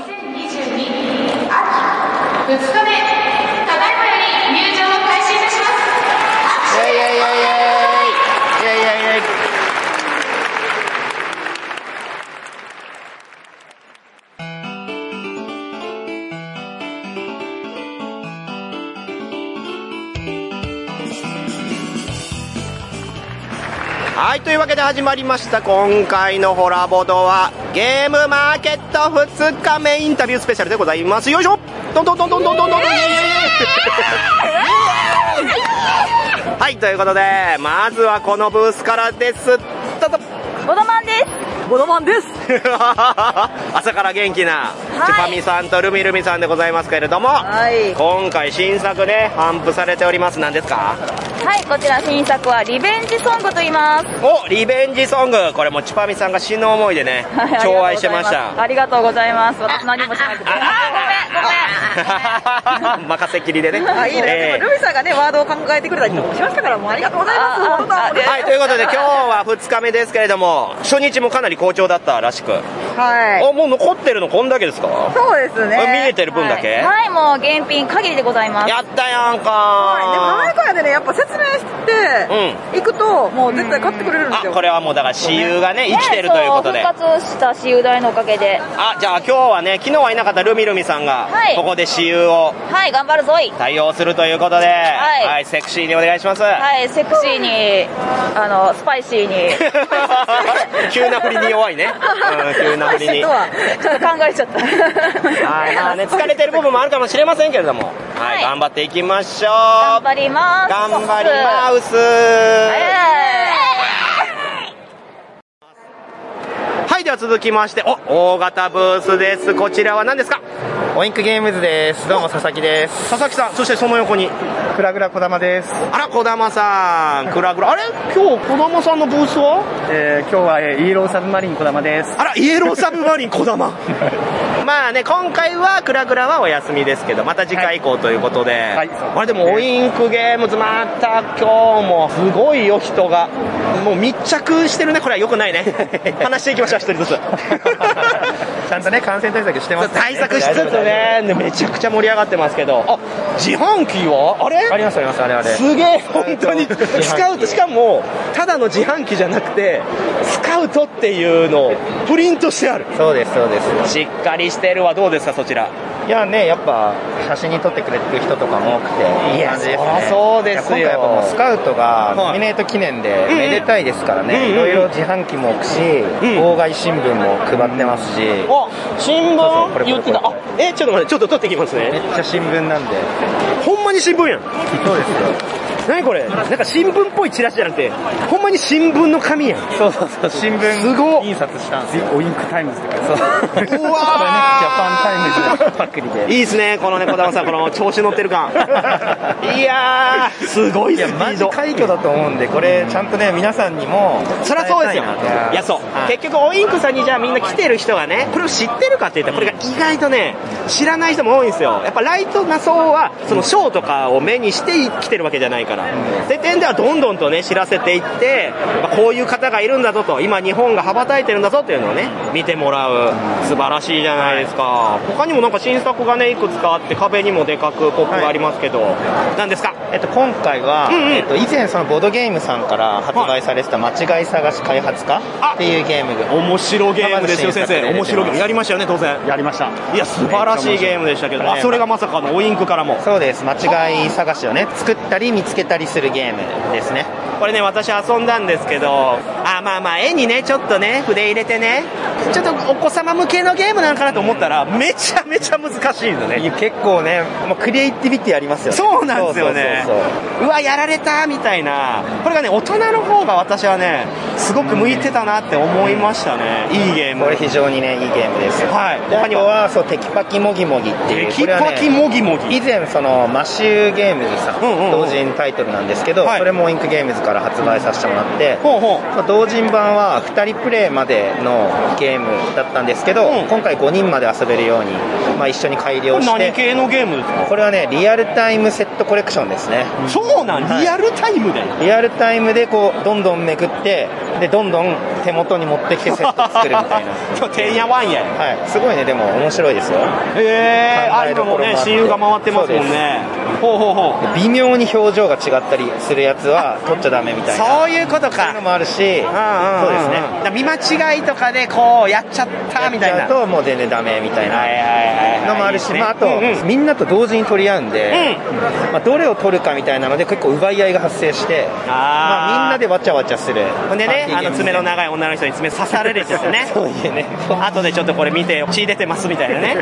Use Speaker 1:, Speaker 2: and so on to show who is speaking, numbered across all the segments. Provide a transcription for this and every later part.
Speaker 1: 2日目、ただいまより入場を開始いたします。
Speaker 2: イェイイェイイェイイェイイェイイェイイェイイェイはい、というわけで始まりました。今回のホラボドは、ゲームマーケット2日目インタビュースペシャルでございます。よいしょどんどんどんどんどんどんどんイエイイエイイエイはい、ということで、まずはこのブースからです。どうぞ
Speaker 3: ボドマンですボドマンです
Speaker 2: 朝から元気な、チュパミさんとルミルミさんでございますけれども、
Speaker 3: はい、は
Speaker 2: 今回新作で頒布されております。何ですか
Speaker 3: い、こちら新作はリベンジソングと言います
Speaker 2: おリベンジソングこれもチュパミさんが死ぬ思いでね
Speaker 3: はい
Speaker 2: 超愛してました
Speaker 3: ありがとうございますありがとうございます私何もしなくて
Speaker 2: 任せき りでね。
Speaker 4: あいいね、
Speaker 2: え
Speaker 4: でもルミさんがねワードを考えてくれたりとかもしましたからもうありがとうございます
Speaker 3: あ
Speaker 4: 本当だ
Speaker 3: あ
Speaker 2: ーはい、ということで今日は2日目ですけれども、初日もかなり好調だったらしく。
Speaker 4: はい
Speaker 2: あ、もう残ってるのこんだけですか
Speaker 4: そうですね
Speaker 2: 見えてる分だけ、
Speaker 3: はい、もう現品限りでございます
Speaker 2: やったやん
Speaker 4: はいでも
Speaker 2: か
Speaker 4: 前からでねやっぱ説明していくと、もう絶対買ってくれるんです
Speaker 2: あ、
Speaker 4: よ
Speaker 2: これはもうだから私有がね、生きてるということで
Speaker 3: ね。そう復活した私有代のおかげで
Speaker 2: あ、じゃあ今日はね、昨日はいなかったルミルミさんが
Speaker 3: は、い
Speaker 2: ここで私有を
Speaker 3: はい頑張るぞい
Speaker 2: 対応するということで、
Speaker 3: い
Speaker 2: はい、セクシーにお願いします。
Speaker 3: はいセクシーにあのスパイシーに
Speaker 2: 急な振りに弱いね。うん、急な振りに。
Speaker 4: とは
Speaker 3: ちょっと考えち ゃった
Speaker 2: はい、まあね、疲れてる部分もあるかもしれませんけれども、はい、
Speaker 3: はい
Speaker 2: 頑張っていきましょう。
Speaker 3: 頑
Speaker 2: 頑
Speaker 3: 張ります
Speaker 2: 張りマウス。
Speaker 3: え
Speaker 2: はい、では続きまして、お、大型ブースです。こちらは何ですか
Speaker 5: オインクゲームズです。どうも佐々木です。
Speaker 2: 佐々木さん、そしてその横に。
Speaker 5: フラグラ小玉です。
Speaker 2: あら、小玉さん、くらぐら。あれ今日、小玉さんのブースは
Speaker 5: えー、今日は、えーイエローサブマリン小玉です。
Speaker 2: あら、イエローサブマリン 小玉。まあね、今回は、くらぐら はお休みですけど、また次回以降ということで。
Speaker 5: はい
Speaker 2: あれ、でも、オインクゲームズ、また今日も、すごいよ、人が。もう密着してるね、これは良くないね。 話していきましょう、一人ずつ。
Speaker 5: ちゃんとね、感染対策してます、
Speaker 2: 対策しつつね、めちゃくちゃ盛り上がってますけど。あ、自販機はあれ
Speaker 5: ありますあります、あれあれ。
Speaker 2: すげえ本当に
Speaker 5: 自販機
Speaker 2: スカウトしかもただの自販機じゃなくてスカウトっていうのをプリントしてある
Speaker 5: そうです、そうです。
Speaker 2: しっかりしてるはどうですかそちら
Speaker 5: いやね、やっぱ、写真に撮ってくれてる人とかも多くて、いい感じです、ね。
Speaker 2: そらそうですよ
Speaker 5: いや今回やっぱもうスカウトが、
Speaker 2: はい
Speaker 5: ノミネート記念で、
Speaker 2: うん
Speaker 5: めでたいですからね、
Speaker 2: うんうん
Speaker 5: いろいろ自販機も置くし、妨害新聞も配ってますし、
Speaker 2: あ新
Speaker 5: そうそうこ
Speaker 2: 聞
Speaker 5: れ
Speaker 2: 言ってた
Speaker 5: こ
Speaker 2: あ
Speaker 5: れ
Speaker 2: えちょっと待ってちょっと取ってきます
Speaker 5: め
Speaker 2: ね
Speaker 5: っちゃ新聞なんで。
Speaker 2: ほんまに新聞やん
Speaker 5: そうですよ。
Speaker 2: 何これなんか新聞っぽいチラシじゃなくてほんまに新聞の紙やん
Speaker 5: そうそうそう、新聞
Speaker 2: すごっ
Speaker 5: 印刷したんですよ。オインクタイムズとか。そう。うわーこれね、ジャパンタイムズパクリで。
Speaker 2: いいっすねこのね小玉さんこの調子乗ってる感いやーすごい
Speaker 5: いや、
Speaker 2: スピ
Speaker 5: マ
Speaker 2: ー
Speaker 5: ジ
Speaker 2: ド
Speaker 5: 快挙だと思うんで、これ、ちゃんとね、皆さんにも。
Speaker 2: そりゃそうですよ。いや、そう。結局、オインクさんにじゃあみんな来てる人がね、これを知ってるかって言ったら、これが意外とね、知らない人も多いんですよ。やっぱライトな層は、そのショーとかを目にして来てるわけじゃないから。そういう点ではどんどんとね、知らせていって、まあこういう方がいるんだぞと、今日本が羽ばたいてるんだぞっていうのをね、見てもらう。素晴らしいじゃないですか。他にもなんか新作がね、いくつかあって、壁にもでかくポップがありますけど、何ですか
Speaker 5: えっと、今回は、
Speaker 2: うんうん
Speaker 5: えっと、以前そのボードゲームさんから発売されてた間違い探し開発家
Speaker 2: あ
Speaker 5: っていうゲームが、
Speaker 2: 面白ゲームですよ、先生。
Speaker 5: 浜田
Speaker 2: 面
Speaker 5: 新作
Speaker 2: 白ゲーム。やりましたよね、当然。
Speaker 6: やりました。
Speaker 2: いや、素晴らしいゲームでしたけど、
Speaker 5: めっちゃ面白い
Speaker 2: あそれがまさかのオインクからも。
Speaker 5: そうです、間違い探しをね、作ったり見つけたりするゲームですね。
Speaker 2: これね、私遊んだんですけど、あ、まあまあ、絵にね、ちょっとね、筆入れてね、ちょっとお子様向けのゲームなのかなと思ったら、めちゃめちゃ難しいのね。
Speaker 5: いや結構ね、もうクリエイティビティありますよね。
Speaker 2: そうなんですよね
Speaker 5: そうそうそうそう
Speaker 2: うわやられたみたいなこれがね大人の方が私はねすごく向いてたなって思いましたねいいゲーム
Speaker 5: これ非常にねいいゲームです
Speaker 2: はい
Speaker 5: で
Speaker 2: 他
Speaker 5: あ
Speaker 2: に
Speaker 5: と
Speaker 2: は
Speaker 5: はそうテキパキモギモギっていう
Speaker 2: テキパキモギモギ
Speaker 5: これはね以前そのマシューゲームズさん,、
Speaker 2: うんうんうん
Speaker 5: 同人タイトルなんですけど、
Speaker 2: はい
Speaker 5: それもインクゲームズから発売させてもらって、
Speaker 2: ほうほう
Speaker 5: まあ同人版は2人プレイまでのゲームだったんですけど、
Speaker 2: うん
Speaker 5: 今回5人まで遊べるように、まあ、一緒に改
Speaker 2: こ
Speaker 5: 良
Speaker 2: れ
Speaker 5: し
Speaker 2: 何
Speaker 5: て
Speaker 2: 系のゲームですか
Speaker 5: これはねリアルタイムセットコレクションですね
Speaker 2: そうなん
Speaker 5: はい
Speaker 2: リアルタイムで
Speaker 5: リアルタイムでこうどんどんめくってでどんどん手元に持ってきてセット作るみた いな
Speaker 2: てんやわんや
Speaker 5: はいすごいねでも面白いですよ
Speaker 2: えー、
Speaker 5: 考
Speaker 2: ア
Speaker 5: え
Speaker 2: イ
Speaker 5: ど
Speaker 2: ブ
Speaker 5: こ
Speaker 2: も
Speaker 5: ろがあ
Speaker 2: ね
Speaker 5: って
Speaker 2: 私有が回ってますもんねほうほうほう
Speaker 5: 微妙に表情が違ったりするやつは取っちゃダメみたいな
Speaker 2: そういうことか
Speaker 5: のもあるしそうですね
Speaker 2: そうですねだから見間違いとかでこうやっちゃったみたいな
Speaker 5: やっちゃうともう全然ダメみたいな
Speaker 2: はいはいはい
Speaker 5: のもある
Speaker 2: いい
Speaker 5: し、
Speaker 2: ですね
Speaker 5: まあ、あと、
Speaker 2: うんうん
Speaker 5: みんなと同時に取り合うんで、
Speaker 2: う
Speaker 5: まあ、どれを取るかみたいなので結構奪い合いが発生してまあ、みんなでわちゃわちゃする
Speaker 2: ほんでね、
Speaker 5: パーティー
Speaker 2: あ
Speaker 5: ゲー
Speaker 2: の
Speaker 5: ム
Speaker 2: 爪の長い女の人に爪刺されるやつです よね。そういうね。後でちょっとこれ見てよ、血出てますみたい なね。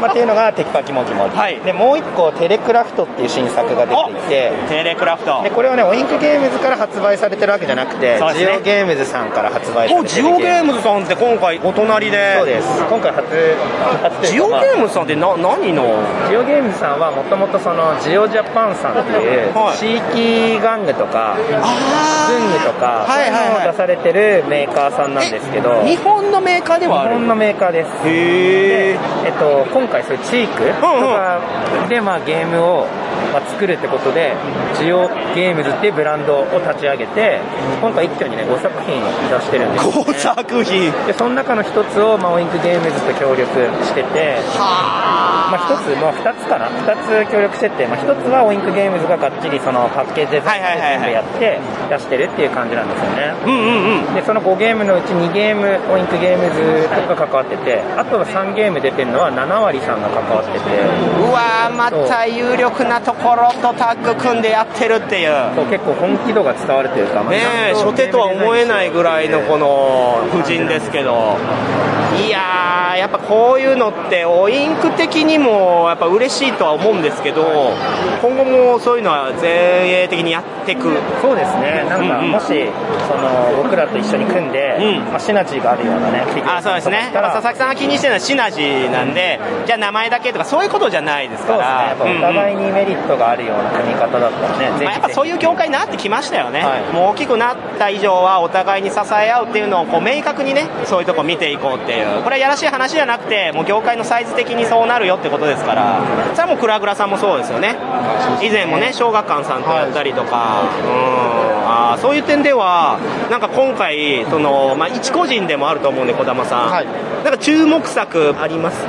Speaker 5: まあ、っていうのがテキパキモキモキ、でもう一個テレクラフトっていう新作が出ていて
Speaker 2: テレクラフト
Speaker 5: で。これはねオインクゲームズから発売されてるわけじゃなくて、
Speaker 2: そうです
Speaker 5: ジ
Speaker 2: ね
Speaker 5: オゲームズさんから発売さ
Speaker 2: お、
Speaker 5: れて
Speaker 2: ジ
Speaker 5: る
Speaker 2: オゲームズさんって今回お隣で。
Speaker 5: そうです今回初初とい
Speaker 2: ジ
Speaker 5: う
Speaker 2: オ
Speaker 5: か
Speaker 2: ゲ
Speaker 5: まあ
Speaker 2: ームズさんってな、何の
Speaker 5: ジオゲームズさんはもともとそのジオジャパンさんっていう
Speaker 2: はい
Speaker 5: 地域玩具とか文具とかそう
Speaker 2: はいいうはいはい
Speaker 5: のを出されてるメーカーさんなんですけど
Speaker 2: 日本のメーカーではあ
Speaker 5: 日
Speaker 2: る
Speaker 5: 本のメーカーです
Speaker 2: へ
Speaker 5: で、えっと、今回そういうチークとかで、まあ、ゲームを、まあ、作るってことでジオゲームズっていうブランドを立ち上げて今回一挙にね5作品出してるんですよ
Speaker 2: 工作品。
Speaker 5: でその中の一つを、まあ、オインクゲームズと協力してて、まあ、一つ、まあ、二つかな二つ協力してて、まあ、一つはオインクゲームズががっちりそのパッケージデザイン
Speaker 2: はいはいはいはい
Speaker 5: で全部やって出してるっていう感じなんですよね、
Speaker 2: うんうんうん。
Speaker 5: でその5ゲームのうち2ゲームオインクゲームズとか関わっててあとは3ゲーム出てるのは7割さんが関わってて
Speaker 2: うわー、また有力なところとタッグ組んでやってるっていう。
Speaker 5: こう結構本気度が伝わるというか、まあ
Speaker 2: ねえ、初手とは思えないぐらいのこの夫人ですけど、いやー、やっぱこういうのって、オインク的にもやっぱ嬉しいとは思うんですけど、今後もそういうのは前衛的にやっていく、
Speaker 5: そうですねなんか
Speaker 2: うんうん
Speaker 5: もしその僕らと一緒に組んで、
Speaker 2: うん
Speaker 5: まあ、シナジーがあるようなね
Speaker 2: あそうですね、やっぱ佐々木さんが気にしてるのはシナジーなんで、じゃあ名前だけとか、そういうことじゃないです
Speaker 5: そ
Speaker 2: か
Speaker 5: うですね
Speaker 2: ら、
Speaker 5: やっぱお
Speaker 2: うんうん
Speaker 5: 互いにメリットがあるような組み方だったらね、ぜひぜひ
Speaker 2: まあ、やっぱそういう業界になってきましたよね、
Speaker 5: はい
Speaker 2: もう大きくなった以上はお互いに支え合うっていうのをこう明確にねそういうとこ見ていこうっていうこれはやらしい話じゃなくてもう業界のサイズ的にそうなるよってことですからそれはもうクラグラさんもそうですよね以前もね小学館さんとやったりとか、うんあーそういう点ではなんか今回その、まあ、一個人でもあると思うんで児玉さん、
Speaker 7: はい
Speaker 2: なんか注目作あります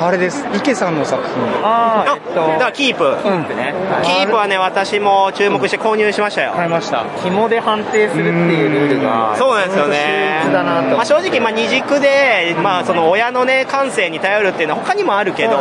Speaker 7: あれです池さんの作品
Speaker 5: あ
Speaker 2: あ、だからキープ、
Speaker 7: うんね
Speaker 2: キープはね私も注目して購入しましたよ、
Speaker 7: 買いました
Speaker 5: 紐で判定するっていうルールが
Speaker 2: そうなんですよね
Speaker 5: 本当秀逸だなと思って
Speaker 2: まあ、正直、まあ、二軸で、まあ、その親の、ね、感性に頼るっていうのは他にもあるけど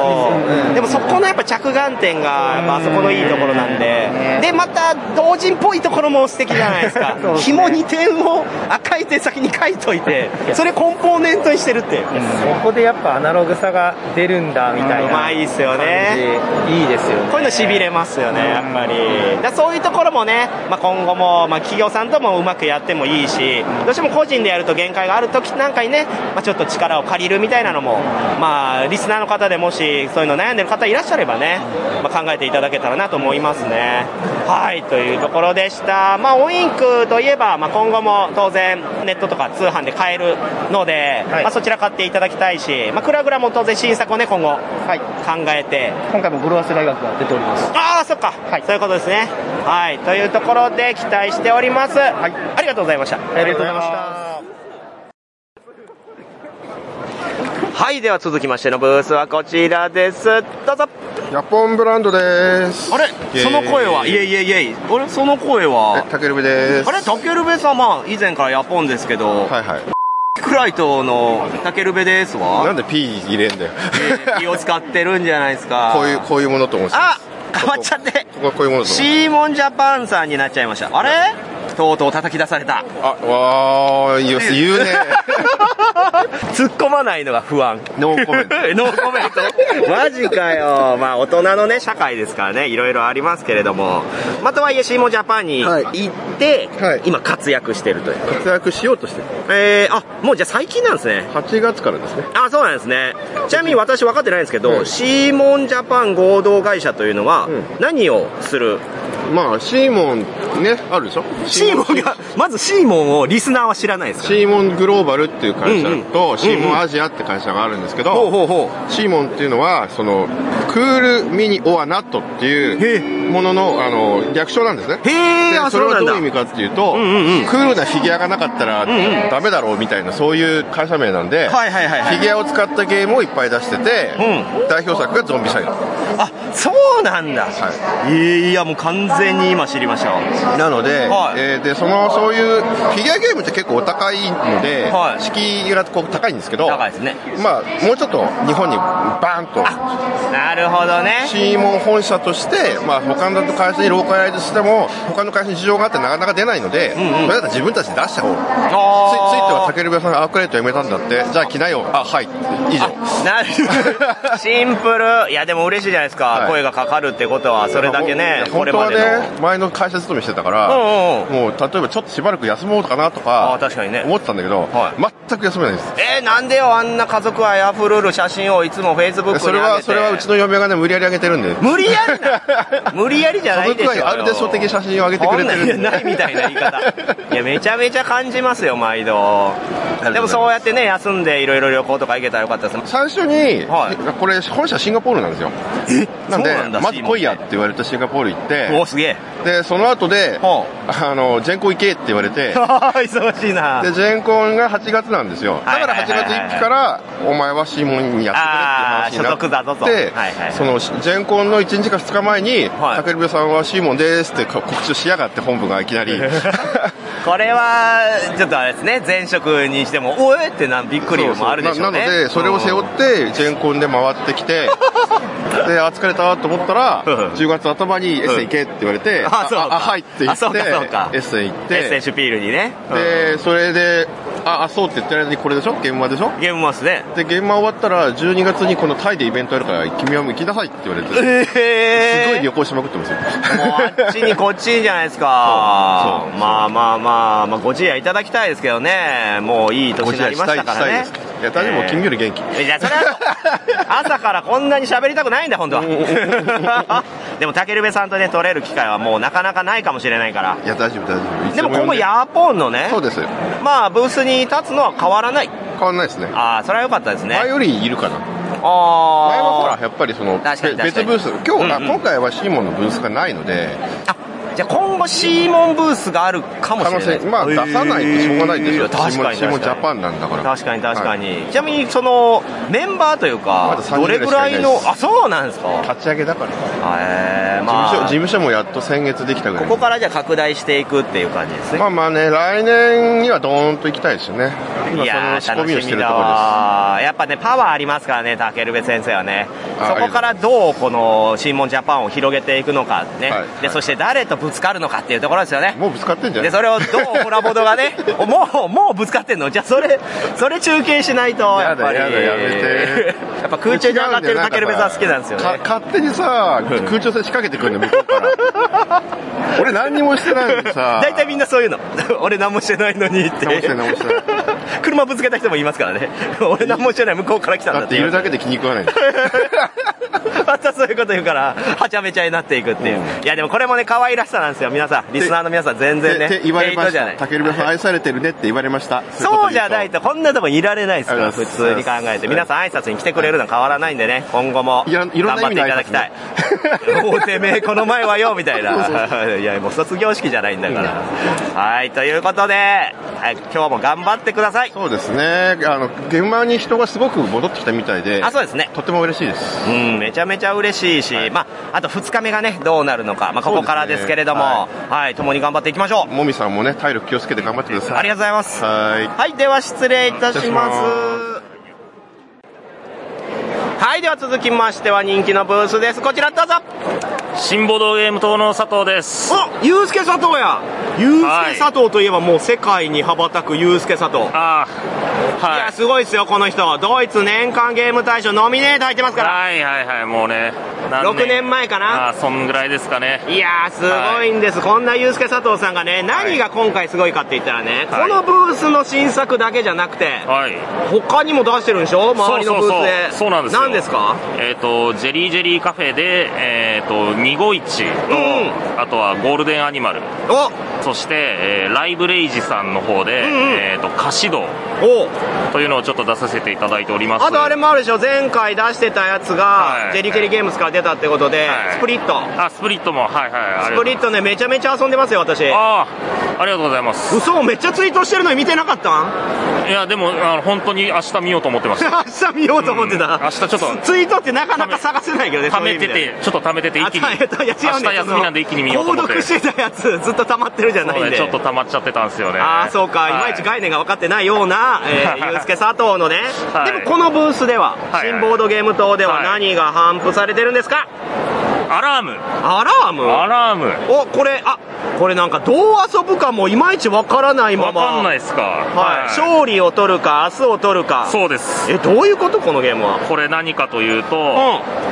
Speaker 2: でもそこのやっぱ着眼点がやっぱあそこのいいところなんででまた同人っぽいところも素敵じゃないです か
Speaker 5: そうですね
Speaker 2: 紐に点を赤い手先に書いといてそれコンポーネントにしてるっていう
Speaker 5: そこでやっぱアナログさが出るんだみたいな
Speaker 2: まあいいっすよね
Speaker 5: 感じいいですよね
Speaker 2: こういうのしびれますよね、やっぱり。だそういうところもね、まあ、今後も、まあ、企業さんともうまくやってもいいし、どうしても個人でやると限界があるときなんかにね、まあ、ちょっと力を借りるみたいなのも、まあ、リスナーの方でもし、そういうの悩んでる方いらっしゃればね、まあ、考えていただけたらなと思いますね。はい、というところでした。まあ、オインクといえば、まあ、今後も当然、ネットとか通販で買えるので、
Speaker 5: はい
Speaker 2: まあ、そちら買っていただきたいし、まあ、クラグラも当然新作をね、今後、
Speaker 7: はい
Speaker 2: 考えて、
Speaker 7: 今回も語呂合わせ大学が出ております
Speaker 2: ああそっか、
Speaker 7: い
Speaker 2: そういうことですねはいというところで期待しております、ありがとうございました
Speaker 7: ありがとうございました
Speaker 2: はいでは続きましてのブースはこちらですどうぞ
Speaker 8: ヤポンブランドです。
Speaker 2: あれ
Speaker 8: イエーイ
Speaker 2: その声はいえいえいえいあれその声は
Speaker 8: え、たけるぶです。
Speaker 2: あれタケルベ様以前からヤポンですけど、
Speaker 8: はいはい。
Speaker 2: クライトのタケルベです
Speaker 8: な
Speaker 2: わ
Speaker 8: んで P 入れんだよ。
Speaker 2: 気を使ってるんじゃないですか
Speaker 8: こういう、こういうものと思ってた
Speaker 2: あ変わっちゃって
Speaker 8: ここはこういうものと思って
Speaker 2: シーモンジャパンさんになっちゃいましたあれとうとう叩き出された
Speaker 8: たあ、わー、言う言うね。
Speaker 2: 突っ込まないのが不安
Speaker 8: ノーコメント。
Speaker 2: ノーコメント マジかよ。まあ、大人のね、社会ですからね、いろいろありますけれども。まあとはいえ、シーモジャパンに
Speaker 8: はい
Speaker 2: 行って、
Speaker 8: はい
Speaker 2: 今活躍してるという。
Speaker 8: 活躍しようとしてる。
Speaker 2: えー、あ、もうじゃあ最近なんですね。
Speaker 8: 8月からですね。
Speaker 2: あ、そうなんですね。ちなみに私分かってないんですけど、
Speaker 8: はい
Speaker 2: シーモンジャパン合同会社というのは
Speaker 8: うん、
Speaker 2: 何をする
Speaker 8: まあ、シーモンね、あるでしょ
Speaker 2: シーモンが、まずシーモンをリスナーは知らないです
Speaker 8: シーモングローバルっていう会社と、
Speaker 2: うんうん
Speaker 8: シーモンアジアって会社があるんですけど、
Speaker 2: ほうほうほ
Speaker 8: シーモンっていうのは、その、クールミニオアナットっていうものの、あの、略称なんですね。
Speaker 2: へ
Speaker 8: で
Speaker 2: あ
Speaker 8: それ
Speaker 2: そ
Speaker 8: は
Speaker 2: うなん
Speaker 8: どう
Speaker 2: だ
Speaker 8: いう意味かっていうと、クールなフィギュアがなかったら
Speaker 2: んうん
Speaker 8: ダメだろうみたいな、そういう会社名なんで、
Speaker 2: はいはいはいはい
Speaker 8: フィギュアを使ったゲームをいっぱい出してて、代表作がゾンビサイド。
Speaker 2: あそうなんだ、い、やもう完全に今知りましたわ
Speaker 8: なので、
Speaker 2: はい
Speaker 8: えーでそのそういうフィギュアゲームって結構お高いので、
Speaker 2: はい
Speaker 8: 敷居がこう高いんですけど
Speaker 2: 高いですね
Speaker 8: まあ、もうちょっと日本にバーンと
Speaker 2: なるほどね
Speaker 8: シーモン本社として、まあ、他の会社にローカライズしても他の会社に事情があってなかなか出ないので、
Speaker 2: うんうん
Speaker 8: それだったら自分たちで出した方がついついては竹部屋さんがアークライトやめたんだってじゃあ着ないよあはい以上
Speaker 2: なる シンプルいやでも嬉しいじゃないですか、
Speaker 8: はい
Speaker 2: 声がかかるってことはそれだけねこ
Speaker 8: 本
Speaker 2: れ
Speaker 8: 当
Speaker 2: ま
Speaker 8: は
Speaker 2: での
Speaker 8: ね前の会社勤めしてたから、もう例えばちょっとしばらく休もうかなとか思ってたんだけど、全く休めないです
Speaker 2: えー、なんでよあんな家族愛あふれる写真をいつもフェイスブックに上げて
Speaker 8: それはそれはうちの嫁がね無理やり上げてるんで
Speaker 2: 無理やりな無理やりじゃないでしょ
Speaker 8: 家族愛あるでしょ的写真を上げてくれてるんで
Speaker 2: そんなんいやないみたいな言い方いやめちゃめちゃ感じますよ毎度
Speaker 8: がとうございます
Speaker 2: でもそうやってね休んでいろいろ旅行とか行けたらよかったです
Speaker 8: 最初に、これ本社シンガポールなんですよな
Speaker 2: そ
Speaker 8: ん
Speaker 2: う
Speaker 8: で
Speaker 2: なんだ
Speaker 8: まず来い やって言われてシンガポール行って
Speaker 2: おすげえ
Speaker 8: でその後で、あのジェンコ行けって言わ れて
Speaker 2: 忙しいな
Speaker 8: でジェンコンが8月なんですよだから8月1日からお前はシーモンにやってくれっていう話になってそのジェンコンの1日か2日前に竹部さんはシーモンですって告知しやがって本部がいき なり
Speaker 2: これはちょっとあれですね前職にしてもおえってなびっくりもあるでしょうね
Speaker 8: ななのでそれを背負ってジェンコンで回ってき てであ疲れたと思ったら10月頭にエッセン行けって言われて、
Speaker 2: あそうか
Speaker 8: あはいって言
Speaker 2: あ
Speaker 8: って
Speaker 2: そうかそうか
Speaker 8: エッセン行って
Speaker 2: エッセンシュピールにね
Speaker 8: でそれでああそうって言ってる間にこれでしょ現場でしょ
Speaker 2: 現場ですね
Speaker 8: で現場終わったら12月にこのタイでイベントやるから君はもう行きなさいって言われて、
Speaker 2: えー
Speaker 8: すごい旅行しまくってますよ
Speaker 2: あっちにこっちじゃないですかまあまあまあ、まあ、ご自愛いただきたいですけどねもういい年になりましたからね
Speaker 8: ご自愛したいしたいですいや大丈夫君より元気
Speaker 2: いやそれは朝からこんなに喋りたくないんだ本当は でもたけるべさんとね撮れる機会はもうなかなかないかもしれないから
Speaker 8: いや大丈夫大丈夫
Speaker 2: でもこのヤーポンのね
Speaker 8: そうですよ
Speaker 2: まあブースに立つのは変わらない
Speaker 8: 変わらないですね
Speaker 2: ああそれは良かったですね
Speaker 8: 前よりいるかな
Speaker 2: ああ
Speaker 8: 前はほらやっぱりその
Speaker 2: 確かに確か
Speaker 8: べ別
Speaker 2: に
Speaker 8: ブース今日、あ
Speaker 2: うんうん
Speaker 8: 今回はシーモンのブースがないので
Speaker 2: じゃあ今後シーモンブースがあるかもしれないです
Speaker 8: まあ出さないとしょうがないんですよ
Speaker 2: へー確かに
Speaker 8: シーモンシー
Speaker 2: 確
Speaker 8: モン
Speaker 2: かに
Speaker 8: ジャパンなんだから
Speaker 2: 確かに確かに、
Speaker 8: は
Speaker 2: ちなみにそのメンバーというか、
Speaker 8: だ
Speaker 2: ど
Speaker 8: 3
Speaker 2: れぐらい
Speaker 8: ぐ
Speaker 2: の
Speaker 8: らいしかいないです
Speaker 2: あそうなんですか
Speaker 8: 立ち上げだから
Speaker 2: えー、まあ
Speaker 8: 事務所事務所もやっと先月できたぐらい
Speaker 2: ここからじゃあ拡大していくっていう感じですね、
Speaker 8: まあまあね来年にはドーンと行きたいですよね今
Speaker 2: いや
Speaker 8: そ
Speaker 2: ー
Speaker 8: の仕込
Speaker 2: 楽
Speaker 8: みをし
Speaker 2: してみ
Speaker 8: る
Speaker 2: だ
Speaker 8: ところです
Speaker 2: わやっぱねパワーありますからねたけるべ先生はね
Speaker 8: あ
Speaker 2: そこからどうこのシーモンジャパンを広げていくのかね、でそして誰とぶつかるのかっていうところですよね
Speaker 8: もうぶつかってんじゃ
Speaker 2: で
Speaker 8: ない
Speaker 2: それをどうコラボドが ね おもうもうぶつかってんのじゃあそれそれ中継しないとやっぱり
Speaker 8: やだやだやめ
Speaker 2: やっぱ空中に上がってるたけるべさん好きなんですよね
Speaker 8: か勝手にさ空中戦仕掛けてくるの向こうから俺何にもしてないのに さ
Speaker 2: 大体みんなそういうの俺何もしてないのにって
Speaker 8: 何もしてない何もしてない
Speaker 2: 車ぶつけた人もいますからね 俺何もしてない向こうから来たんだ
Speaker 8: だ
Speaker 2: っ
Speaker 8: ってているだけで気に食わないんだ
Speaker 2: またそういうこと言うからはちゃめちゃになっていくっていう、いやでもこれもね可愛らしさなんですよ皆さんリスナーの皆さん全然ね
Speaker 8: って言われま
Speaker 2: ヘイト
Speaker 8: し
Speaker 2: じゃな
Speaker 8: た
Speaker 2: い
Speaker 8: たけるべさん愛されてるねって言われました
Speaker 2: そうじゃないいとこんなとこいられないですか
Speaker 8: あ
Speaker 2: ら
Speaker 8: りがと
Speaker 2: 普
Speaker 8: う
Speaker 2: 通
Speaker 8: ございま
Speaker 2: に
Speaker 8: す
Speaker 2: 考えて皆さん挨拶に来てくれるのは変わらないんでね今後も
Speaker 8: いや
Speaker 2: 頑
Speaker 8: いろんな
Speaker 2: 張っ
Speaker 8: 意
Speaker 2: て
Speaker 8: 味
Speaker 2: い
Speaker 8: の
Speaker 2: た
Speaker 8: 挨拶ね
Speaker 2: だきたい おうてめえこの前はよみたいないやもう卒業式じゃないんだからはいということで、はい、今日も頑張ってください
Speaker 8: そうですねあの現場に人がすごく戻ってきたみたいで
Speaker 2: あそうですね
Speaker 8: とても嬉しいです
Speaker 2: うん、めちゃめちゃ嬉しいし、まあ、あと2日目がね、どうなるのか、まあ、ここからですけれども、
Speaker 8: そう
Speaker 2: はい、共に頑張っていきましょう。
Speaker 8: もみさんもね体力気をつけて頑張ってください
Speaker 2: ありがとうございます。
Speaker 8: はい
Speaker 2: はい、では失礼いたします。はい、では続きましては人気のブースです。こちらどうぞ。
Speaker 9: 新ボードゲーム党の佐藤です。
Speaker 2: お、ゆうすけ佐藤や。ゆうすけ佐藤といえばもう世界に羽ばたくゆうすけ佐藤。
Speaker 9: あ
Speaker 2: いや、すごいですよ、この人。ドイツ年間ゲーム大賞ノミネート入ってますから。
Speaker 9: はいはいはい、もうね。
Speaker 2: 6年前かな
Speaker 9: ああ、そんぐらいですかね。
Speaker 2: いやー、すごいんです。こんなユースケ佐藤さんがね、何が今回すごいかって言ったらね、このブースの新作だけじゃなくて、他にも出してるんでしょ周りのブースで。
Speaker 9: そうなんですよ。
Speaker 2: 何ですか
Speaker 9: えっと、ジェリージェリーカフェで、えっと、251と、あとはゴールデンアニマル。そして、えー、ライブレイジさんの方で、えっと、歌詞道。というのをちょっと出させていただいております
Speaker 2: あとあれもあるでしょ前回出してたやつが、ジェリケリゲームズから出たってことで、スプリット
Speaker 9: あスプリットもはいはい
Speaker 2: スプリットねめちゃめちゃ遊んでますよ私
Speaker 9: ああありがとうございます
Speaker 2: 嘘めっちゃツイートしてるのに見てなかった
Speaker 9: んいやでもあの本当に明日見ようと思ってました
Speaker 2: 明日見ようと思ってた、うん、
Speaker 9: 明日ちょっと
Speaker 2: ツイートってなかなか探せないけどね
Speaker 9: 貯めててちょっと貯めてて一気に明日休みなんで一気に見ようと思って
Speaker 2: 購読してたやつずっと溜まってるじゃないんで、
Speaker 9: ね、ちょっと溜まっちゃってたんですよね
Speaker 2: ああそうか、いまいち概念が分かってないような、えー、ゆうすけ佐藤のね、はい、でもこのブースでは、新ボードゲーム等では何が頒布されてるんですか、
Speaker 9: アラーム
Speaker 2: アラーム
Speaker 9: アラーム
Speaker 2: おこれあこれなんかどう遊ぶかもいまいちわからないまま
Speaker 9: わかんないっすか
Speaker 2: はい、勝利を取るか明日を取るか
Speaker 9: そうです
Speaker 2: えどういうことこのゲームは
Speaker 9: これ何かというと、うん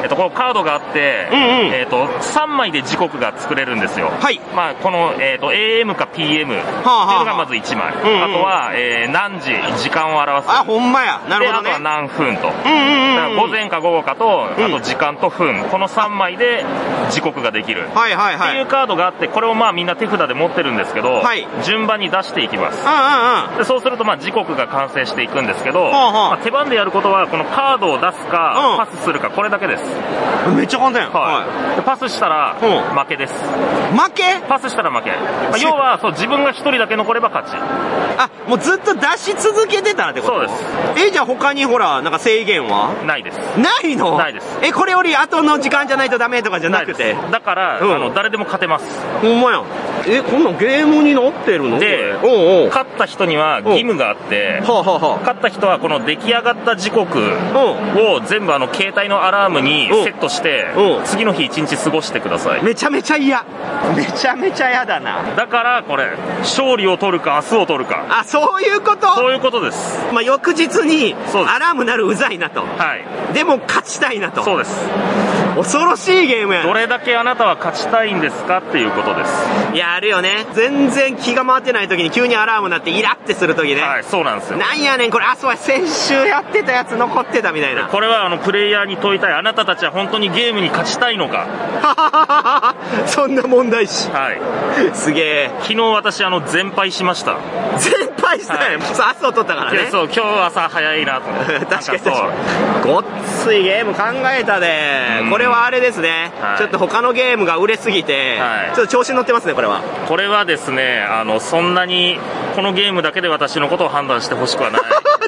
Speaker 9: えっと、このカードがあって、うんうんえっと、3枚で時刻が作れるんですよ
Speaker 2: はい、
Speaker 9: まあ、この、えっと、AM か PM っていうのがまず1枚、うんあとは、えー、何時時間を表す
Speaker 2: あほんまやなるほど、ね、
Speaker 9: あとは何分と、うんうん午前か午後かとあと時間と分、この3枚で時刻ができる、
Speaker 2: はいはいはい、
Speaker 9: っていうカードがあってこれをまあみんな手札で持ってるんですけど、はい、順番に出していきます、
Speaker 2: うんうんうん、
Speaker 9: でそうするとまあ時刻が完成していくんですけど、はあはあ、まあ、手番でやることはこのカードを出すか、うん、パスするかこれだけです
Speaker 2: めっちゃ簡単
Speaker 9: はい、はい、でパスしたら負けです、
Speaker 2: うん、負け
Speaker 9: パスしたら負け、まあ、要はそう自分が1人だけ残れば勝ち
Speaker 2: あもうずっと出し続けてたらってこと
Speaker 9: そうです
Speaker 2: えじゃあ他にほらなんか制限は
Speaker 9: ないです
Speaker 2: ないの
Speaker 9: ないです
Speaker 2: えこれより後の時間じゃないとダメとかじゃなくて
Speaker 9: だから、あの誰でも勝てます
Speaker 2: ほんまやえこんなんゲームになってるの
Speaker 9: で勝った人には義務があって、勝った人はこの出来上がった時刻を全部あの携帯のアラームにセットして次の日一日過ごしてください
Speaker 2: めちゃめちゃ嫌めちゃめちゃ嫌だな
Speaker 9: だからこれ勝利を取るか明日を取るか
Speaker 2: あそういうこと
Speaker 9: そういうことです
Speaker 2: まあ翌日にアラームなるうざいなと
Speaker 9: はい
Speaker 2: でも勝ちたいなと
Speaker 9: そうです
Speaker 2: 恐ろしいゲームや
Speaker 9: どれだけあなたは勝ちたいんですかっていうことです
Speaker 2: いやあるよね全然気が回ってない時に急にアラーム鳴ってイラってする時ね
Speaker 9: はいそうなんですよ
Speaker 2: なんやねんこれあそうや先週やってたやつ残ってたみたいな
Speaker 9: これはあのプレイヤーに問いたいあなたたちは本当にゲームに勝ちたいの
Speaker 2: か そんな問題し
Speaker 9: はい
Speaker 2: すげえ
Speaker 9: 昨日私あの全敗しました
Speaker 2: 全敗したんや、はい、そう朝を取ったからね
Speaker 9: そう今日朝早いなと
Speaker 2: 確かに確かにごっついゲーム考えたね、うん、これはあれですね、はい、ちょっと他のゲームが売れすぎて、はい、ちょっと調子に乗ってますねこれは
Speaker 9: これはですねあのそんなにこのゲームだけで私のことを判断してほしくはない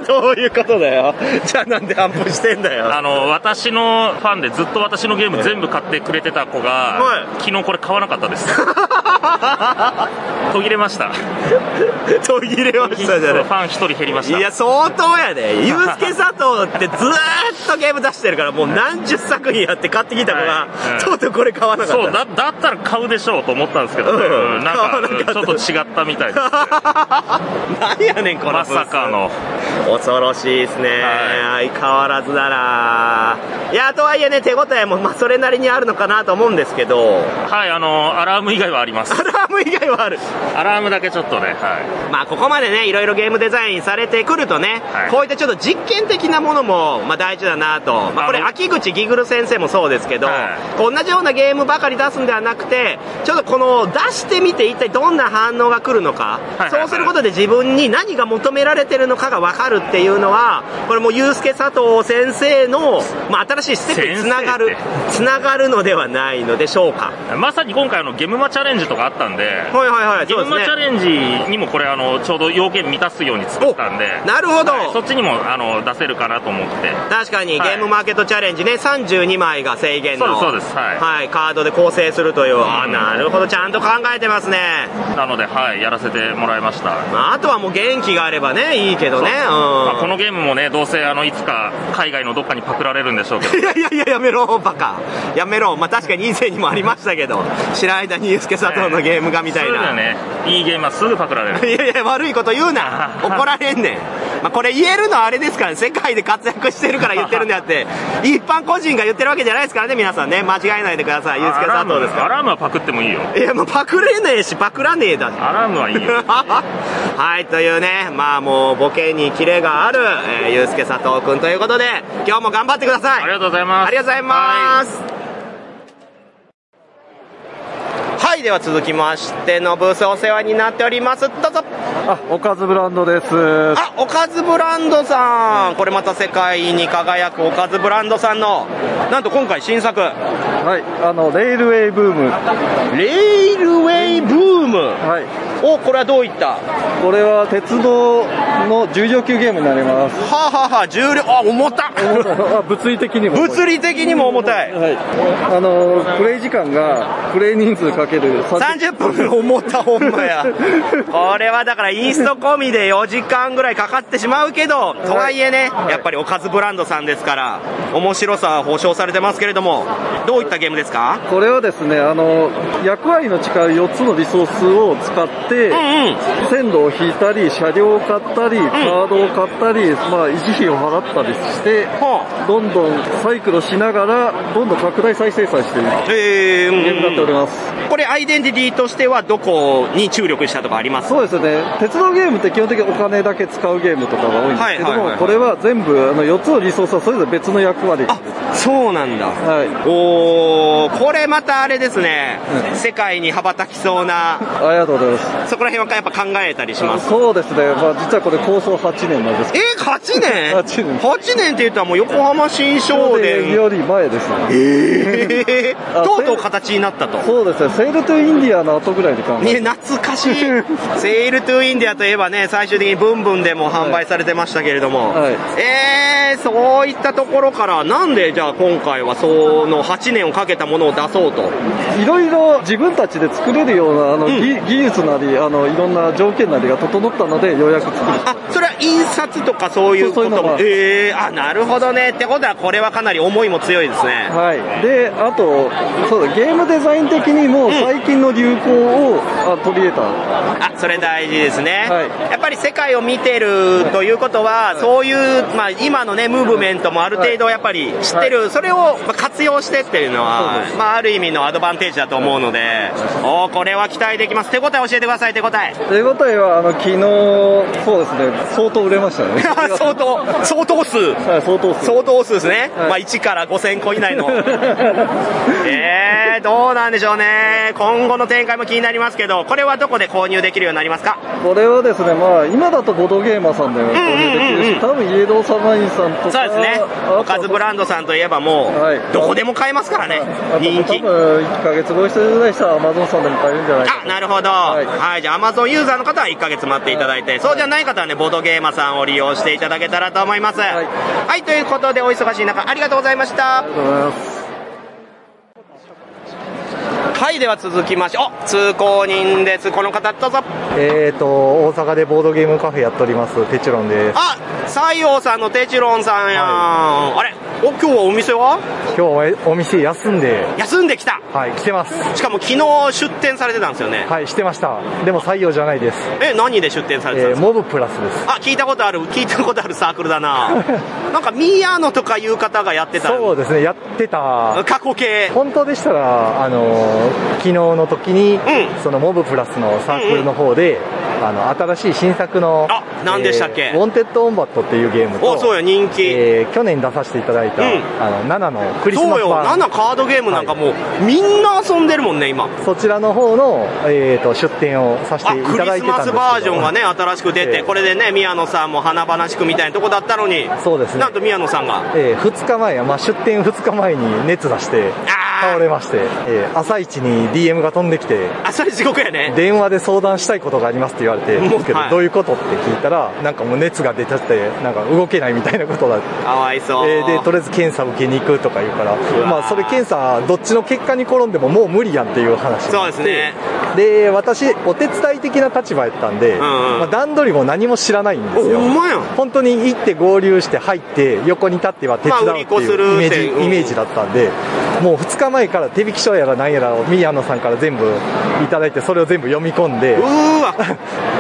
Speaker 2: どういうこと だよじゃあなんで反復してんだよ
Speaker 9: あの私のファンでずっと私のゲーム全部買ってくれてた子が、はい、昨日これ買わなかったです 途切れました
Speaker 2: 途切れましたじゃない
Speaker 9: ファン一人減りました
Speaker 2: いや相当やで、ね、ゆうすけ佐藤ってずーっとゲーム出してるからもう何十作品やって買ってきた子が、とうとうこれ買わなかった
Speaker 9: そうだだったら買うでしょうと思ったんですけど、ね、うん、なんかちょっと違ったみたいです、ね、
Speaker 2: 何やねんこの
Speaker 9: まさかの
Speaker 2: 恐ろしいですね、はい、相変わらずだないやとはいえね手応えも、まあ、それなりにあるのかなと思うんですけど
Speaker 9: はいあのアラーム以外はあります
Speaker 2: アラーム以外はある
Speaker 9: アラームだけちょっとねはい
Speaker 2: まあここまでねいろいろゲームデザインされてくるとね、はい、こういったちょっと実験的なものも、まあ、大事だなと、まあ、これ秋口ギグル先生もそうですけど、はい、同じようなゲームばかり出すんではなくてちょっとこの出してみて一体どんな反応が来るのか、そうすることで自分に何が求められてるのかが分かるっていうのはこれもユースケ佐藤先生の、まあ、新しいステップにつながるつながるのではないのでしょうか
Speaker 9: まさに今回のゲムマチャレンジとかあったんで、はい
Speaker 2: はいはい、ね、
Speaker 9: ゲムマチャレンジにもこれあのちょうど要件満たすように作ったんで
Speaker 2: なるほど、
Speaker 9: はい、そっちにもあの出せるかなと思って
Speaker 2: 確かに、はい、ゲームマーケットチャレンジね32枚が制限の
Speaker 9: そうですそうですはい、
Speaker 2: はい、カードで構成するという、うん、あなるほどちゃんと考えてますね
Speaker 9: なのではいやらせてもらいました、
Speaker 2: まあ、あとはもう元気があればねいいけどね、うん
Speaker 9: まあ、このゲームもねどうせあのいつか海外のどっかにパクられるんでしょうけど
Speaker 2: いやいやいややめろバカやめろまあ確かに以前にもありましたけど知らない間にユースケ佐藤のゲー ムがみたいな、
Speaker 9: ね、いいゲームはすぐパクられる
Speaker 2: いやいや悪いこと言うな怒られんねんまあ、これ言えるのはあれですからね、世界で活躍してるから言ってるんであ って、一般個人が言ってるわけじゃないですからね、皆さんね、間違えないでください、ゆうすけ
Speaker 9: ア
Speaker 2: さ
Speaker 9: ラ
Speaker 2: んどうです
Speaker 9: ームア
Speaker 2: か。
Speaker 9: ラームはパクってもいいよ
Speaker 2: いや、もうパクれねえし、パクらねえだし。
Speaker 9: アラームはいいよ
Speaker 2: はい、というね、まあもう、ボケにキレがある、えー、ゆうすけ佐藤くんということで、今日も頑張ってください。ありが
Speaker 9: とうございます。
Speaker 2: ありがとうございます。はい、では続きましてのブースお世話になっております。どうぞ。
Speaker 10: あ、おかずブランドです。
Speaker 2: あ、おかずブランドさん。これまた世界に輝くおかずブランドさんの、なんと今回新作。
Speaker 10: はい、あの、レールウェイブーム。
Speaker 2: レールウェイブーム
Speaker 10: はい。
Speaker 2: お、これはどういった
Speaker 10: これは鉄道の重量級ゲームになります。
Speaker 2: はあ、はあはあ、重量、あ、重た
Speaker 10: あ物理的にも重い。
Speaker 2: 物理的にも重たい。
Speaker 10: はい。あの、プレイ時間が、プレイ人数かける
Speaker 2: 30分重たほんまやこれはだからインスト込みで4時間ぐらいかかってしまうけどとはいえねやっぱりおかずブランドさんですから面白さは保証されてますけれどもどういったゲームですか
Speaker 10: これはですね、あの、役割の違う4つのリソースを使って、線路を引いたり、車両を買ったり、カードを買ったり、まあ、維持費を払ったりして、どんどんサイクルしながら、どんどん拡大再生産している
Speaker 2: えーうんうん
Speaker 10: ゲームになっております。
Speaker 2: これアイデンティティとしてはどこに注力したとかあります
Speaker 10: そうですね、鉄道ゲームって基本的にお金だけ使うゲームとかが多いんですけども、
Speaker 2: はいはいはい
Speaker 10: これは全部あの4つのリソースはそれぞれ別の役割あ
Speaker 2: そうなんだ、
Speaker 10: はい、
Speaker 2: おーこれまたあれですね、世界に羽ばたきそうな
Speaker 10: ありがとうございます
Speaker 2: そこら辺はやっぱ考えたりします
Speaker 10: そうですね、まあ、実はこれ構想8年なんですけど
Speaker 2: えー、8年 ?8 年。8年って言ったらもう横浜新商店。
Speaker 10: より前ですね
Speaker 2: えー、とうとう形になったと。
Speaker 10: そうですねセールトゥインディアの後ぐらいで考え
Speaker 2: ね、懐か しい。セールトゥインディアといえばね、最終的にブンブンでも販売されてましたけれども、えー、そういったところから、なんでじゃあ今回はその8年をかけたものを出そうと。
Speaker 10: いろいろ自分たちで作れるようなあの、技技術なりあのいろんな条件なりが整ったのでようやく作る
Speaker 2: それは印刷とかそういうことも。ええー、あ、なるほどね。ってことはこれはかなり思いも強いですね。
Speaker 10: はい、であとそうだゲームデザイン的にも最近の流行を、あ取り入れた
Speaker 2: あそれ大事ですね、やっぱり世界を見てるということは、そういう、まあ、今のね、ムーブメントもある程度やっぱり知ってる、それをまあ活用してっていうのは、まあ、ある意味のアドバンテージだと思うので、おーこれは期待できます、手応え教えてください、手応え。
Speaker 10: 手応えはあの昨日そうですね相当売れましたね
Speaker 2: 相当、相当数。
Speaker 10: 相当数。
Speaker 2: 相当数ですね。まあ、1から5000個以内の。 えー、どうなんでしょうね。今後の展開も気になりますけど、これはどこで購入できるようになりますか
Speaker 10: これはですね、まあ、今だとボードゲーマーさんでも購入できるし、多分イエローサマインさんとか、
Speaker 2: そうですね。おかずブランドさんといえばもう、どこでも買えますからね。人
Speaker 10: 多分1ヶ月後一人ぐらいしたら Amazon さんでも買えるんじゃないか
Speaker 2: あ、なるほど。はい。じゃあ、Amazon ユーザーの方は1ヶ月待っていただいて、そうじゃない方はね、ボードゲーマーさんを利用していただけたらと思います。はい。ということで、お忙しい中、ありがとうございました。
Speaker 10: と思います。
Speaker 2: はい、では続きまして、お、通行人です。この方、どうぞ。
Speaker 11: えーと、大阪でボードゲームカフェやっております、テチロンです。
Speaker 2: あ、西洋さんのテチロンさんやん。あれお、今日はお店は
Speaker 11: 今日おお店休んで、
Speaker 2: 休んできた。
Speaker 11: はい、来てます。
Speaker 2: しかも昨日出店されてたんですよね。
Speaker 11: はい、してました。でも採用じゃないです。
Speaker 2: え、何で出店されてたんです
Speaker 11: えー
Speaker 2: か、
Speaker 11: モブプラスです。
Speaker 2: あ、聞いたことある、聞いたことあるサークルだ な。なんか、宮野とかいう方がやってた。
Speaker 11: そうですね、やってた。
Speaker 2: 過去形。
Speaker 11: 本当でしたら、あのー、昨日の時に、そのモブプラスのサークルの方で、あの、新しい新作の、あ、
Speaker 2: 何でしたっけ
Speaker 11: ウォンテッド・オンバットっていうゲームと、
Speaker 2: おそうや、人気。
Speaker 11: えー去年出させていただいた、
Speaker 2: うん
Speaker 11: あの、7のクリスマス
Speaker 2: そうよ、
Speaker 11: 版。
Speaker 2: 7カードゲームなんかもう、みんな遊んでるもんね、今。
Speaker 11: そちらの方の、えー、と出店をさせてい
Speaker 2: ク
Speaker 11: ただ
Speaker 2: リ
Speaker 11: い
Speaker 2: ス
Speaker 11: てたん
Speaker 2: マ
Speaker 11: です
Speaker 2: ス
Speaker 11: けど
Speaker 2: バージョンがね、新しく出て、これでね、宮野さんも華々しくみたいなとこだったのに、
Speaker 11: そうですね
Speaker 2: なんと宮野さんが。
Speaker 11: え2日前、まあ、出店2日前に熱出して倒れまして、えー朝一に DM が飛んできて
Speaker 2: あ、それ地獄やね。
Speaker 11: 電話で相談したいことがありますって言われて
Speaker 2: もう
Speaker 11: ですけど、
Speaker 2: はい
Speaker 11: どういうことって聞いたらなんかもう熱が出ちゃってなんか動けないみたいなことだって
Speaker 2: かわいそう。
Speaker 11: えーでとりあえず検査受けに行くとか言うからまあ、それ検査どっちの結果に転んでももう無理やんっていう話に
Speaker 2: そう
Speaker 11: な
Speaker 2: で
Speaker 11: って
Speaker 2: すね。
Speaker 11: で私お手伝い的な立場やったんで、まあ、段取りも何も知らないんですよ
Speaker 2: おほんまや
Speaker 11: 本当に行って合流して入って横に立っては手伝うって
Speaker 2: まあ売り子する
Speaker 11: いうイメージ,、
Speaker 2: っていう
Speaker 11: イメージだったんでもう2日前から手引き書やら何やらを宮野さんから全部いただいてそれを全部読み込んで
Speaker 2: うーわ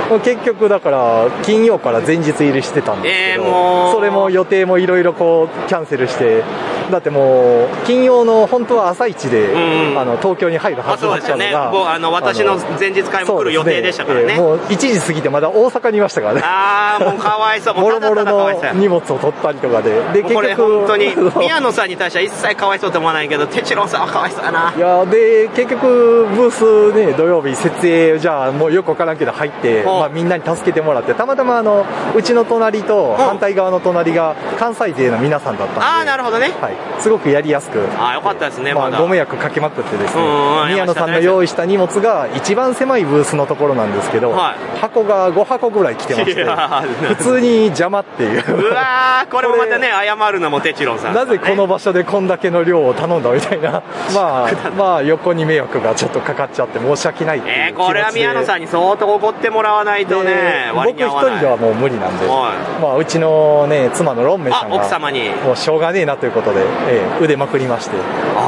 Speaker 11: もう 結局だから金曜から前日入りしてたんですけど、それも予定もいろいろこうキャンセルしてだってもう金曜の本当は朝一で、あの東京に入るはずだったの
Speaker 2: ね、
Speaker 11: が、
Speaker 2: もうあの私の前日会も来る予定でしたからね
Speaker 11: えーもう1時過ぎてまだ大阪にいましたからね
Speaker 2: ああもうかわいそうもうただただかわいそうや
Speaker 11: 荷物を取ったりとかでで
Speaker 2: もうこれ本当 に宮野さんに対しては一切かわいそうと思わないけど哲郎さんはかわいそうやない
Speaker 11: やで結局ブースね土曜日設営じゃあもうよくわからんけど入って、まあ、みんなに助けてもらってたまたまあのうちの隣と反対側の隣が関西勢の皆さんだったんで
Speaker 2: ああなるほどね
Speaker 11: はい、すごくやりやすく
Speaker 2: ああよかったですね
Speaker 11: ま
Speaker 2: ま
Speaker 11: あ、
Speaker 2: だ
Speaker 11: ご迷惑かけまくってですね
Speaker 2: うんうん
Speaker 11: 宮野さんの用意した荷物が一番狭いブースのところなんですけど、箱が5箱ぐらい来てまし
Speaker 2: い
Speaker 11: て
Speaker 2: や
Speaker 11: 普通に邪魔っていう
Speaker 2: うわーこれもま たね謝るのも哲郎さん
Speaker 11: なぜこの場所でこんだけの量を頼んだみたいな、まあ、 まあ横に迷惑がちょっとかかっちゃって申し訳ないっていう気持
Speaker 2: こ
Speaker 11: ちで、
Speaker 2: れは宮野さんに相当怒ってもらわないとね
Speaker 11: で
Speaker 2: 割
Speaker 11: 僕
Speaker 2: に
Speaker 11: 一
Speaker 2: 合わない
Speaker 11: 人ではもう無理なんで、まあ、うちの、ね、妻のロンメイさんが
Speaker 2: あ奥様に
Speaker 11: もうしょうがねえなということで、ええ腕まくりまして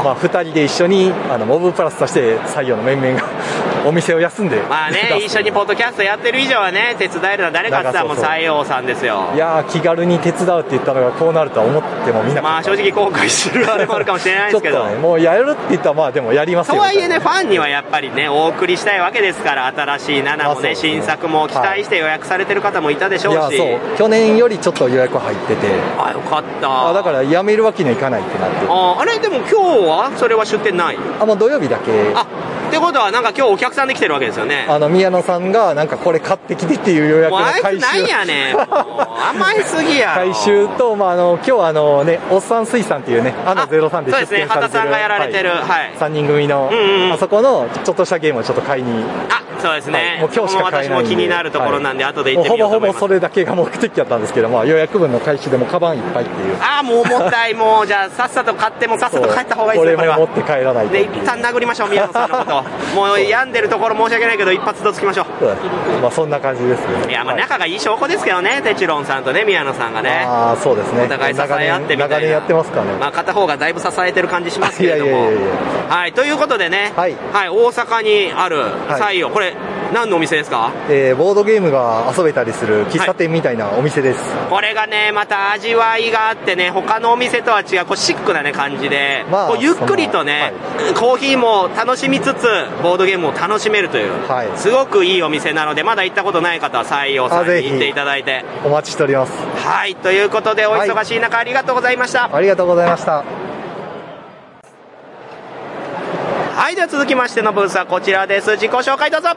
Speaker 11: まあ、2人で一緒にあのモブプラスとして採用の面々が お店を休んで
Speaker 2: まあね、一緒にポッドキャストやってる以上はね、手伝えるのは誰かって言ったらもう
Speaker 11: だからそうそう
Speaker 2: 西洋さんですよ。
Speaker 11: いやー気軽に手伝うって言ったのがこうなるとは思ってもみな
Speaker 2: まあ正直後悔してるあ れもあるかもしれないですけ
Speaker 11: ちょ
Speaker 2: ど
Speaker 11: っと。ねもうやるって言ったらまあでもやりますよ
Speaker 2: とはいえね、ファンにはやっぱりね、お送りしたいわけですから、新しい7もね、新作も期待して予約されてる方もいたでしょうし。
Speaker 11: いやそう去年よりちょっと予約入ってて
Speaker 2: あよかった
Speaker 11: だからやめるわけにはいかないってなって
Speaker 2: あーあれでも今日はそれは出店ない
Speaker 11: あもう土曜日だけ
Speaker 2: あってことはなんか今日お客さんで来てるわけですよね
Speaker 11: あの宮野さんがなんかこれ買ってきてっていう予約
Speaker 2: も
Speaker 11: の
Speaker 2: うあい
Speaker 11: 回
Speaker 2: つ
Speaker 11: 収
Speaker 2: なんや ねんもう甘いすぎやろ
Speaker 11: 回収と、まあ、あの今日あのねおっさん水産っていうねあの03で
Speaker 2: そう
Speaker 11: 出
Speaker 2: ですね
Speaker 11: 店され
Speaker 2: 畑
Speaker 11: て
Speaker 2: さん
Speaker 11: る、
Speaker 2: がやられてるはい
Speaker 11: 3人組の、あそこのちょっとしたゲームをちょっと買いに
Speaker 2: そうですね、
Speaker 11: もう今日しか買えな
Speaker 2: 私
Speaker 11: いんで
Speaker 2: も気になるところなんで
Speaker 11: はい
Speaker 2: 後で行ってみようと思います
Speaker 11: もうほぼほぼそれだけが目的だったんですけど、まあ、予約分の回収でもカバンいっぱいっていう
Speaker 2: ああもう重 たいもうじゃあさっさと買ってもさっさと帰った方がいいです
Speaker 11: 俺
Speaker 2: ねこれ
Speaker 11: も持
Speaker 2: は
Speaker 11: って帰らないと
Speaker 2: で一旦殴りましょう宮野さんのことをもう病んでるところ申し訳ないけど一発どつきましょ
Speaker 11: そうだねまあそんな 感じですね
Speaker 2: ういやまあ仲がいい証拠ですけどねテチロンさんとね宮野さんがね
Speaker 11: ああそうですね
Speaker 2: お互い支え合ってみたいな
Speaker 11: 長年長年やってますからね
Speaker 2: まあ片方がだいぶ支えてる感じします
Speaker 11: い
Speaker 2: けれ
Speaker 11: やい
Speaker 2: ど
Speaker 11: や
Speaker 2: も
Speaker 11: いやいや
Speaker 2: はいということでねはい、大阪にある採用、これ何のお店ですか
Speaker 11: えーボードゲームが遊べたりする喫茶店みたいなお店です、
Speaker 2: これがねまた味わいがあってね他のお店とは違うこうシックな、ね、感じで、
Speaker 11: まあ
Speaker 2: こうゆっくりとね、コーヒーも楽しみつつボードゲームを楽しめるという、すごくいいお店なのでまだ行ったことない方は採用さん
Speaker 11: あぜ
Speaker 2: に
Speaker 11: ひ
Speaker 2: 行っていただいて
Speaker 11: お待ちしております
Speaker 2: はいということでお忙しい中ありがとうございました
Speaker 11: ありがとうございました
Speaker 2: はいでは続きましてのブースはこちらです自己紹介どうぞ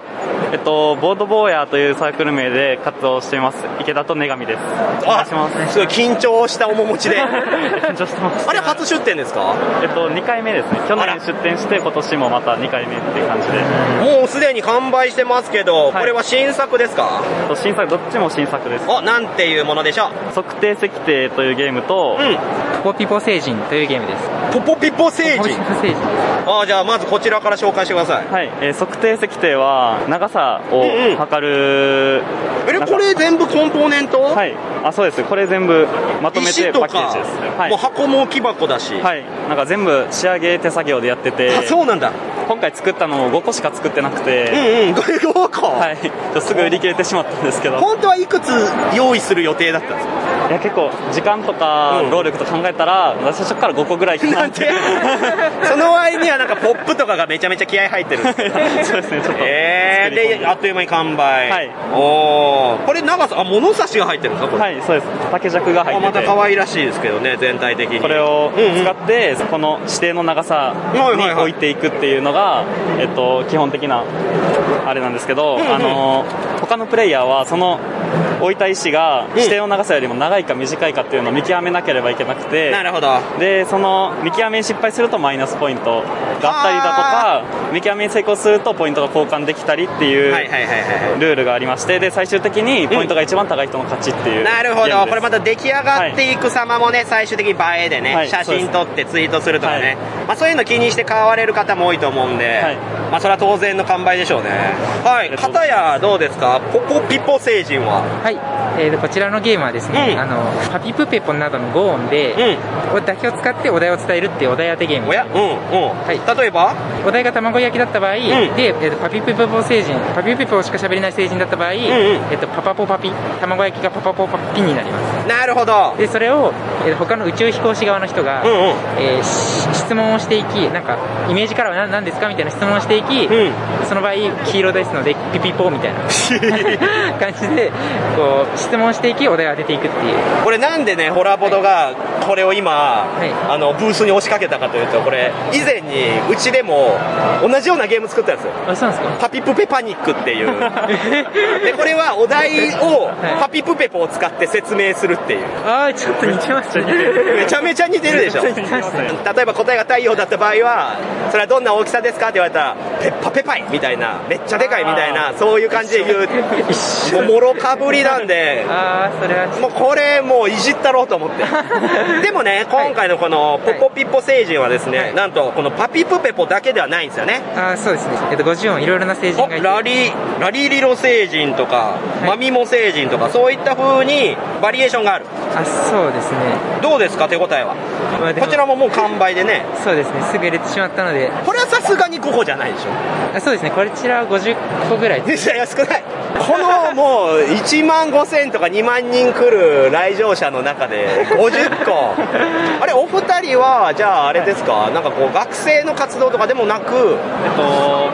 Speaker 12: えっと、ボードボーヤーというサークル名で活動しています。池田と女神です。お願いします。
Speaker 2: すごい緊張した面持ちで
Speaker 12: 緊張してます。
Speaker 2: あれ初出店ですか
Speaker 12: えっと、2回目ですね。去年出店して、今年もまた2回目っていう感じで。
Speaker 2: もうすでに完売してますけど、これは新作ですか
Speaker 12: えっと新作、どっちも新作です。
Speaker 2: お、なんていうものでしょう
Speaker 12: 測定石定というゲームと、ポポピポ星人というゲームです。
Speaker 2: ポポピポ星人あーじゃあまずこちらから紹介してください
Speaker 12: はい、えー測定石定は長さ
Speaker 2: うんうん
Speaker 12: を測る、
Speaker 2: えこれ全部コンポーネント
Speaker 12: はいあそうですこれ全部まとめて
Speaker 2: 石
Speaker 12: パ
Speaker 2: と
Speaker 12: ッケー
Speaker 2: か
Speaker 12: ジです、
Speaker 2: もう箱も置き箱だし
Speaker 12: はいなんか全部仕上げ手作業でやってて
Speaker 2: あそうなんだ
Speaker 12: 今回作ったのを5個しか作ってなくて
Speaker 2: うんうん5個
Speaker 12: はいちょっとすぐ売り切れてしまったんですけど
Speaker 2: 本当はいくつ用意する予定だったんですか
Speaker 12: いや結構時間とか労力と考えたら、最初から5個ぐらい来たんで
Speaker 2: その割にはなんかポップとかがめちゃめちゃ気合入ってるんですけ ど
Speaker 12: そうですねちょっと
Speaker 2: えー、であっという間に完売はいおーこれ長さあ物差しが入ってるんですかこれ
Speaker 12: はいそうです竹尺が入ってて
Speaker 2: あまた可愛らしいですけどね全体的に
Speaker 12: これを使って、この指定の長さに置いていくっていうのが、えっと、基本的なあれなんですけど、
Speaker 2: うんうん
Speaker 12: あの他のプレイヤーはその置いた石が指定の長さよりも長いか短いかっていうのを見極めなければいけなくて
Speaker 2: なるほど
Speaker 12: でその見極めに失敗するとマイナスポイントがあったりだとか見極めに成功するとポイントが交換できたりっていうルールがありましてで最終的にポイントが一番高い人の勝ちっていう、
Speaker 2: なるほ
Speaker 12: ゲームで
Speaker 2: ど
Speaker 12: す
Speaker 2: これまた出来上がっていく様もね、最終的に映えでね、
Speaker 12: はい
Speaker 2: 写真撮ってツイートするとかね、
Speaker 12: はい
Speaker 2: まあ、そういうの気にして買われる方も多いと思うんで、まあ、それは当然の完売でしょうねはい片やどうですかポポピポ星人は
Speaker 4: はい、えーとこちらのゲームはですね、あのパピプペポなどの語音で、おだけを使ってお題を伝えるっていうお題当てゲームおや、うんはい、例えばお題が卵焼きだった場合、で、えーとパピプペポ星人パピプペポしか喋れない星人だった場合、えーとパパポパピ卵焼きがパパポパピになりますなるほどでそれを、えーと他の宇宙飛行士側の人が、えーし質問をしていきなんかイメージカラーは何何ですかみたいな質問をしていき、その場合黄色ですのでピピポ みたいな感じでこう質問していきお題を当てていくっていう
Speaker 2: これなんでねホラボドがこれを今、あのブースに押しかけたかというとこれ以前にうちでも同じようなゲーム作ったんですよパピプペパニックって いうでこれはお題をパピプペポを使って説明するっていう
Speaker 4: ああちょっと似てましたね
Speaker 2: めちゃめちゃ似てるでしょ
Speaker 4: め
Speaker 2: 例
Speaker 4: ちゃ似てますね
Speaker 2: えば答えが太陽だった場合はそれはどんな大きさですかって言われたらペッパペパイみたいなめっちゃでかいみたいなそういう感じで言うもうもろかぶりなんでもうこれもういじったろうと 思ってでもね今回のこのポポピッポ星人はですね、なんとこのパピプペポだけではないんですよね
Speaker 4: ああそうですね、えっと、50音いろいろな星人がいて
Speaker 2: ラリラリリロ星人とか、マミモ星人とかそういった風にバリエーションがある
Speaker 4: あそうですね
Speaker 2: どうですか手応えはこちらももう完売でね
Speaker 4: そうですねすぐ売れてしまったので
Speaker 2: これはさすがに5個じゃないでしょ
Speaker 4: あそうですねこちらは50個ぐらい
Speaker 2: いやいや少ないこのもう1万5000とか2万人来る来場者の中で50個 あれお二人はじゃああれですか、なんかこう学生の活動とかでもなく
Speaker 12: えっと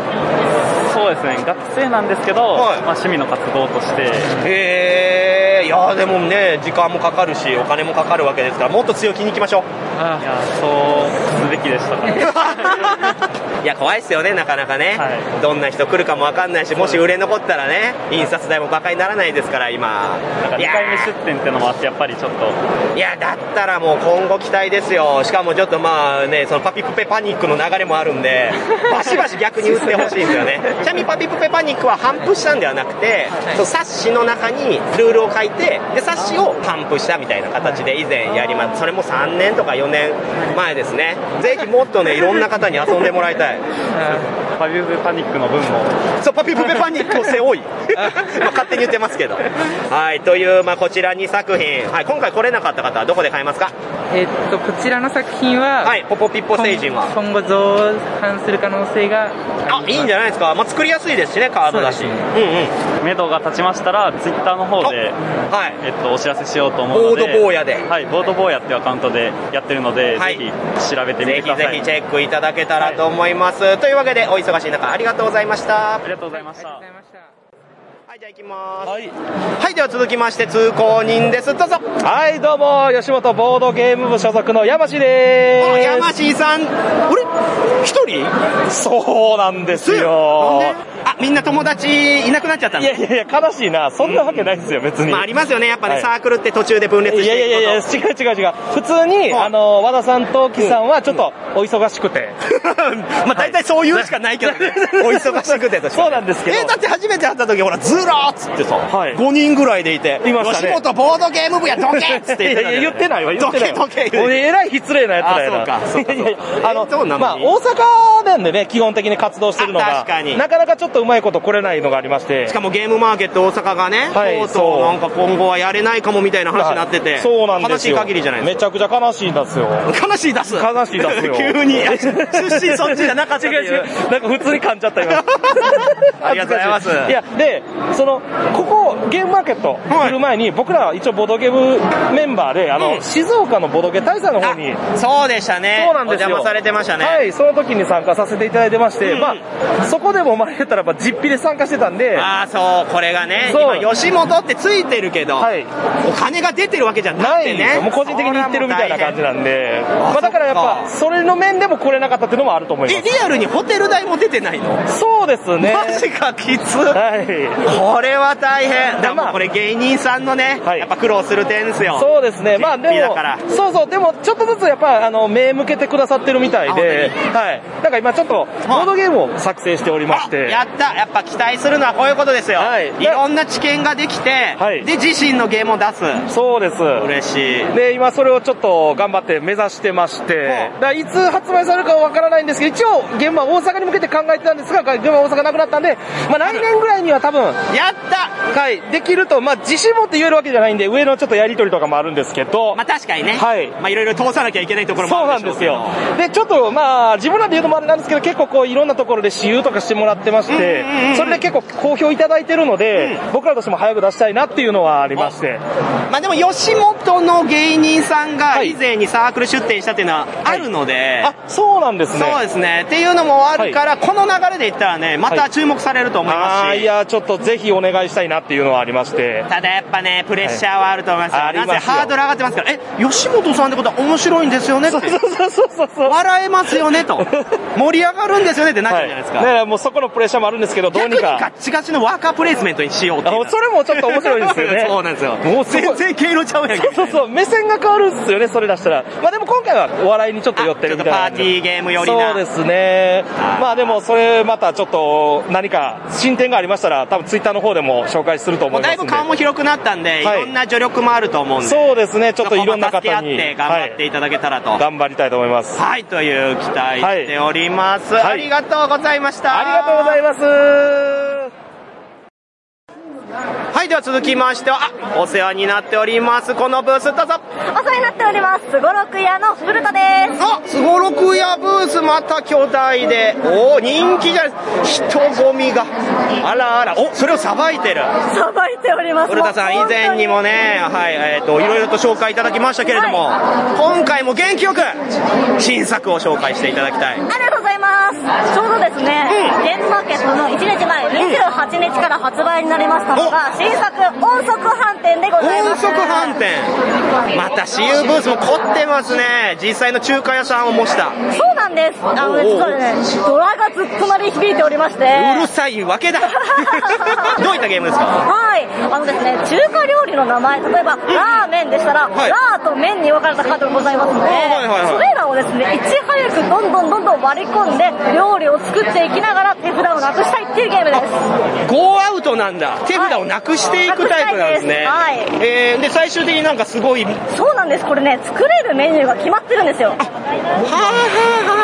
Speaker 12: そうですね学生なんですけど、まあ、趣味の活動として
Speaker 2: へえいやでもね時間もかかるしお金もかかるわけですからもっと強気にいきましょう
Speaker 12: あいやそうすべきでしたね
Speaker 2: いや怖いっすよねなかなかね、どんな人来るかもわかんないしもし売れ残ったらね印刷代もバカにならないですから今
Speaker 12: なんか2回目出店ってのもあってやっぱりちょっと
Speaker 2: いやだったらもう今後期待ですよしかもちょっとまあねそのパピプペパニックの流れもあるんでバシバシ逆に打ってほしいんですよねちなみにパピプペパニックは反布したんではなくて、その冊子の中にルールを書いてで冊子を反布したみたいな形で以前やりまそれも3年とか4年前ですねぜひもっとねいろんな方に遊んでもらいたい
Speaker 12: パピプペパニックの分も
Speaker 2: そうパピプペパニックを背 負いまあ勝手に言ってますけどはいという、まあ、こちら2作品、はい、今回来れなかった方はどこで買えますか
Speaker 4: えっとこちらの作品は、
Speaker 2: はい、ポポピッポ星人は
Speaker 4: 今後増産する可能性が
Speaker 2: あいいんじゃないですか、まあ、作りやすいですしねカードだしう,、ん
Speaker 12: 目処が立ちましたらツイッターの方で、はいえっと、お知らせしようと思うので
Speaker 2: ボード坊やで
Speaker 12: はいボード坊やっていうアカウントでやってるので、ぜひ調べてみて
Speaker 2: ぜ
Speaker 12: く
Speaker 2: ひ
Speaker 12: だ
Speaker 2: ぜ
Speaker 12: さい
Speaker 2: ひチェックいただけたらと思います、というわけでお忙しい中ありがとうございました
Speaker 12: ありがとうございました
Speaker 2: はいじゃあ行きますはい、はい、では続きまして通行人ですどうぞ
Speaker 13: はい、どうも、吉本ボードゲーム部所属の山師で
Speaker 2: あ
Speaker 13: す。
Speaker 2: 山師さんあれ一人
Speaker 13: そうなんですよ。
Speaker 2: あ、みんな友達いなくなっちゃったの
Speaker 13: いやいやいや、悲しいな。そんなわけないですよ、別に。
Speaker 2: まあありますよねやっぱね、
Speaker 13: はい
Speaker 2: サークルって途中で分裂して
Speaker 13: い
Speaker 2: いく
Speaker 13: や
Speaker 2: こと
Speaker 13: いやいやいや、違う違う違う。普通に、あの、和田さんと木さんはちょっとお忙しくて。
Speaker 2: まあ大体そういうしかな いけどねお忙しくてとして、そうなんですけどえだって初めて会った時ほらずらーっつってさ、5人ぐらいでいて
Speaker 13: いましたね
Speaker 2: 吉本ボードゲーム部やどけっつって言ってたんだよね
Speaker 13: いやいや言ってないわ言ってないわ
Speaker 2: どけどけ
Speaker 13: 俺えらい失礼なやつだよな
Speaker 2: あそうかそうか
Speaker 13: いやいやあの
Speaker 2: なのに
Speaker 13: まあ大阪なんでね基本的に活動してるの
Speaker 2: あ
Speaker 13: が
Speaker 2: 確かに
Speaker 13: なかなかちょっとうまいこと来れないのがありまして
Speaker 2: しかもゲームマーケット大阪がね、
Speaker 13: はい
Speaker 2: とうと
Speaker 13: そうう
Speaker 2: なんか今後はやれないかもみたいな話になってて、
Speaker 13: そうなんですよ
Speaker 2: 悲しい限りじゃないです
Speaker 13: めちゃくちゃ悲しいんですよ
Speaker 2: か悲しい出す
Speaker 13: 悲しい出すよ
Speaker 2: 急にあ出身そっちじゃなかったっていう
Speaker 13: 違う違うなんか普通に噛んじゃった今
Speaker 2: ありがとうございます
Speaker 13: いやでそのここゲームマーケット来る前に、僕らは一応ボドゲ部メンバーであの、
Speaker 2: うん
Speaker 13: 静岡のボドゲ大佐の方に
Speaker 2: そうでしたね
Speaker 13: そうなんですよ
Speaker 2: お邪魔されてましたね
Speaker 13: はいその時に参加させていただいてまして、
Speaker 2: うん
Speaker 13: まあそこでもまあ言ったらば実費で参加してたんで
Speaker 2: ああそうこれがね
Speaker 13: そう
Speaker 2: 今吉本ってついてるけど、お金が出てるわけじゃなくてね
Speaker 13: もう個人的に行ってるみたいな感じなんでまあ、だからやっ
Speaker 2: そっ
Speaker 13: ぱそれの面でも来れなかったっていうのもあると思います
Speaker 2: えリアルにホテル代も出てないの
Speaker 13: そうですね
Speaker 2: マジかきつ、
Speaker 13: はい、
Speaker 2: これは大変でもうこれ芸人さんのね、やっぱ苦労する点ですよ
Speaker 13: そうですね、まあで
Speaker 2: 実費だ
Speaker 13: も
Speaker 2: から、
Speaker 13: そうそう、でもちょっとずつやっぱあの目向けてくださってるみたいで、はい、なんか今、ちょっとボードゲームを作成しておりまして、
Speaker 2: やったやっぱ期待するのはこういうことですよ、い、ろんな知見ができて、で自身のゲームを出す
Speaker 13: そうです
Speaker 2: 嬉しい
Speaker 13: で今、それをちょっと頑張って目指してまして、だからいつ発売されるかわからからないんですけど、一応、現場は大阪に向けて考えてたんですが、現場は大阪なくなったんで、まあ来年ぐらいには多分、
Speaker 2: やった
Speaker 13: はい、できると、まあ自信持って言えるわけじゃないんで、上のちょっとやりとりとかもあるんですけど、
Speaker 2: まあ確かにね。
Speaker 13: はい。
Speaker 2: まあいろいろ通さなきゃいけないところも
Speaker 13: そう
Speaker 2: あ
Speaker 13: な
Speaker 2: る
Speaker 13: ん
Speaker 2: で
Speaker 13: で
Speaker 2: しょう
Speaker 13: す
Speaker 2: けど
Speaker 13: よ。で、ちょっとまあ、自分らで言うのもあれなんですけど、結構こう、いろんなところで私有とかしてもらってまして、それで結構好評いただいてるので、僕らとしても早く出したいなっていうのはありまして。
Speaker 2: まあでも吉本の芸人さんが以前にサークル出展したっていうのはあるので、
Speaker 13: あそうなんですね
Speaker 2: そうですねっていうのもあるから、この流れでいったらねまた注目されると思いますし、
Speaker 13: あーいや、ちょっとぜひお願いしたいなっていうのはありまして。
Speaker 2: ただやっぱねプレッシャーはあると思いますよ、
Speaker 13: はいありますよ
Speaker 2: なぜハードル上がってますからえ吉本さんってことは面白いんですよねって笑えますよ ねと盛り上がるんですよねってなっちゃうじゃないですか、
Speaker 13: だからもうそこのプレッシャーもあるんですけど、どうにか。
Speaker 2: ガッチガチのワーカープレイスメントにしようっていう
Speaker 13: それもちょっと面白いですよね。
Speaker 2: そうなんですよ
Speaker 13: もう
Speaker 2: 全然毛色ちゃうやんけ
Speaker 13: そうそうそう、目線が変わるんですよね、それ出したら。まあでも今回はお笑いにちょっと寄ってるみたいな。
Speaker 2: あちょっとパーティーゲーム寄りな
Speaker 13: そうですね。まあでもそれまたちょっと何か進展がありましたら、多分ツイッターの方でも紹介すると思います
Speaker 2: だい
Speaker 13: んで。
Speaker 2: ぶ顔も広くなったんで、
Speaker 13: はい
Speaker 2: いろんな助力もあると思うんで
Speaker 13: そうですね、ちょっといろんな
Speaker 2: そこ
Speaker 13: 方
Speaker 2: も助け合っ
Speaker 13: に。
Speaker 2: て頑張っていただけたらと、
Speaker 13: 頑張りたいと思います。
Speaker 2: はい、という期待しております。
Speaker 13: はい
Speaker 2: ありがとうございました。
Speaker 13: ありがとうございます。
Speaker 2: はい、では続きましては、あお世話になっております。このブースどうぞ。
Speaker 14: お世話になっております。すごろく屋の古田です。
Speaker 2: あ、すごろく屋ブースまた巨大で、おお、人気じゃない人混みが。あらあら、お、それをさばいてる。
Speaker 14: さばいております。
Speaker 2: 古田さん、以前にもね、はい、えっ、と、いろいろと紹介いただきましたけれども、今回も元気よく、新作を紹介していただきたい。
Speaker 14: ありがとうございます。ちょうどですね、ゲームマーケットの1日前、28日から発売になりましたのが、新作音速飯店でございます。
Speaker 2: 音速飯店また CU ブースも凝ってますね実際の中華屋さんを模したう
Speaker 14: そうなんです。あのね、
Speaker 2: おうおう
Speaker 14: 実はね、ドラがずっと鳴り響いておりまして。
Speaker 2: るさいわ けだどういったゲームですか
Speaker 14: はい、あのですね、中華料理の名前、例えば、ラーメンでしたら、
Speaker 2: はい
Speaker 14: ラーと麺に分かれたカードがございますので、
Speaker 2: はいはいはい
Speaker 14: それらをですね、いち早くどんどんどんどん割り込んで、料理を作っていきながら手札をなくしたいっていうゲームです。
Speaker 2: ゴーアウトなんだ手札をなくしていくタイプなんですね、
Speaker 14: はいなくしたいですはい
Speaker 2: えー、で最終的になんかすごいは
Speaker 14: そうなんです、これね、作れるメニューが決まってるんですよ。
Speaker 2: あはあは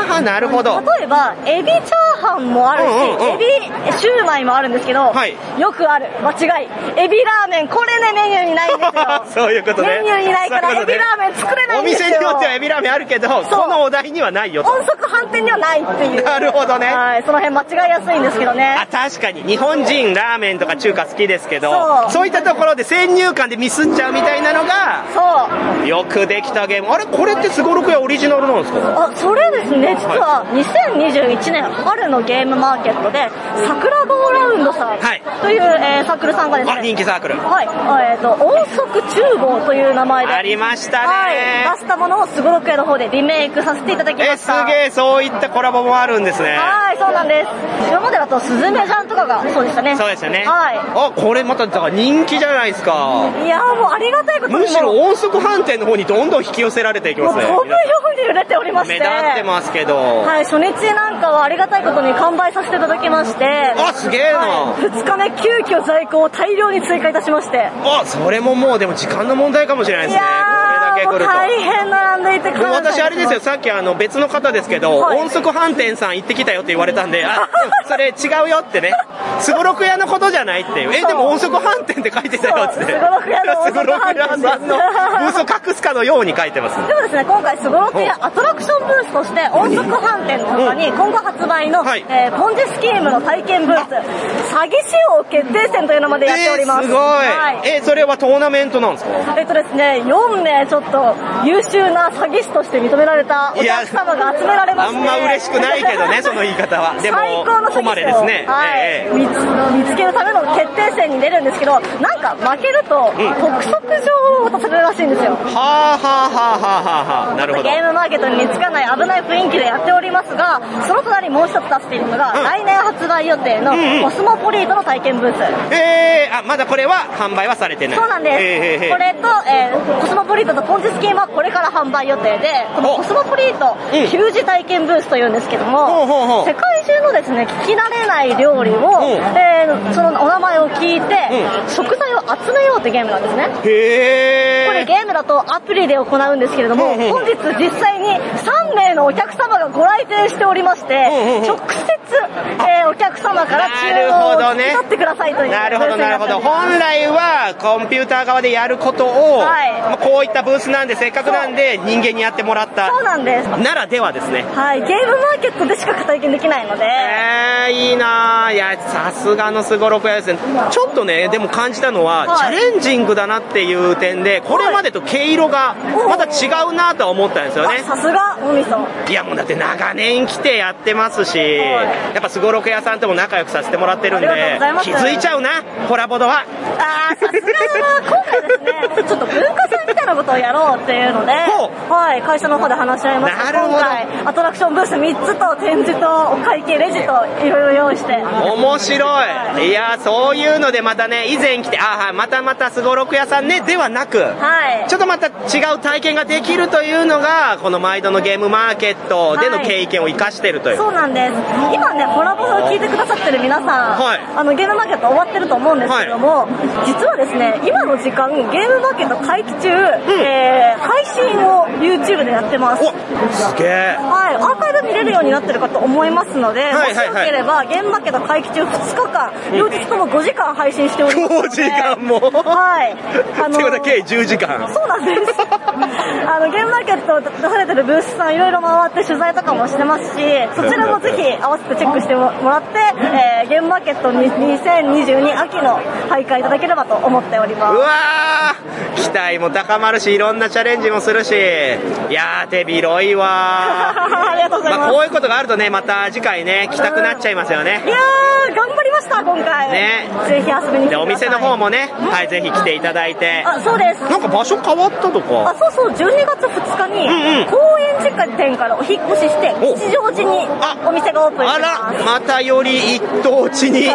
Speaker 2: あはあなるほど
Speaker 14: 例えば、エビチャーハンもあるし、
Speaker 2: うんうんうん
Speaker 14: エビシューマイもあるんですけど、
Speaker 2: はい
Speaker 14: よくある、間違い。エビラーメン、これね、メニューにないんですよ。
Speaker 2: そういうことね
Speaker 14: メニューにないから
Speaker 2: そううことね
Speaker 14: エビラーメン作れないんですよ
Speaker 2: お店によってはエビラーメンあるけどそのお題にはないよと
Speaker 14: 音速反転にはないっていう。
Speaker 2: なるほどね
Speaker 14: はい、その辺間違いやすいんですけどね。
Speaker 2: あ確かに日本人ラーメンとか中華好きですけど
Speaker 14: そう
Speaker 2: いったところで先入観でミスっちゃうみたいなのが
Speaker 14: そう。
Speaker 2: よくできたゲームあれこれってすごろくやオリジナルなんですか
Speaker 14: あ、それですね、実は2021年春のゲームマーケットで、桜棒ラウンドさんという、えーサークルさんがですね、
Speaker 2: あ人気サークル
Speaker 14: はい、あえっ、と、音速厨房という名前で、
Speaker 2: ありましたね
Speaker 14: はい、出したものをすごろく屋の方でリメイクさせていただきま
Speaker 2: え
Speaker 14: し
Speaker 2: す
Speaker 14: た。
Speaker 2: げえそういったコラボもあるんですね
Speaker 14: はい、そうなんです。今までだと、スズメジャンとかがそうでしたね。
Speaker 2: そうでしたね
Speaker 14: は
Speaker 2: あこれまただから人気じゃないですか
Speaker 14: い。いやーもうありがたいことに
Speaker 2: むしろ音速飯店の方にどんどん引き寄せられていき
Speaker 14: も
Speaker 2: ま
Speaker 14: う
Speaker 2: すね
Speaker 14: 飛ぶように売れておりまして。
Speaker 2: 目立ってますけど、
Speaker 14: はい、初日なんかはありがたいことに完売させていただきまして、あ、
Speaker 2: すげえな
Speaker 14: 2日目、急遽在庫を大量に追加いたしまして、
Speaker 2: あそれももうでも時間の問題かもしれないですねこれだ
Speaker 14: も
Speaker 2: け来
Speaker 14: う
Speaker 2: ると
Speaker 14: 大変並んでいて、
Speaker 2: でも私あれですよ、さっきあの別の方ですけど、
Speaker 14: はい
Speaker 2: 音速飯店さん行ってきたよって言われたんで、 あ、それ違うよってね、すごろく屋のことじゃないっていう、え、
Speaker 14: そう
Speaker 2: でも音速飯店って書いてたよって。
Speaker 14: そうすごろく屋の音
Speaker 2: すご
Speaker 14: 速
Speaker 2: ろく
Speaker 14: 飯店
Speaker 2: 屋さんのブースを隠すかのように書いてます。
Speaker 14: でもですね、今回、すごろくやアトラクションブースとして、音速飯店の他に、今後発売の、えーポンジスキームの体験ブース、詐欺師王決定戦というのまでやっております。
Speaker 2: えーすごい、
Speaker 14: はい
Speaker 2: え、それはトーナメントなんですか
Speaker 14: えっとですね、4名ちょっと優秀な詐欺師として認められたお客様が集められま
Speaker 2: あ
Speaker 14: して
Speaker 2: んま嬉しくないけ どね、その言い方は。で
Speaker 14: 最
Speaker 2: も
Speaker 14: 高の、
Speaker 2: 誉
Speaker 14: 詐
Speaker 2: れ
Speaker 14: 欺
Speaker 2: で
Speaker 14: 師を
Speaker 2: すね。
Speaker 14: はい
Speaker 2: ええええ
Speaker 14: 見つ見つけるための決定戦に出るんですけどなんか負けると、督促状を渡されるらしいんですよ
Speaker 2: はあはあはあはあはあなるほど
Speaker 14: ゲ。ームマーケットに似つかない危ない雰囲気でやっておりますがその隣にもう一つ出しているのが、来年発売予定の
Speaker 2: うんうん
Speaker 14: コスモポリートの体験ブース、
Speaker 2: えー、あ、まだこれは販売はされてない。
Speaker 14: そうなんです、
Speaker 2: ええええ
Speaker 14: これと、えーコスモポリートとポンジスキンはこれから販売予定でこのコスモポリート給仕体験ブースというんですけども、世界中のですね聞き慣れない料理を、えーそのお名前を聞いて、食材を集めようってゲームなんですね
Speaker 2: へえ
Speaker 14: これゲームだとアプリで行うんですけれども、本日実際にに3名のお客様がご来店しておりまして、直接、えーお客様から注文を引き取ってくださいという
Speaker 2: なるほど、なるほど。
Speaker 14: ブースになっております
Speaker 2: 本来は、コンピューター側でやることを、
Speaker 14: はい
Speaker 2: まあこういったブースなんで、せっかくなんで、人間にやってもらった。
Speaker 14: そうなんです
Speaker 2: ならではですね。
Speaker 14: はい、ゲームマーケットでしか体験できないので、
Speaker 2: えー、いいなあいや、さすがのすごろく屋ですね。ちょっとね、でも感じたのは、
Speaker 14: はい
Speaker 2: チャレンジングだなっていう点で、これまでと毛色が、また違うなとは思ったんですよね。
Speaker 14: さすがおみそ
Speaker 2: いやもうだって長年来てやってますし、やっぱすごろく屋さんとも仲良くさせてもらってるんで
Speaker 14: ありがとうございま、す
Speaker 2: 気づいちゃうな、コラボドは。
Speaker 14: あーさすがは今回ですねちょっと文化祭みたいなことをやろうっていうので、はい、会社の方で話し合いまして今回アトラクションブース3つと展示とお会計レジといろいろ用意して
Speaker 2: 面白い。いやそういうのでまたね、以前来て、ああ、はいまたまたすごろく屋さんね、ではなく、
Speaker 14: はい
Speaker 2: ちょっとまた違う体験ができるというのが、この毎度のゲームマーケットでの経験を生かしてるという。
Speaker 14: そうなんです今ねコラボを聞いてくださってる皆さん、
Speaker 2: はい
Speaker 14: あのゲームマーケット終わってると思うんですけども、実はですね今の時間ゲームマーケット会期中、えー配信を YouTube でやってます
Speaker 2: すげえ。
Speaker 14: はい、アーカイブ見れるようになってるかと思いますので、
Speaker 2: はいはいはい
Speaker 14: もしよければ、現場けど会期中2日間、両日とも5時間配信しておりますので。
Speaker 2: 5時間も
Speaker 14: はい。あ
Speaker 2: ってことは計10時間。
Speaker 14: そうなんです。 あの、ゲームマーケットを出されてるブースさん、いろいろ回って取材とかもしてますし、そちらもぜひ合わせてチェックしてもらって、えーゲームマーケットに2022秋の大会いただければと思っております。
Speaker 2: うわ期待も高まるし、いろんなチャレンジもするし、いやー、手広いわ
Speaker 14: ありがとうございます
Speaker 2: あ、こういうことがあるとね、また次回ね、来たくなっちゃいますよね。
Speaker 14: いやー、頑張りました、今回。
Speaker 2: ね
Speaker 14: ぜひ遊びに来てください。
Speaker 2: で、お店の方もね、はい、ぜひ来ていただいて。
Speaker 14: あ、そうです。
Speaker 2: なんか場所変わったと
Speaker 14: あ、
Speaker 2: か。
Speaker 14: そうそう、12月2日に、公園時間店からお引っ越しして、吉祥寺にお店がオープンします。
Speaker 2: またより一等地 に、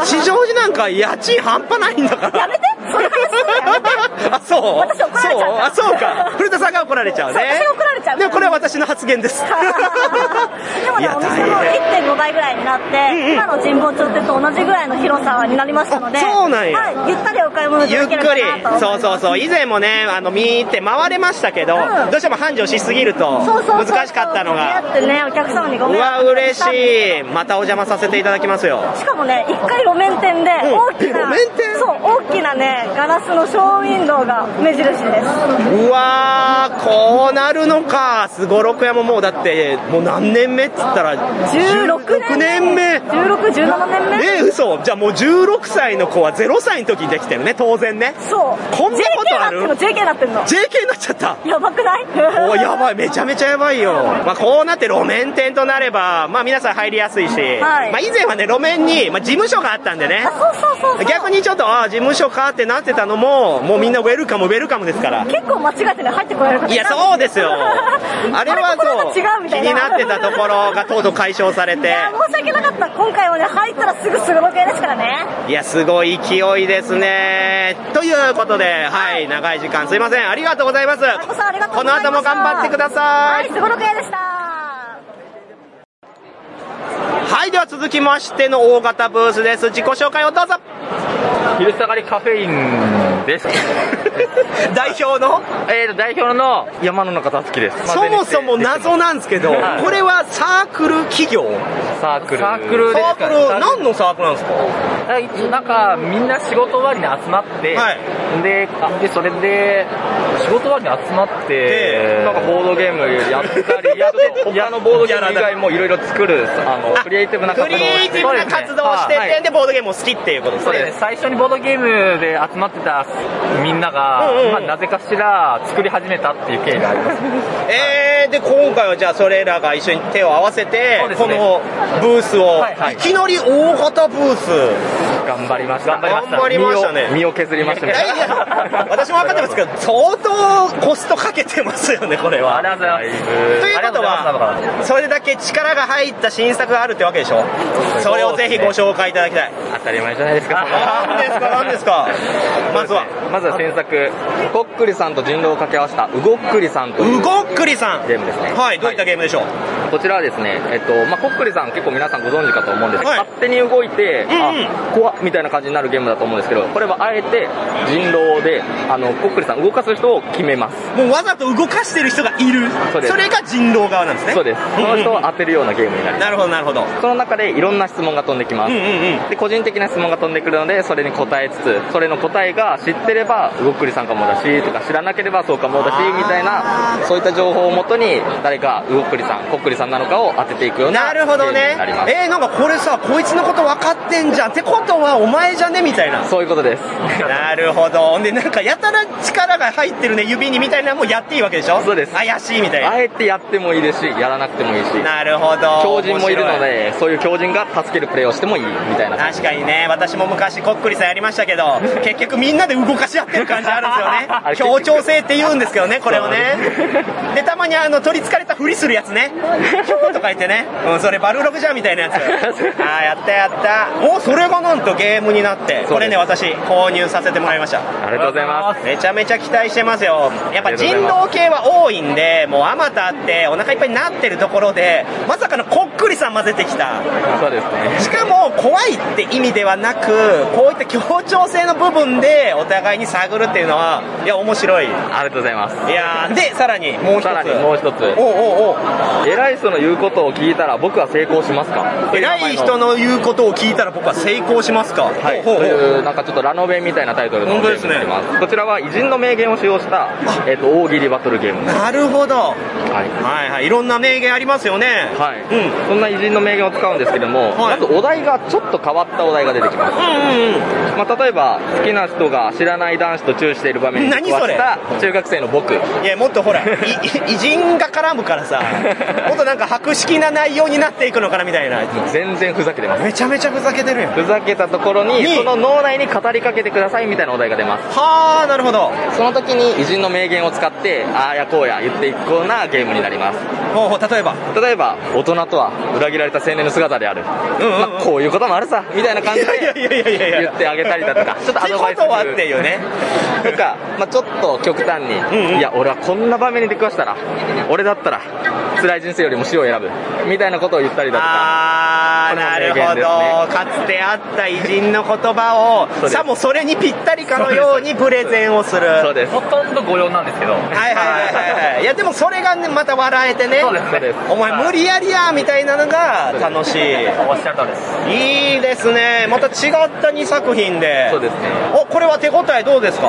Speaker 2: 吉祥寺なんか家賃半端ないんだから。やめて
Speaker 14: それ話すのやめて
Speaker 2: あ、そう
Speaker 14: 私怒られちゃう
Speaker 2: そ
Speaker 14: から
Speaker 2: うあ、そうか。古田さんが怒られちゃうね。
Speaker 14: そう私怒られちゃう
Speaker 2: でもこれは私の発言です。
Speaker 14: でもね、お店も1.5倍ぐらいになって、今の神保町店と同じぐらいの広さになりましたので、
Speaker 2: そうなんや
Speaker 14: はい、ゆったりお買い物でき
Speaker 2: ゆっ
Speaker 14: る
Speaker 2: く
Speaker 14: か
Speaker 2: り
Speaker 14: なと思います。
Speaker 2: そうそうそう以前もねあの見て回れましたけど、
Speaker 14: うん
Speaker 2: どうしても繁盛しすぎると
Speaker 14: そうそうそう
Speaker 2: 難しかったのが
Speaker 14: だってね、お客様にご
Speaker 2: う
Speaker 14: 迷
Speaker 2: わ
Speaker 14: 惑
Speaker 2: 嬉
Speaker 14: かけたんで
Speaker 2: しいまたお邪魔させていただきますよ
Speaker 14: しかもね、一回路面店で、大きな、そう、大きなね、ガラスのショーウィンドウが目印です。
Speaker 2: うわーこうなるのかすごろく屋ももうだってもう何年目っつったら
Speaker 14: 16年目 ?16、17年目
Speaker 2: え嘘じゃあもう16歳の子は0歳の時にできてるね当然ね
Speaker 14: そう
Speaker 2: こんなことある
Speaker 14: JK になってんの
Speaker 2: JK になっちゃった
Speaker 14: やばくない
Speaker 2: おやばいめちゃめちゃやばいよ、まあ、こうなって路面店となれば、まあ、皆さん入りやすいし、
Speaker 14: はい
Speaker 2: まあ、以前はね路面に、まあ、事務所があったんでね
Speaker 14: そうそうそう
Speaker 2: 逆にちょっとああ事務所かってなってたのももうみんなウェルカムウェルカムですから
Speaker 14: 結構間違えてね、入ってこられる方
Speaker 2: いやそうです よあれはそう
Speaker 14: これとこれと違うみ
Speaker 2: 気
Speaker 14: たいな
Speaker 2: になってたところがとうとう解消されて
Speaker 14: 申し訳なかった。今回はね、入ったらすぐすごろく屋ですからね。
Speaker 2: いやすごい勢いですねということではい長い時間すいませんありがとうございます
Speaker 14: こそありがとうございました
Speaker 2: この後も頑張ってください
Speaker 14: はい、すごろく屋でした。
Speaker 2: はい、では続きましての大型ブースです。自己紹介をどうぞ。
Speaker 15: 昼下がりカフェインです。
Speaker 2: 代表の
Speaker 15: えーと、代表の山野中達樹です。
Speaker 2: そもそも謎なんですけど、
Speaker 15: はい
Speaker 2: これはサークル企業
Speaker 15: サークル。
Speaker 2: サ
Speaker 15: サ
Speaker 2: ー
Speaker 15: ー
Speaker 2: ク
Speaker 15: ク
Speaker 2: ル
Speaker 15: ル
Speaker 2: で
Speaker 15: ですす
Speaker 2: か何のサークルなんです
Speaker 15: かなんか、みんな仕事終わりに集まって、で、あで、それで、仕事終わりに集まって、なんかボードゲームやったり、あと他のボードゲーム以外もいろいろ作る、あの、クリエイティブな活動
Speaker 2: クリエイティブな活動をして
Speaker 15: そうですね
Speaker 2: て、で、ボードゲームを好きっていうことです
Speaker 15: そうで
Speaker 2: ね。
Speaker 15: す最初にボードゲームで集まってたみんなが、
Speaker 2: うんうんうん
Speaker 15: まあ、なぜかしら作り始めたっていう経緯があります
Speaker 2: えー、で、今回はじゃあそれらが一緒に手を合わせて、このブースを、いきなり大型ブース。
Speaker 15: 頑張りました頑張りました
Speaker 2: 頑張りましたね
Speaker 15: 身を身を削りまし たね
Speaker 2: いやいや私も分かってますけど、相当コストかけてますよね、これは。
Speaker 15: ありがとうございます
Speaker 2: ということは、それだけ力が入った新作があるってわけでしょそれをぜひご紹介いただきたい。
Speaker 15: 当たり前じゃないですか
Speaker 2: 何ですか、何ですか。まずは
Speaker 15: まずは先作こっくりさんと人狼を掛け合わせたうごっくりさんという
Speaker 2: ごっくりさん
Speaker 15: ゲームですね
Speaker 2: はいどういったゲームでしょう、
Speaker 15: こちらはですねえっとまあこっくりさん結構皆さんご存知かと思うんですけど、勝手に動いて、あこわみたいな感じになるゲームだと思うんですけど、これはあえて人狼で、あの、コックリさん動かす人を決めます。
Speaker 2: もうわざと動かしてる人がいる。
Speaker 15: そうです
Speaker 2: れが人狼側なんですね。
Speaker 15: そうです。その人を当てるようなゲームになります。
Speaker 2: なるほど、なるほど。
Speaker 15: その中でいろんな質問が飛んできます。で、個人的な質問が飛んでくるので、それに答えつつ、それの答えが知ってれば、ゴックリさんかもだし、とか知らなければそうかもだし、みたいな、そういった情報をもとに、誰かゴックリさん、コックリさんなのかを当てていくような
Speaker 2: なるほど
Speaker 15: ゲーム
Speaker 2: ね
Speaker 15: になります。
Speaker 2: えー、なんかこれさこいつのこと分かってんじゃんってことはお前じゃねみたいな
Speaker 15: そういうことです
Speaker 2: なるほどほんでなんかやたら力が入ってるね指にみたいなのもやっていいわけでしょそうです怪しいみたいな
Speaker 15: あえてやってもいいですし、やらなくてもいいし。
Speaker 2: なるほど
Speaker 15: 強人もいるの
Speaker 2: 面
Speaker 15: で、そういう強人が助けるプレーをしてもいい、みたいな。
Speaker 2: 確かにね私も昔こっくりさんやりましたけど結局みんなで動かし合ってる感じあるん
Speaker 15: あれ
Speaker 2: ですよね協調性って言うんですけどねこれをねでたまにあの取りつかれたふりするやつねひょーとか言ってね、うん、それバルログじゃんみたいなやつああやったやったおそれがなんとゲームになってこれね私購入させてもらいました
Speaker 15: ありがとうございます。
Speaker 2: めちゃめちゃ期待してますよやっぱ
Speaker 15: ありがとうござ
Speaker 2: 人
Speaker 15: います
Speaker 2: 狼系は多いんでもうあまたあってお腹いっぱいになってるところでまさかのこっくりさん混ぜてきた
Speaker 15: そうですね。
Speaker 2: しかも怖いって意味ではなくこういった協調性の部分でお互いに探るっていうのはいや面白いい
Speaker 15: ありがとうございます。
Speaker 2: やーでさらにもう一つ
Speaker 15: さらにもう一つ。
Speaker 2: おうおうおう
Speaker 15: 偉い人の言うことを聞いたら僕は成功しますか
Speaker 2: 偉い人の言うことを聞いたら僕は成功しますかはい
Speaker 15: というなんかちょっとラノベみたいなタイトルの
Speaker 2: 本
Speaker 15: ゲ
Speaker 2: 当で
Speaker 15: ーム
Speaker 2: すね
Speaker 15: になってますこちらは偉人の名言を使用した、えっと大喜利バトルゲームです
Speaker 2: なるほどはいはいはいいろんな名言ありますよね
Speaker 15: はい、そんな偉人の名言を使うんですけども、まずお題がちょっと変わったお題が出てきます、まあ、例えば好きな人が知らない男子とチューしている場面に
Speaker 2: 何
Speaker 15: 出くわ
Speaker 2: それ
Speaker 15: した中学生の僕
Speaker 2: いやもっとほらい い偉人が絡むからさもっとなんか博識な内容になっていくのかなみたいな
Speaker 15: 全然ふざけてます
Speaker 2: めちゃめちゃふざけてるよ
Speaker 15: ふざけたところに
Speaker 2: に
Speaker 15: その脳内に語りかけてくださいみたいなお題が出ます
Speaker 2: はあなるほど
Speaker 15: その時に偉人の名言を使ってああやこうや言っていくようなゲームになります
Speaker 2: ほうほう例えば
Speaker 15: 例えば大人とは裏切られた青年の姿である、まあ、こういうこともあるさみたいな感じで
Speaker 2: いやいやいやいや
Speaker 15: 言ってあげたりだとかちょっとアドバイスす
Speaker 2: ってことはっていうね
Speaker 15: とか、まあ、ちょっと極端に、いや俺はこんな場面に出くわしたら俺だったら辛い人生よりも死を選ぶみたいなことを言ったりだとか
Speaker 2: あなるほど、かつてあった偉人の言葉
Speaker 15: うで
Speaker 2: を
Speaker 15: す
Speaker 2: さもそれにぴったりかのようにプレゼンをする
Speaker 15: そうですほとんど誤用なんですけどはい
Speaker 2: はいはいはいはいいやでもそれがねまた笑えてねお前無理やりやみたいなのが楽しい
Speaker 15: おっしゃるとです
Speaker 2: いいですねまた違った2作品で
Speaker 15: そうですね
Speaker 2: おこれは手応えどうですか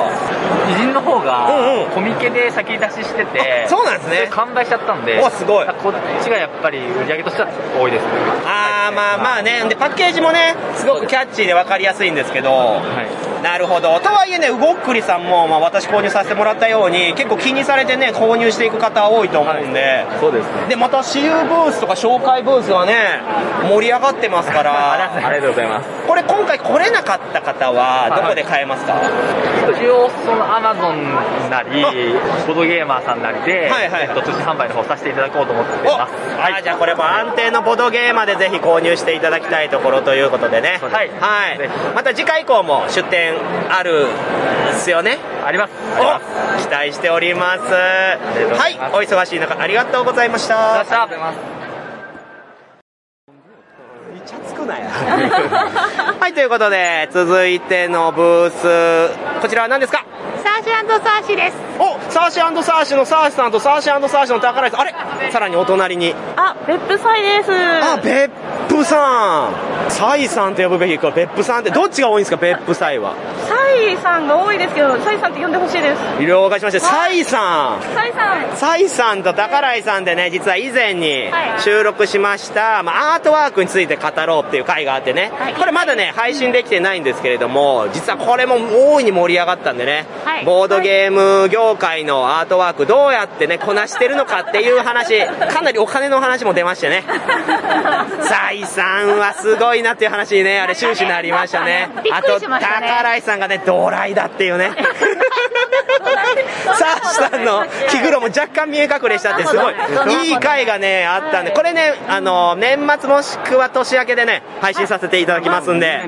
Speaker 15: 偉人の方が
Speaker 2: コミ
Speaker 15: ケで先出ししてて
Speaker 2: そうなんですね
Speaker 15: 完売しちゃったん
Speaker 2: おすごい
Speaker 15: こっちがやっぱり売り上げとしては多いですね
Speaker 2: ああまあまあねでパッケージもねすごくキャッチーで分かりやすいんですけど、なるほどとはいえねうごっくりさんも、まあ、私購入させてもらったように結構気にされてね購入していく方多いと思うんで、
Speaker 15: そうですね
Speaker 2: でまた私有ブースとか紹介ブースはね盛り上がってますから
Speaker 15: ありがとうございます
Speaker 2: これ今回来れなかった方はどこで買えますか、
Speaker 15: 一応そのアマゾンなりボードゲーマーさんなりで、えっと、通信販売の方させていただこうと思ってます
Speaker 2: はい、じゃあこれも安定のボドゲーマーでぜひ購入していただきたいところということでねはい、はい、また次回以降も出店あるっすよね
Speaker 15: あります
Speaker 2: お期待しております
Speaker 15: りがとうござい
Speaker 2: はいお忙しい中ありがとうございましたあり
Speaker 15: がとうございま
Speaker 2: しためっちゃつくなよはいということで続 いてのブースこちらは何ですか
Speaker 16: サーシサーシです
Speaker 2: おサーシサーシのサーシさんとサーシサーシの宝井さんあれさらにお隣に
Speaker 16: あ、別府サイです。
Speaker 2: あ、別府さん。サイさんと呼ぶべきか、別府さんって、どっちが多いんですか、別府サイは。
Speaker 16: サイさんが多いですけど、サイさんって呼んでほしいです。
Speaker 2: 了解しました。サイさん。
Speaker 16: サイさん。
Speaker 2: サイさんと宝井さんでね、実は以前に収録しました、まあ、アートワークについて語ろうっていう回があってね、これまだね、配信できてないんですけれども、実はこれも大いに盛り上がったんでね、
Speaker 16: はい
Speaker 2: ボードゲーム業界のアートワークどうやってね、こなしてるのかっていう話、かなりお金の話も出ましてね、サイさんはすごいなっていう話にね、あれ終始なりましたね。
Speaker 16: びっ
Speaker 2: あ
Speaker 16: くり
Speaker 2: と、
Speaker 16: しましたね
Speaker 2: 宝井さんがね、ドライだっていうね。サーシさんの着ぐろも若干見え隠れしたってすごいいい回がねあったんでこれねあの年末もしくは年明けでね配信させていただきますんで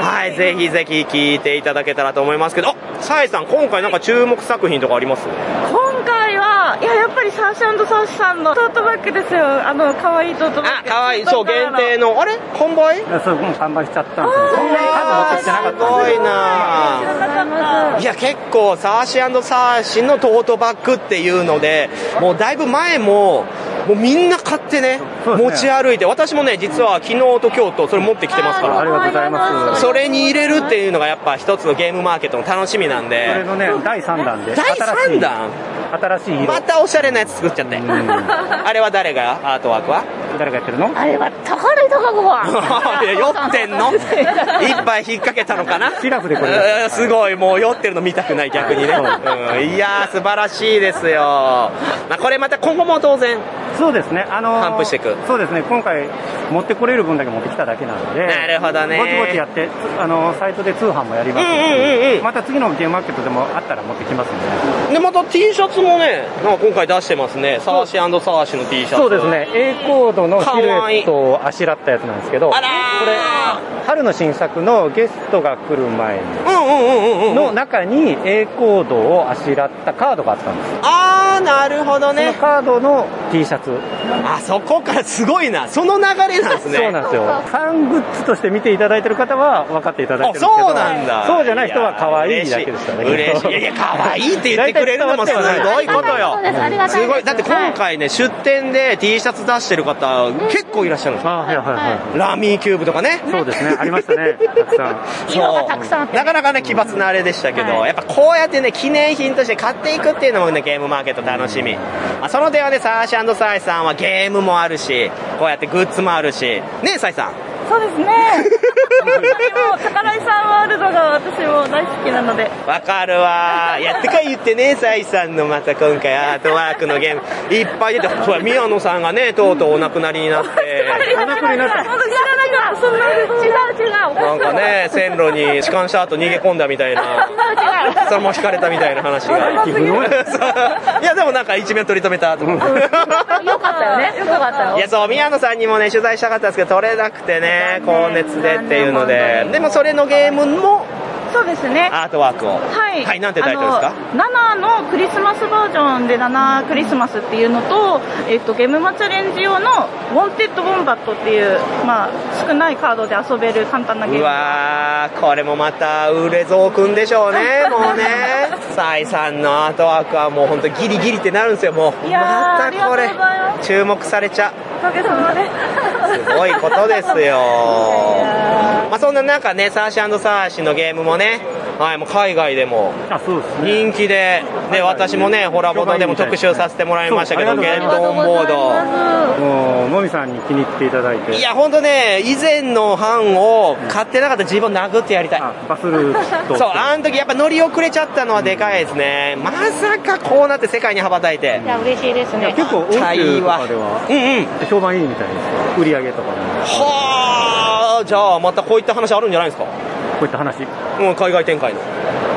Speaker 2: はいぜひぜひ聞いていただけたらと思いますけどあサイさん今回なんか注目作品とかあります
Speaker 16: 今回は、いや、やっぱりサーシサーシさんのトートバッグですよ。あの、可愛いトートバッグ。
Speaker 2: あ可愛いそう限定のあれ完売
Speaker 5: そうもう完売しちゃったんですよそんなに
Speaker 6: 持ってきてなかったんです
Speaker 2: ごいな
Speaker 16: あ
Speaker 2: いや結構サーシーサーシのトートバッグっていうのでもうだいぶ前ももうみんな買ってね持ち歩いて私もね実は昨日と今日とそれ持ってきてますから
Speaker 5: ありがとうございます
Speaker 2: それに入れるっていうのがやっぱ一つのゲームマーケットの楽しみなん
Speaker 5: それ
Speaker 2: で
Speaker 5: のね第3弾で
Speaker 2: 第3弾
Speaker 5: 新しい色
Speaker 2: またおしゃれなやつ作っちゃってあれは誰がアートワークは
Speaker 5: 誰がやってるの
Speaker 14: あれは高い卵は
Speaker 2: いや酔ってんの一杯引っ掛けたのかなシ
Speaker 5: ラフでこれ
Speaker 2: すごいもう酔ってるの見たくない逆にね、うん、いやー素晴らしいですよ、まあ、これまた今後も当然
Speaker 5: そうですねあのー
Speaker 2: 反復していく
Speaker 5: そうですね今回持ってこれる分だけ持ってきただけなので
Speaker 2: なるほどね
Speaker 5: ぼちぼちやってつあのーサイトで通販もやりますし、
Speaker 2: うんうんうんうん
Speaker 5: また次のゲームマーケットでもあったら持ってきますんで
Speaker 2: でまた T シャツもねなんか今回出してますねサーシーサーシの T シャツ
Speaker 5: そうですね A コードのシルエ
Speaker 2: かわいい
Speaker 5: ットをあしらったやつなんですけどこれ春の新作のゲストが来る前
Speaker 2: に
Speaker 5: の中に A コードをあしらったカードがあったんです
Speaker 2: ああなるほどね
Speaker 5: カードの T シャツ
Speaker 2: あそこからすごいなその流れなんですね
Speaker 5: そうなんですよファングッズとして見ていただいてる方は分かっていただいてるんですけど
Speaker 2: あそうなんだ
Speaker 5: そうじゃない人は可愛いだけでしたね
Speaker 2: 嬉しいいやいや可愛いって言ってくれるのもすごいことよ
Speaker 5: 大体伝わってるありがたいです
Speaker 2: すごいだって今回ね出店で T シャツ出してる方結構いらっしゃるんですよラミーキューブとかね
Speaker 5: そうですねありましたねたくさん
Speaker 2: 色がたくさんなかなかね奇抜なあれでしたけど、やっぱこうやってね記念品として買っていくっていうのもねゲームマーケット楽しみ、まあ、その点はねサーシャサイさんはゲームもあるしこうやってグッズもあるしねえサイさん
Speaker 16: そうですね。本当にもう、宝井さんワールドが私も大好きなので。
Speaker 2: わかるわやってか言ってねサイさんのまた今回アートワークのゲームいっぱい出てそうや宮野さんがねとうとうお亡くなりになって
Speaker 16: 本当に知らなかった。そんなこと違う違う。
Speaker 2: なんかね線路に痴漢した後逃げ込んだみたいなそれも引かれたみたいな話が
Speaker 16: すごい
Speaker 2: そういやでもなんか一面取り留めたと思って
Speaker 14: よかったよねよかったよ
Speaker 2: いやそう宮野さんにもね取材したかったんですけど取れなくてね高熱でっていうのででもそれのゲームも
Speaker 16: そうですね。
Speaker 2: アートワークを
Speaker 16: はい、
Speaker 2: はいなんてタイトルですか
Speaker 16: あの7のクリスマスバージョンで7クリスマスっていうのと,、えっとゲームマチャレンジ用の「ウォンテッド・ウォンバット」っていう、まあ、少ないカードで遊べる簡単なゲー
Speaker 2: う
Speaker 16: ム
Speaker 2: わーこれもまた売れぞうくんでしょうねもうねサイさんのアートワークはもう本当ギリギリってなるんですよもう
Speaker 16: いやー
Speaker 2: またこれ
Speaker 16: ありがとうございま
Speaker 2: 注目されちゃう
Speaker 16: おかげさまです
Speaker 2: ごいこと ですよ。まあそんな中ね、サーシーサーシのゲームもね、はい、もう海外でも人気で、で、私もね、ホラボドでも特集させてもらいましたけど、
Speaker 5: そう
Speaker 2: ゲ
Speaker 5: あり
Speaker 2: ー
Speaker 5: がと
Speaker 2: ト
Speaker 5: う
Speaker 2: オン
Speaker 5: ござい
Speaker 2: ボ
Speaker 5: ま
Speaker 2: ー
Speaker 5: す
Speaker 2: ド。
Speaker 5: もうのみさんに気に入っていただいて
Speaker 2: いや、ほんとね、以前の版を買ってなかった自分を殴ってやりたい。
Speaker 5: バスルー
Speaker 2: そ
Speaker 5: ト
Speaker 2: う、あの時やっぱ乗り遅れちゃったのはでかいですね。まさかこうなって世界に羽ばたいて。
Speaker 14: いや嬉しいですね
Speaker 5: 結構欧州とかでは
Speaker 2: うん
Speaker 5: うん評判いいみたいです売り上げとかも
Speaker 2: はあ、じゃあまたこういった話あるんじゃないですか
Speaker 5: こういった話
Speaker 2: うん、海外展開の。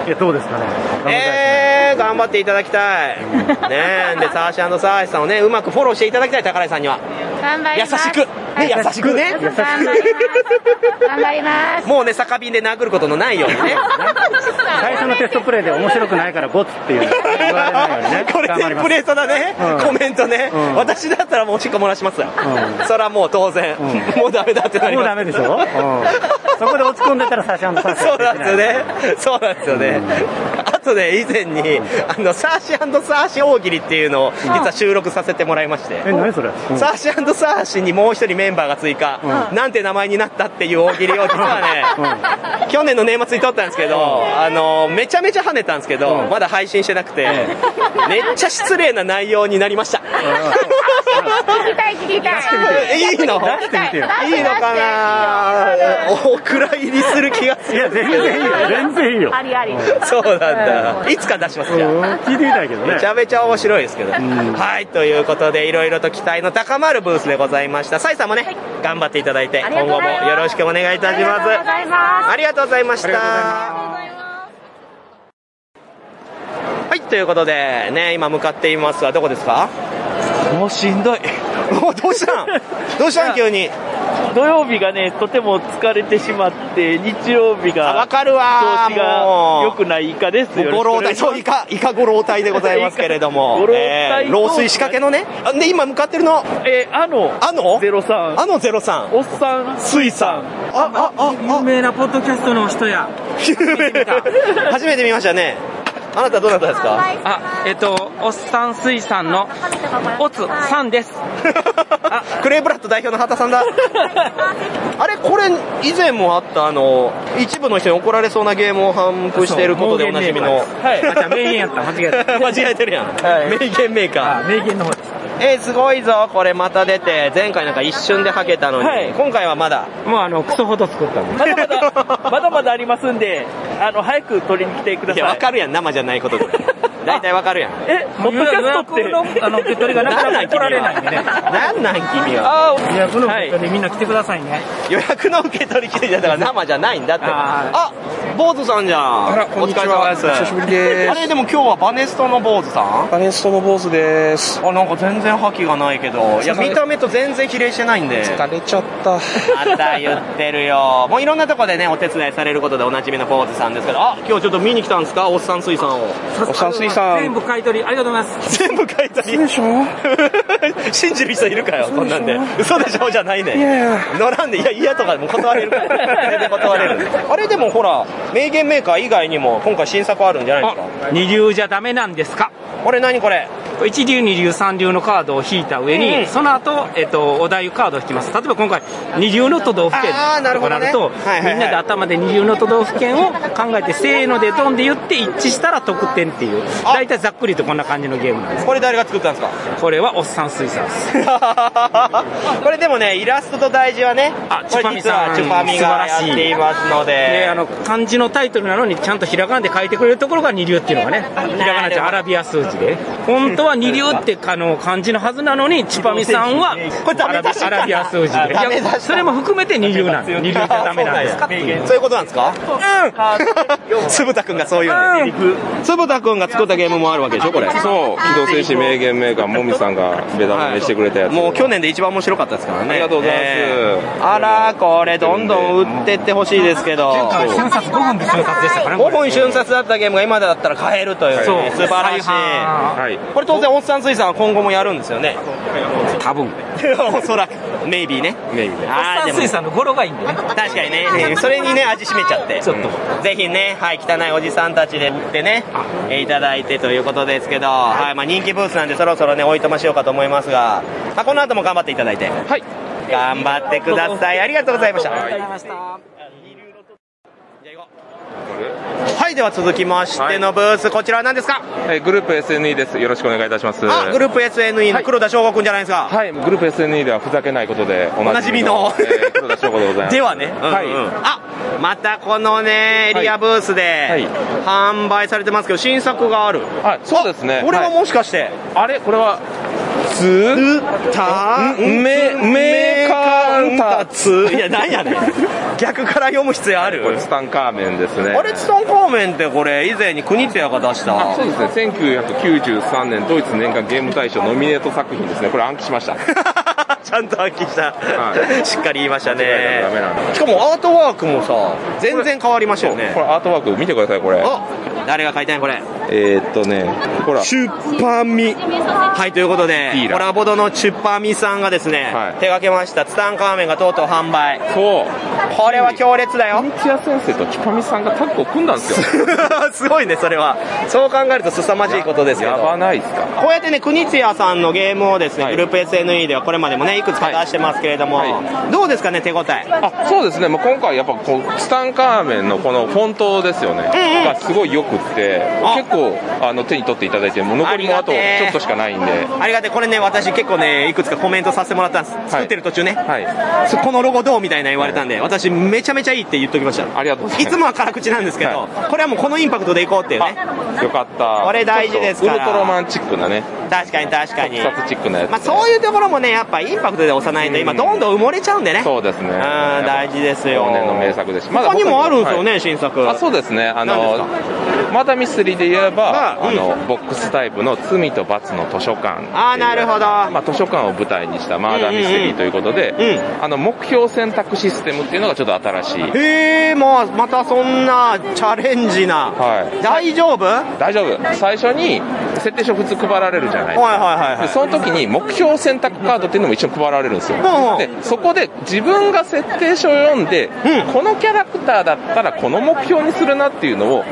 Speaker 5: いやどうですかね
Speaker 2: えー、頑張っていただきたい。ねえ、で、サーシャサーシさんをね、うまくフォローしていただきたい、宝井さんには。
Speaker 1: 頑張り
Speaker 2: 優
Speaker 1: ます
Speaker 2: しく。ね、優しくね。
Speaker 1: 優しく頑張ります頑張り ます
Speaker 2: もうね、酒瓶で殴ることのないように ね。
Speaker 5: 最初のテストプレイで面白くないからゴツ っていう
Speaker 2: これテンプレートだね、コメントね、私だったらもうおしっこ漏らしますよ、それはもう当然、もうダメだってなります
Speaker 5: もうダメでしょ、うんそこで落ち込んでたらサーシャンとサーシ
Speaker 2: そうなんですよね。そうなんですよね。あとね、以前に、あの、サーシーサーシ大喜利っていうのを、実は収録させてもらいまして。
Speaker 5: え何それうん
Speaker 2: サーシーサーシにもう一人メンバーが追加、なんて名前になったっていう大喜利を、実はね、去年の年末に撮ったんですけど、あの、めちゃめちゃ跳ねたんですけど、まだ配信してなくて、めっちゃ失礼な内容になりました。
Speaker 1: 聞きたい聞きたい
Speaker 2: いいのいいのかなお蔵入りする気がする。いや、
Speaker 5: 全然いいよ全然いいよ
Speaker 1: ありあり
Speaker 2: そうなんだ。いつか出しますじゃあ
Speaker 5: 聞いてみたいけどね
Speaker 2: めちゃめちゃ面白いですけど。はい、ということで、いろいろと期待の高まるブースでございました。サイさんもね、頑張っていただいて、
Speaker 1: ありが
Speaker 2: 今
Speaker 1: とう
Speaker 2: 後
Speaker 1: ご
Speaker 2: も
Speaker 1: ざいます
Speaker 2: よろしくお願いいたします。ありがとうございました。はい、ということで、ね、今向かっていますが、どこですかもうしんどい。どうしたんどうしたん急に。
Speaker 17: 土曜日がね、とても疲れてしまって、日曜日が、
Speaker 2: わかるわー
Speaker 17: 調子が
Speaker 2: もう
Speaker 17: 良くないイカですよね。
Speaker 2: ご 老体、そう、イカ、イカご老体でございますけれども
Speaker 17: ご、老体と
Speaker 2: えー、老衰仕掛けのね、あで、今向かってるの、
Speaker 17: えー、あの、
Speaker 2: あの
Speaker 17: ?03。
Speaker 2: あの03。
Speaker 17: おっさん、
Speaker 2: 水産。あ、あ、あ、
Speaker 17: 有名なポッドキャストの人や。
Speaker 2: 初めて見ましたね。あなたどなたですか
Speaker 18: あ、えっと、おっさん水産の、おつさん です。
Speaker 2: クレイブラッド代表の畑さんだ。あれ、これ、以前もあった、あの、一部の人に怒られそうなゲームを反復していることでおなじみの。
Speaker 6: はい。あ、じゃあ名言やった。間違えた。
Speaker 2: 間違えてるやん。名言メーカー。
Speaker 6: 名言の方です。
Speaker 2: えー、すごいぞ、これまた出て、前回なんか一瞬ではけたのに、
Speaker 17: はい
Speaker 2: 今回はまだ。
Speaker 17: もうあの、クソほど作ったまだまだ、まだまだありますんで、あの、早く取りに来てくだ
Speaker 2: い
Speaker 17: さい。
Speaker 2: や、わかるやん、生じゃないことぐらい。大体わかるやん。
Speaker 17: え、ポッドキャストって、あの、手取りがなくなって来られないんでね。
Speaker 2: なんなん君は。
Speaker 17: あ
Speaker 6: 予約の受け取りみんな来てくださいね。
Speaker 2: 予約の受け取り来てたから生じゃないんだって。あ、坊主さんじゃん。
Speaker 19: あらこんにちは
Speaker 2: お疲れ様です。
Speaker 19: お久しぶりです
Speaker 2: あれ、でも今日はバネストの坊主さん
Speaker 19: バネストの坊主です。
Speaker 2: あ、なんか全然覇気がないけど。いや、見た目と全然比例してないんで。
Speaker 19: 疲れちゃった。
Speaker 2: また言ってるよ。もういろんなとこでね、お手伝いされることでおなじみの坊主さんですけど、あ、今日ちょっと見に来たんですかおっさん水産を。おっさん水
Speaker 6: 全。部買い取り、ありがとうございます。
Speaker 2: 全部買い取り。
Speaker 6: でしょ
Speaker 2: 信じる人いるかよ、こんなんで。嘘でしょじゃないね。
Speaker 6: いやいや
Speaker 2: 乗らんで、いや、嫌とかも断れるから。全然断れる。 あれでもほら、名言メーカー以外にも、今回新作あるんじゃないですか
Speaker 18: 二流じゃダメなんですか
Speaker 2: これ何これ
Speaker 18: 一流二流三流のカードを引いた上に、
Speaker 2: うん
Speaker 18: その後、えっと、お題カードを引きます例えば今回二流の都道府県
Speaker 2: あーなる
Speaker 18: と
Speaker 2: ほ
Speaker 18: か
Speaker 2: どね
Speaker 18: なると
Speaker 2: はいはいはい
Speaker 18: みんなで頭で二流の都道府県を考えてせーのでドンで言って一致したら得点っていう大体ざっくりとこんな感じのゲームなんです
Speaker 2: これ誰が作ったんですか
Speaker 18: これはおっさん水産です
Speaker 2: これでもね、イラストと題字はね、あ
Speaker 18: チュパミさん
Speaker 2: チュパミがやっていますの
Speaker 18: で
Speaker 2: で
Speaker 18: あ。の漢字のタイトルなのにちゃんとひらがなで書いてくれるところが二流っていうのがねひらがなじゃアラビア数字で本当は二流ってあの漢字のはずなのにチュパミさんは
Speaker 2: これダメ出しだ
Speaker 18: アラビア数字でい
Speaker 2: ダメ出し
Speaker 18: やそれも含めて二流なんです二流じゃダメなんですかっていう
Speaker 2: そういうことなんですかうん鈴田くんがそういうんです鈴田くんが作ったゲームもあるわけでしょこれ
Speaker 19: そう、機動戦士名言メーカー、もみさんがベタ褒めしてくれたやつ。
Speaker 2: もう去年で一番面白かったですからね
Speaker 19: ありがとうございます
Speaker 2: あらこれどんどん売ってってほしいですけど
Speaker 6: 前回瞬殺5分で瞬殺でしたから
Speaker 2: 5分瞬殺だったゲームが今だったら買えるという
Speaker 6: そう
Speaker 2: 素晴らしい、
Speaker 6: はい
Speaker 2: これ当然おっさん水産は今後もやるんですよね
Speaker 18: 多分
Speaker 2: おそらくメイビーねメイビーね
Speaker 6: おっさん水産の語呂がいいんでね。
Speaker 2: 確かにねそれにね味しめちゃって
Speaker 6: ちょっと
Speaker 2: ぜひね、はい、汚いおじさんたちで売ってね、えーいただいてということですけど、はい、まあ人気ブースなんでそろそろね、おいとましようかと思いますが、まあ、この後も頑張っていただいて。はい。頑張ってください。ありがとうございました。はい、では続きましてのブース、こちらは何ですか
Speaker 19: はい、グループ SNE です。よろしくお願いいたします。
Speaker 2: あ、グループ SNE の黒田翔吾くんじゃないですか。
Speaker 19: はい、グループ SNE ではふざけないことでおなじみの、
Speaker 2: おなじみの
Speaker 19: えー黒田翔吾でございます。
Speaker 2: ではね、うんうん
Speaker 19: はい。
Speaker 2: あ、またこのね、エリアブースで、販売されてますけど、新作がある。
Speaker 19: はい、そうですね。
Speaker 2: これはもしかして、
Speaker 19: あれこれは、つ、
Speaker 2: た、
Speaker 19: め、め、かんた
Speaker 2: つ。いや、なん やねん。逆から読む必要ある
Speaker 19: これ、ツタンカーメンですね。
Speaker 2: あれツタンカーメンってこれ以前に国手が出した
Speaker 19: あそうですね1993年ドイツ年間ゲーム大賞ノミネート作品ですねこれ暗記しました
Speaker 2: ちゃんと暗記した、しっかり言いましたね
Speaker 19: ダメなんだ
Speaker 2: しかもアートワークもさ全然変わりましたよね
Speaker 19: これアートワーク見てくださいこれ
Speaker 2: あ誰が書いたんやこれ
Speaker 19: えー、っとねほら
Speaker 2: チュッパミはいということでコラボドのチュッパミさんがですね、手掛けましたツタンカーメンがとうとう販売そうこれは強烈だよ
Speaker 19: 土屋先生とチュパミさんがタッグを組んだんですよ
Speaker 2: すごいねそれはそう考えると凄まじいことですけどやば
Speaker 19: ないですか
Speaker 2: こうやってね国津屋さんのゲームをですね、グループ SNE ではこれまでもねいくつか出してますけれども、どうですかね手応え
Speaker 19: あそうですね、まあ、今回やっぱこうツタンカーメンのこのフォントですよね、がすごいよくって結構あの手に取っていただいてもう残りもあとちょっとしかないんで
Speaker 2: ありがたいこれね私結構ねいくつかコメントさせてもらったんです、作ってる途中ね、そこのロゴどうみたいな言われたんで、私めちゃめちゃいいって言っときました
Speaker 19: ありがとうござい
Speaker 2: い
Speaker 19: ます
Speaker 2: つもは辛口なんですけど、これはもうこのインパクトでいこうっていうね
Speaker 19: よかった
Speaker 2: これ大事ですから
Speaker 19: ちょっとウルトラマンチックなね
Speaker 2: 確かに確かに
Speaker 19: 特撮チックなやつ、
Speaker 2: まあ、そういうところもねやっぱインパクトで押さないと今どんどん埋もれちゃうんでね
Speaker 19: そうですね
Speaker 2: 大事ですよ
Speaker 19: 往年の名作です
Speaker 2: 他にもあるんですよね、
Speaker 19: はい
Speaker 2: 新作
Speaker 19: あそうですねあのマダミスリで言えば、あのボックスタイプの「罪と罰の図書館」
Speaker 2: あーなるほど
Speaker 19: まあ、図書館を舞台にしたマーダーミステリーということで、あの目標選択システムっていうのがちょっと新しい
Speaker 2: へえまあまたそんなチャレンジな、大丈夫
Speaker 19: 大丈夫最初に設定書普通配られるじゃないですか、
Speaker 2: はいはいはいはい
Speaker 19: でその時に目標選択カードっていうのも一緒に配られるんですよ、
Speaker 2: うんうん
Speaker 19: でそこで自分が設定書を読んで、このキャラクターだったらこの目標にするなっていうのを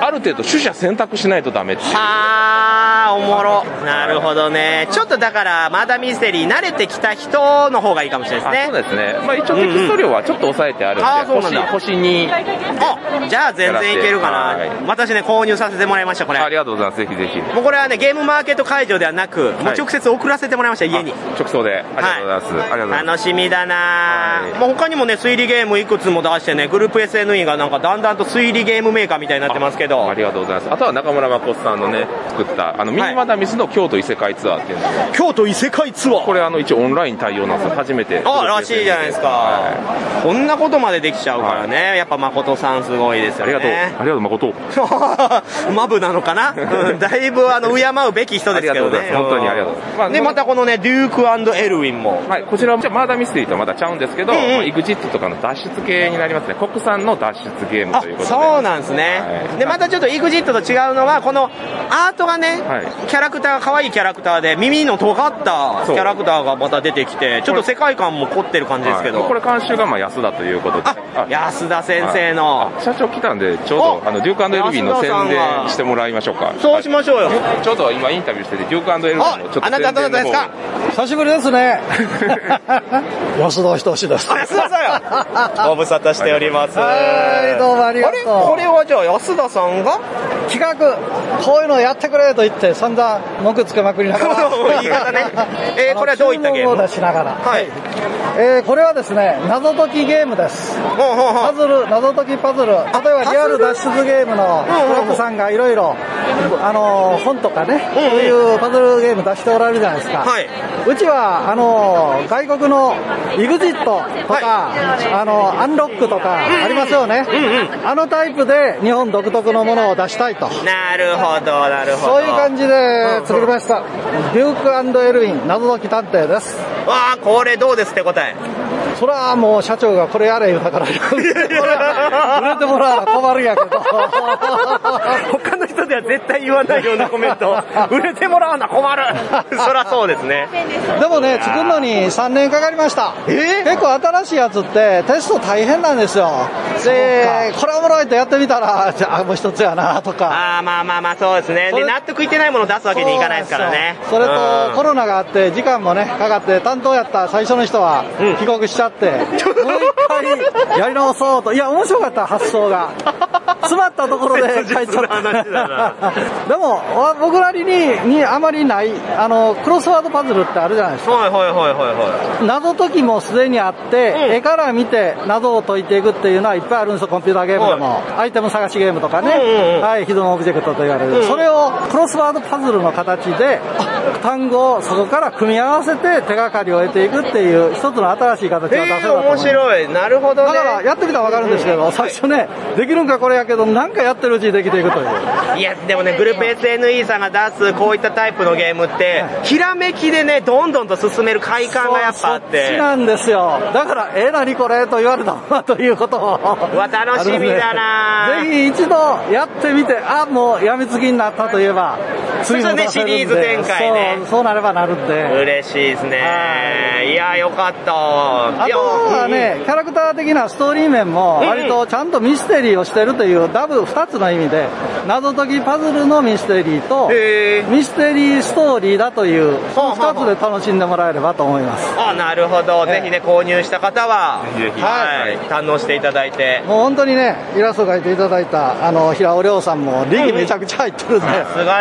Speaker 19: ある程度取捨選択しないとダメっていう
Speaker 2: あーおもろなるほどねちょっとだからまだミステリー慣れてきた人の方がいいかもしれないですね
Speaker 19: そうですね、まあ、一応テキスト量はちょっと抑えてあるんで、
Speaker 2: あーそうなんだ
Speaker 19: 星星に
Speaker 2: あじゃあ全然いけるかな
Speaker 19: はい
Speaker 2: 私ね購入させてもらいましたこれ
Speaker 19: ありがとうございますぜひぜひ
Speaker 2: もうこれはねゲームマーケット会場ではなく、もう直接送らせてもらいました家に
Speaker 19: 直送でありがとうございます、ありがとうございます
Speaker 2: 楽しみだな、もう他にもね推理ゲームいくつも出してねグループ SNE がなんかだんだんと推理ゲームメーカーみたいになってますけど
Speaker 19: ありがとうございますあとは中村誠さんのね作ったあのミニマダミスの京都異世界ツアーっていうのを、
Speaker 2: 京都異世界ツアー
Speaker 19: これあの一応オンライン対応なんですよ初めて
Speaker 2: あらしいじゃないですか、こんなことまでできちゃうからね、やっぱ誠さんすごいですよね
Speaker 19: ありがとうありがとう 誠
Speaker 2: マブなのか な、うんだいぶあの敬うべき人ですけどね
Speaker 19: ありがとうございます本当にありがとうございますまあ
Speaker 2: でまたこのねデュークエルウィンも
Speaker 19: はいこちらはじゃあマーダーミステリーとはまだちゃうんですけど、
Speaker 2: うんうん
Speaker 19: まあ、イグジットとかの脱出系になりますね国産の脱出ゲームということで
Speaker 2: そうなんですね、でまたちょっと EXIT と違うのはこのアートがね、キャラクターが可愛いキャラクターで耳の尖ったキャラクターがまた出てきてちょっと世界観も凝ってる感じですけど、
Speaker 19: はいこれ監修がまあ安田ということで
Speaker 2: 安田先生の、
Speaker 19: あ社長来たんでちょうどあのデュークエルビーの
Speaker 2: 安田さん
Speaker 19: 宣伝
Speaker 2: は
Speaker 19: してもらいましょうか
Speaker 2: そうしましょうよ
Speaker 19: ちょうど今インタビューしててデュークエルビーのちょっと
Speaker 2: あなたどなたですか
Speaker 20: 久しぶりですね。安田仁です。
Speaker 2: 安田さんよご無沙汰しております
Speaker 20: はい、どうもありがとう。
Speaker 2: これはじゃあ安田さんが
Speaker 20: 企画、こういうのやってくれと言って散々文句つけまく りながら。
Speaker 2: 言い方ね、えーこれはどういったゲーム
Speaker 20: 注文を出しながら。
Speaker 2: はい
Speaker 20: えーこれはですね、謎解きゲームです。パズル、謎解きパズル。例えばリアル脱出ゲームの
Speaker 4: うんうんうん
Speaker 20: スロップさんがいろいろ、あのー、本とかね、そういうパズルゲーム出しておられるじゃないですか。
Speaker 4: はいう
Speaker 20: ちは、あのー、外国の EXIT とか、あのー、アンロックとかありますよね。あのタイプで日本独特のものを出したいと。
Speaker 2: なるほどなるほど
Speaker 20: そういう感じで作りました。デュークエルヴィン謎解き探偵です。
Speaker 2: わあこれどうですって答え
Speaker 20: それはもう社長がこれやれ言うたから、売れてもらわな困るんやけど。
Speaker 2: 他の人では絶対言わないようなコメント売れてもらうな 困るそりゃそうですね
Speaker 20: でもね、作るのに3年かかりました。結構新しいやつってテスト大変なんですよ。で、これおもろいとやってみたら、じゃあもう一つやなとか。
Speaker 2: ああまあまあまあそうですね
Speaker 20: そ
Speaker 2: で
Speaker 20: れ
Speaker 2: 納得いってないものを出すわけにいかないですからね
Speaker 20: それとコ
Speaker 2: うん
Speaker 20: ロナがあって時間もねかかって担当やった最初の人は帰国しちゃって、もう一回やり直そうといや面白かった発想が詰まったと ころで帰っちゃったでもわ僕なりににあまりないあのクロスワードパズルってあるじゃないですか
Speaker 2: はいはいはいはいはい
Speaker 20: 謎解きもすでにあって、絵から見て謎を解いていくっていうのはいっぱいあるんですよ、コンピューターゲームでも。アイテム探しゲームとかね、はい、ヒドンオブジェクトと言われる、それをクロスワードパズルの形で、単語をそこから組み合わせて手がかりを得ていくっていう、一つの新しい形を出せた
Speaker 2: え
Speaker 20: と
Speaker 2: ー
Speaker 20: 思い
Speaker 2: 面
Speaker 20: ます。
Speaker 2: 白いなるほどね
Speaker 20: だからやってみたらわかるんですけど、最初ね、できるんかこれやけど、なんかやってるうちにできていくという。
Speaker 2: いやでもねグループ SNE さんが出すこういったタイプのゲームってひらめきでねどんどんと進める快感がやっぱあっ
Speaker 20: 好き
Speaker 2: て
Speaker 20: なんですよ。だから、えー、なにこれと言われた ままということを。わ、
Speaker 2: 楽しみだな
Speaker 20: ぜひ一度やってみて、あ、もうやみつきになったといえば、次も出せる
Speaker 2: そうです
Speaker 20: んで
Speaker 2: ねシリーズ展開ね
Speaker 20: そう、そうなればなるんで。
Speaker 2: 嬉しいですねいやよかった
Speaker 20: あ
Speaker 2: いや
Speaker 20: とはね、キャラクター的なストーリー面も、
Speaker 2: うん
Speaker 20: 割とちゃんとミステリーをしてるという、ダブル2つの意味で、謎解きパズルのミステリーと、ミステリーストーリーだという、その2つで楽しんでもらえればと思います。
Speaker 2: あなるほど、ぜひね購入した方ははい、堪能していただいて
Speaker 20: もう本当にね、イラスト描いていただいた、あの、平尾亮さんも、力めちゃくちゃ入ってるんで、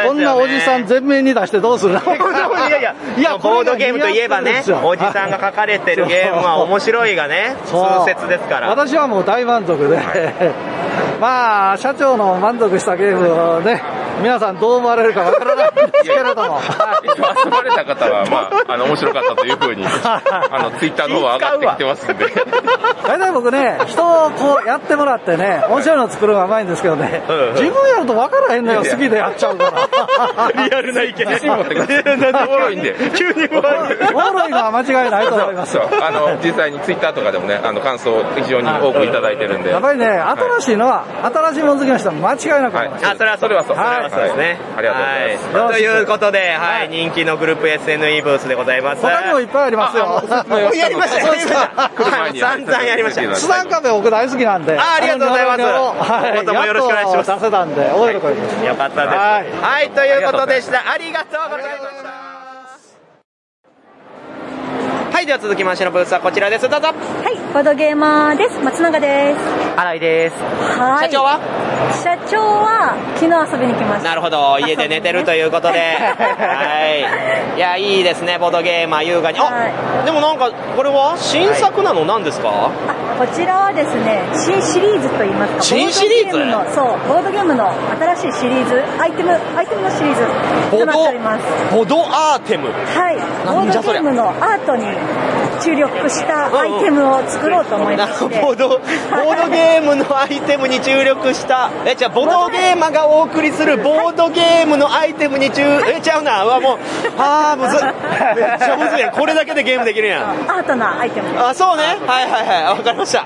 Speaker 20: こんなおじさん全面に出してどうす るの
Speaker 2: いやいや
Speaker 20: いや、
Speaker 2: ボードゲームといえばねおじさんが書かれてるゲームは面白いがね
Speaker 20: そ
Speaker 2: 通
Speaker 20: う
Speaker 2: 説ですから
Speaker 20: 私はもう大満足で、まあ、社長の満足したゲームをね、皆さんどう思われるかわからないんですけれ ども。
Speaker 19: 遊ばれた方は、まあ、あの、面白かったというふ うに、あの、ツイッターの方は上がってきてますんで。
Speaker 20: 大体僕ね、人をこうやってもらってね、面白いの作るのがうまいんですけどね、自分やるとわからへんのよ、好きでやっちゃうから。
Speaker 2: リアルな意見。
Speaker 19: 自信持ってくださいおもろいんで。
Speaker 2: 急に終わる。
Speaker 20: おもろいのは間違いないと思います
Speaker 19: そう
Speaker 20: よ。
Speaker 19: そうあの、実際にツイッターとかでもね、あの、感想を非常に多くいただいてるんで。
Speaker 20: やっぱりね、
Speaker 19: はい
Speaker 20: 新しいのは、新しいもの好きの人は間違いなく思います。
Speaker 2: あ、それはそれはそう。それはそうですね。ありがとうございます。ということで、はい、人気のグループ SNE ブースでございます。
Speaker 20: 他にもいっぱいありますよ。
Speaker 2: も うやりました、やりました。
Speaker 20: は
Speaker 2: はいもう散々やりました。
Speaker 20: スタンカフェ僕大好きなんで。
Speaker 2: あありがとうございます
Speaker 20: あのはい。
Speaker 2: 今後ともよろしくお願いします
Speaker 20: やっと出せたんで、大喜びです。
Speaker 2: よかったです。
Speaker 20: はい
Speaker 2: はい、ということでした。ありがとうございました。はい、では続きましてのブースはこちらです。どうぞ。
Speaker 21: はい、ボードゲーマーです。松永です。
Speaker 2: 新井です。
Speaker 21: はい。社長は社長は、昨日遊びに来ました。
Speaker 2: なるほど、家で寝てるということで。 はい。いや、いいですね、ボードゲーマー優雅に。あ、でもなんか、これは新作なの何ですか
Speaker 21: こちらはですね、新シリーズと言いますか。
Speaker 2: 新シリーズ
Speaker 21: ボドゲムのそう、ボードゲームの新しいシリーズ、アイテム、アイテムのシリーズとなっております。
Speaker 2: ボドアーテム。
Speaker 21: はい、ボードゲームのアートに注力したアイテムを作ろうと思いまして、
Speaker 2: ボード、ボードゲームのアイテムに注力した、え、じゃあ、ボードゲーマーがお送りするボードゲームのアイテムに注、え、ちゃうな、うわ、もう、あー、むずい。めっちゃむずいやん。これだけでゲームできるやん。
Speaker 21: アートなアイテムです。
Speaker 2: あ、そうね。はいはいはい。わかりました。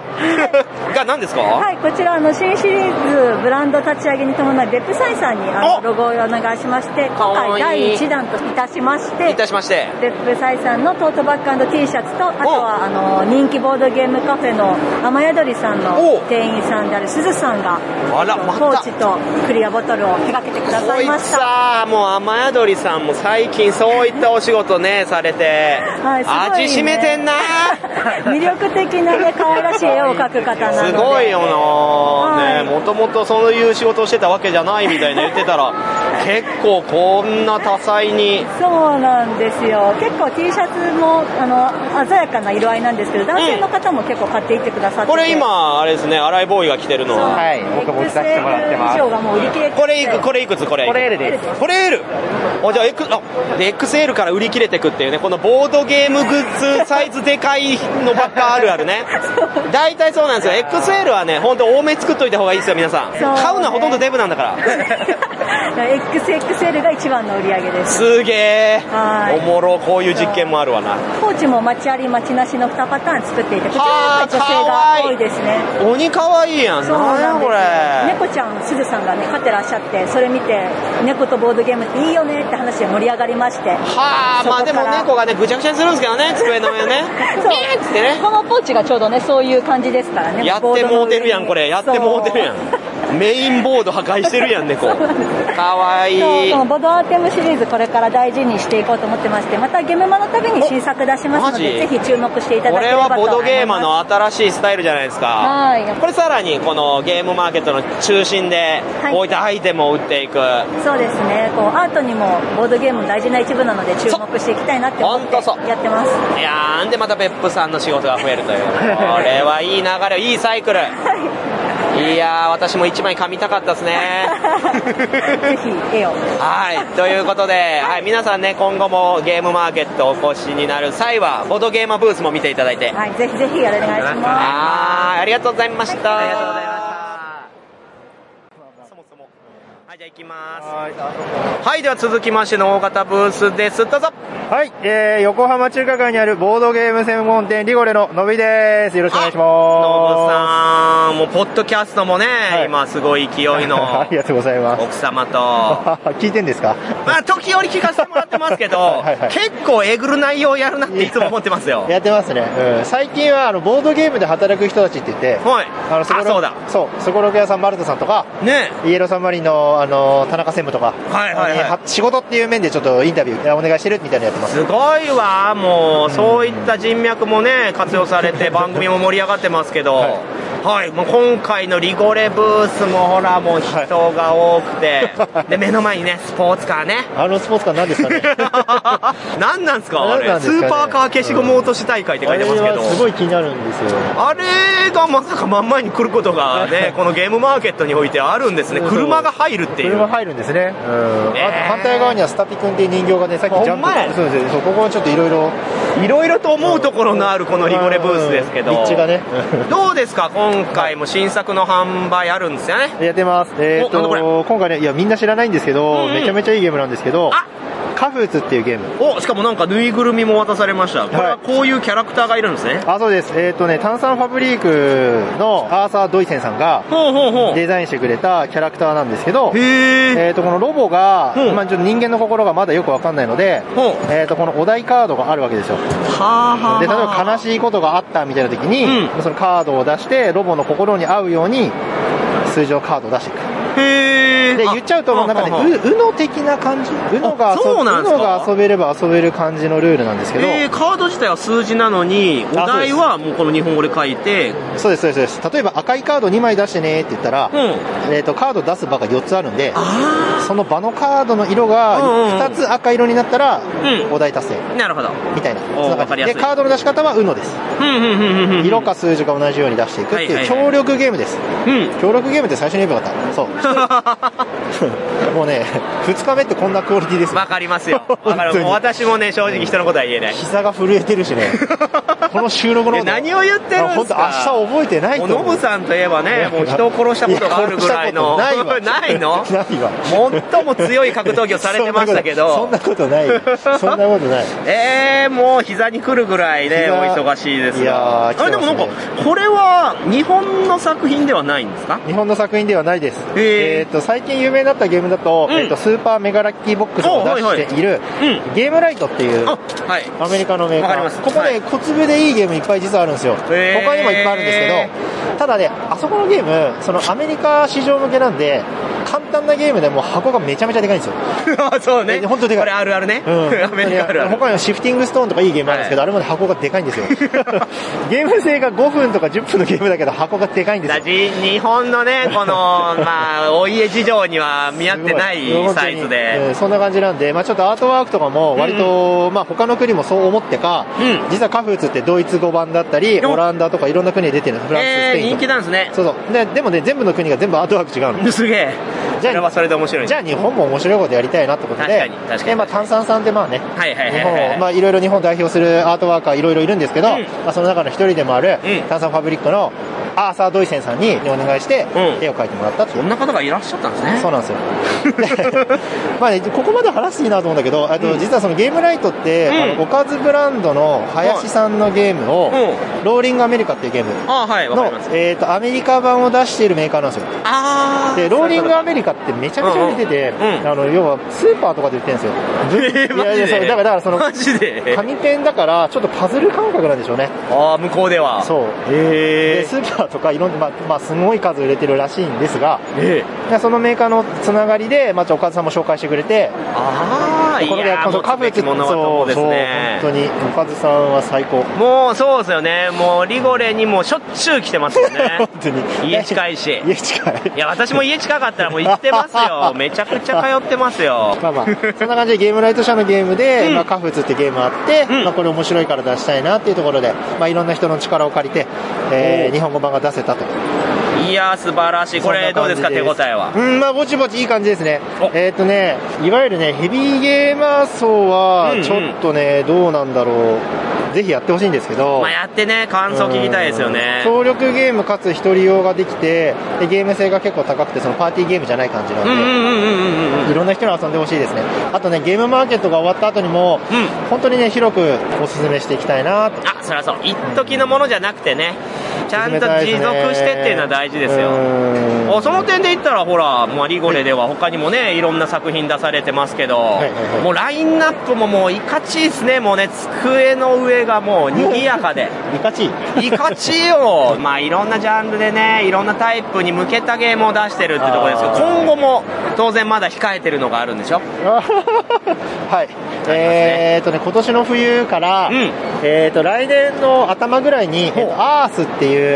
Speaker 2: が、何ですか
Speaker 21: はい、こちらあの新シリーズブランド立ち上げに伴い別府サイさんにあのロゴをお願いしまして今
Speaker 2: かわいい
Speaker 21: 回第1弾といたしまして
Speaker 2: いたしまして。
Speaker 21: 別府サイさんのトートバッグ &T シャツとあとはあの人気ボードゲームカフェの雨宿りさんの店員さんであるすずさんが
Speaker 2: あら、ま
Speaker 21: ポーチとクリアボトルを手掛けてくださいました
Speaker 2: さあ、もう雨宿りさんも最近そういったお仕事ね、されて。
Speaker 21: はいすごいね
Speaker 2: 味しめてんな。
Speaker 21: 魅力的なね可愛らしい絵を描く方なのです
Speaker 2: ごいよな、ね、もともとそういう仕事をしてたわけじゃないみたいな言ってた ら結構こんな多彩に
Speaker 21: そうなんですよ結構 T シャツもあの鮮やかな色合いなんですけど男性の方も結構買っていってくださってて
Speaker 2: これ今あれですね荒井ボーイが着てるのははい僕も着させてもらって
Speaker 21: ます以上がもう売り切れ
Speaker 2: これいくこれいくつこれ
Speaker 21: これ L です
Speaker 2: これ L あじゃあ X あで XL から売り切れてくっていうねこのボードゲームグッズサイズでかいのばっかあるある ね大体そうなんですよ XL はね本当多め作っといた方がいいですよ皆さん、
Speaker 21: そうね
Speaker 2: 買うのはほとんどデブなんだから
Speaker 21: XXL が一番の売り上げです
Speaker 2: すげえ
Speaker 21: はい
Speaker 2: おもろこういう実験もあるわな
Speaker 21: ポーチも街あり街なしの2パターン作っていてこちらはやっぱ女性が多いですね
Speaker 2: 鬼かわいいやん
Speaker 21: そう
Speaker 2: なん
Speaker 21: な
Speaker 2: や
Speaker 21: ん
Speaker 2: これ
Speaker 21: ですよ猫ちゃんすずさんがね飼ってらっしゃってそれ見て猫とボードゲームっていいよねって話で盛り上がりまして
Speaker 2: あ
Speaker 21: は
Speaker 2: ーまあでも猫がねぐちゃぐちゃにするんですけどね机の上ね
Speaker 21: そうこのポーチがちょうどねそういう感じですからね
Speaker 2: やってもうてるやんこれやってもうてるやんメインボード破壊してるやん猫 かわいい
Speaker 21: そうこのボードアーテムシリーズこれから大事にしていこうと思ってましてまたゲームマのたびに新作出しますの
Speaker 2: おマジ
Speaker 21: でぜひ注目していた
Speaker 2: こ
Speaker 21: だけ
Speaker 2: れ
Speaker 21: れば
Speaker 2: は
Speaker 21: と思います
Speaker 2: ボードゲーマーの新しいスタイルじゃないですか
Speaker 21: はい
Speaker 2: これさらにこのゲームマーケットの中心で
Speaker 21: はい
Speaker 2: こういったアイテムを売っていく
Speaker 21: そうですねこうアートにもボードゲームの大事な一部なので注目していきたいなって思ってやっ てます
Speaker 2: いやーんでまた別府さんの仕事が増える というこれはいい流れいいサイクルいやー私も一枚噛みたかったですね
Speaker 21: ぜひ絵を
Speaker 2: はいということで、はい、皆さんね今後もゲームマーケットお越しになる際はボードゲームブースも見ていただいて
Speaker 21: はいぜひぜひよろしくお願いします
Speaker 2: あーありがとうございました、ありがとうございましたそもそもはいじゃあ行きますはいでは続きましての大型ブースですどうぞ
Speaker 22: はい、えー、横浜中華街にあるボードゲーム専門店リゴレののびです。よろしくお願いしま
Speaker 2: あーもうポッドキャストもね、今すごい勢い
Speaker 22: す。あ
Speaker 2: の
Speaker 22: りがとうございます。
Speaker 2: 奥様と
Speaker 22: 聞いてんですか
Speaker 2: まあ時折聞かせてもらってます けど結構えぐる内容やるなっていつも思ってますよ
Speaker 22: やってますね。うん、最近はあのボードゲームで働く人たちって言って、
Speaker 2: はい。
Speaker 22: あのそこそうだ。そう、そころく屋さんマルトさんとか、
Speaker 2: ね、
Speaker 22: イエローサンマリンのあの田中専務とか、
Speaker 2: はいはいはい
Speaker 22: あのね仕事っていう面でちょっとインタビューお願いしてるみたいなのやってます。
Speaker 2: すごい わもうそういった人脈もね活用されて番組も盛り上がってますけど、はい、もう今回のリゴレブースもほらもう人が多く て、で目の前にねスポーツカーね
Speaker 3: あのスポーツカー何ですかね
Speaker 2: 何なんですかあれ
Speaker 3: 何なんです
Speaker 2: ス
Speaker 3: かね
Speaker 2: ーパーカー消しゴム落とし大会って書いてますけ
Speaker 3: あれ
Speaker 2: ど
Speaker 3: はすごい気になるんですよ
Speaker 2: あれがまさか真ん前に来ることが ね、このゲームマーケットにおいてあるんですね、
Speaker 3: そう
Speaker 2: 車が入るっていう。
Speaker 3: 車入るんですね、うん
Speaker 2: ねえ
Speaker 3: あ反対側にはスタピ君っていう人形がねさっきジャン
Speaker 2: ほんまや
Speaker 3: プそうですそうここもちょっといろいろ
Speaker 2: いろいろと思うところのあるこのリゴレブースですけど、
Speaker 3: 立地が ね
Speaker 2: どうですか、今回も新作の販売あるんですよね。
Speaker 3: やってますえっ、
Speaker 2: おなんだ
Speaker 3: と今回ねいやみんな知らないんですけど、めちゃめちゃいいゲームなんですけどカフーツっていうゲーム
Speaker 2: おしかもなんかぬいぐるみも渡されました、これはこういうキャラクターがいるんですね。
Speaker 3: あそうです、えっとね、炭酸ファブリークのアーサー・ドイセンさんがデザインしてくれたキャラクターなんですけど、えっとこのロボが、まあ、ちょっと人間の心がまだよくわかんないので、えっとこのお題カードがあるわけですよ。で例えば悲しいことがあったみたいな時に、そのカードを出してロボの心に合うように数字のカードを出していく。で言っちゃうともうなんかね、う UNO 的な感じ UNO が遊
Speaker 2: そうなんです
Speaker 3: UNO
Speaker 2: か
Speaker 3: が遊べれば遊べる感じのルールなんですけど、
Speaker 2: えー、カード自体は数字なのに、お題はもうこの日本語で書いて、
Speaker 3: そうですそうですそうです例えば赤いカード2枚出してねって言ったら、えー、とカード出す場が4つあるんでその場のカードの色が2つ赤色になったら、お題達成
Speaker 2: なるほど。
Speaker 3: みたいな
Speaker 2: お
Speaker 3: そんな
Speaker 2: わか
Speaker 3: 感
Speaker 2: り
Speaker 3: じ
Speaker 2: やす
Speaker 3: で
Speaker 2: い
Speaker 3: カードの出し方は UNO です色か数字が同じように出していくって
Speaker 2: はいはいいうはい
Speaker 3: 協力ゲームです、協力ゲームって最初に言えばよかったそう もう ね2日目ってこんなクオリティです
Speaker 2: わかりますよ。だから
Speaker 3: 本当に
Speaker 2: もう私もね、正直人のことは言えない。
Speaker 3: 膝が震えてる しねこの収録
Speaker 2: い
Speaker 3: の
Speaker 2: や何を言ってるんですか
Speaker 3: あ本当明日覚えてないと
Speaker 2: もう
Speaker 3: 思う
Speaker 2: ノブさんといえばね、もう人を殺したことがあるぐらいの。
Speaker 3: や殺したこ と
Speaker 2: ないの
Speaker 3: ないわ。
Speaker 2: 最も強い格闘技をされてましたけ
Speaker 3: そん
Speaker 2: ど
Speaker 3: な。ことない。 そんなことない。
Speaker 2: えー、もう膝に来るぐらいね、お
Speaker 3: 膝
Speaker 2: 忙しいです
Speaker 3: い
Speaker 2: が。
Speaker 3: やー来て
Speaker 2: あれでもなんか
Speaker 3: ま、
Speaker 2: これは日本の作品ではないんですか
Speaker 3: 日本の作品ではないです。えっと最近有名になったゲームだと、えっとスーパーメガラッキーボックスを出しているゲームライトっていうアメリカのメー
Speaker 2: わかり
Speaker 3: カ
Speaker 2: ます
Speaker 3: ー。ここね小粒でいいゲームいっぱい実はあるんですよ。他
Speaker 2: へー
Speaker 3: にもいっぱいあるんですけど、ただねあそこのゲームそのアメリカ市場向けなんで簡単なゲームでも箱がめちゃめちゃでかいんですよ。
Speaker 2: そうね。本当でかい。これあるあるね。
Speaker 3: うん
Speaker 2: アメリカあるある。
Speaker 3: 他にはシフティングストーンとかいいゲームあるんですけど、あれまで箱がでかい んですよ。ゲーム性が5分とか10分のゲームだけど、箱がでかいんですよ。
Speaker 2: じ日本のね、この、まあ、お家事情には見合ってないサイズ
Speaker 3: えー
Speaker 2: で。
Speaker 3: そんな感じなんで、まあ、ちょっとアートワークとかも割と、まあ、他の国もそう思ってか、実はカフーツってドイツ語版だったり、オランダとかいろんな国で出てるフランス、
Speaker 2: え
Speaker 3: スペ
Speaker 2: ー、
Speaker 3: イ
Speaker 2: 人
Speaker 3: ンと
Speaker 2: 気
Speaker 3: か。
Speaker 2: なんですね。
Speaker 3: そうそうででもね全部の国が全部アートワーク違う の
Speaker 2: すげえ
Speaker 3: じゃあ
Speaker 2: それはそれで面白い
Speaker 3: じゃあ日本も面白いことやりたいなってことで
Speaker 2: 確かに確かに
Speaker 3: でまあ、炭酸さんってまあね
Speaker 2: はいはい
Speaker 3: 日
Speaker 2: はい
Speaker 3: 本
Speaker 2: はい
Speaker 3: をまあいろいろ日本代表するアートワーカーいろいろいるんですけど、まあ、その中の一人でもある、炭酸ファブリックのアーサー・ドイセンさんにお願いして絵を描いてもらったってい
Speaker 2: そ
Speaker 3: う、
Speaker 2: んな方がいらっしゃったんですね
Speaker 3: そうなんですよ まあねここまで話していいなと思うんだけどあと実はそのゲームライトって、あのおかずブランドの林さんのゲームを、ローリングアメリカっていうゲーム
Speaker 2: あーはいわかりま
Speaker 3: の、えー、とアメリカ版を出しているメーカーなんですよ
Speaker 2: あ
Speaker 3: でローリングアメリカってめちゃくちゃ売れてて、あの要はスーパーとかで売ってるんですよ、いやいやそうだからだからその
Speaker 2: マジで
Speaker 3: 紙ペンだからちょっとパズル感覚なんでしょうね
Speaker 2: ああ、向こうでは。
Speaker 3: そう。でスーパーとかいろんな、まあまあ、すごい数売れてるらしいんですが、
Speaker 2: え
Speaker 3: でそのメーカーのつながりで、まあ、ちょおかずさんも紹介してくれて
Speaker 2: ああ、
Speaker 3: ところ
Speaker 2: い
Speaker 3: で
Speaker 2: やー
Speaker 3: このカフェっ
Speaker 2: 持つべ
Speaker 3: て
Speaker 2: きものは友ですね
Speaker 3: そうそう本当におか ずさんは最高
Speaker 2: もうそうですよね。もうリゴレにもしょっちゅう来てますよ ね。本
Speaker 3: 当に。
Speaker 2: 家近いし。
Speaker 3: 家近い。
Speaker 2: いや、私も家近かったらもう行ってます よ。めちゃくちゃ通ってますよ。
Speaker 3: まあまあ、そんな感じでゲームライト社のゲームで、まあ、カフーツってゲームあって、まあ、これ面白いから出したいなっていうところで、まあ、いろんな人の力を借りて、えー日本語版が出せたと。
Speaker 2: いやー、素晴らしい。これどうですか、手応えは。
Speaker 3: うん、まあ、ぼちぼちいい感じですね。えっ、とね、いわゆるね、ヘビーゲーマー層は
Speaker 2: うんう、ん
Speaker 3: ちょっとね、どうなんだろう。ぜひやってほしいんですけど。
Speaker 2: まあ、やってね、感想聞きたいですよね。
Speaker 3: 協力ゲームかつ一人用ができてでゲーム性が結構高くてそのパーティーゲームじゃない感じなんで、いろんな人に遊んでほしいですねあとねゲームマーケットが終わった後にも、本当にね広くおすすめしていきたいなと
Speaker 2: あ、そりゃそう。一時のものじゃなくてね、ちゃんと持続してっていうのは大事ですよ。おその点で言ったら、ほら、まあ、リゴレでは他にもね、いろんな作品出されてますけど、もうラインナップももういかちいですね、もうね、机の上がもう賑やかで。
Speaker 3: いかちい
Speaker 2: いかちいよ。まあ、いろんなジャンルでね、いろんなタイプに向けたゲームを出してるってところですけど、
Speaker 3: あー
Speaker 2: 今後も当然まだ控えてるのがあるんでし ょ
Speaker 3: はい、えっ、とね今年の冬から、えっ、と来年の頭ぐらいに、えーとアースっていう、いう、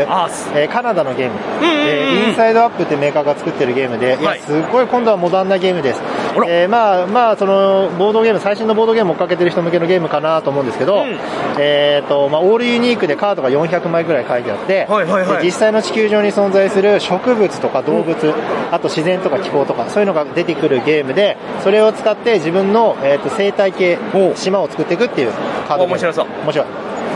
Speaker 3: えーカナダのゲーム、えーインサイドアップってメーカーが作ってるゲームで、いや、すごい今度はモダンなゲームです。えーまあ、まあ、その、ボードゲーム、最新のボードゲームを追っかけてる人向けのゲームかなと思うんですけど、えっ、と、まあ、オールユニークでカードが400枚ぐらい書いてあって、で実際の地球上に存在する植物とか動物、あと自然とか気候とか、そういうのが出てくるゲームで、それを使って自分の、えー、と生態系、島を作っていくっていうカードゲーム。
Speaker 2: 面白そう
Speaker 3: 面白い。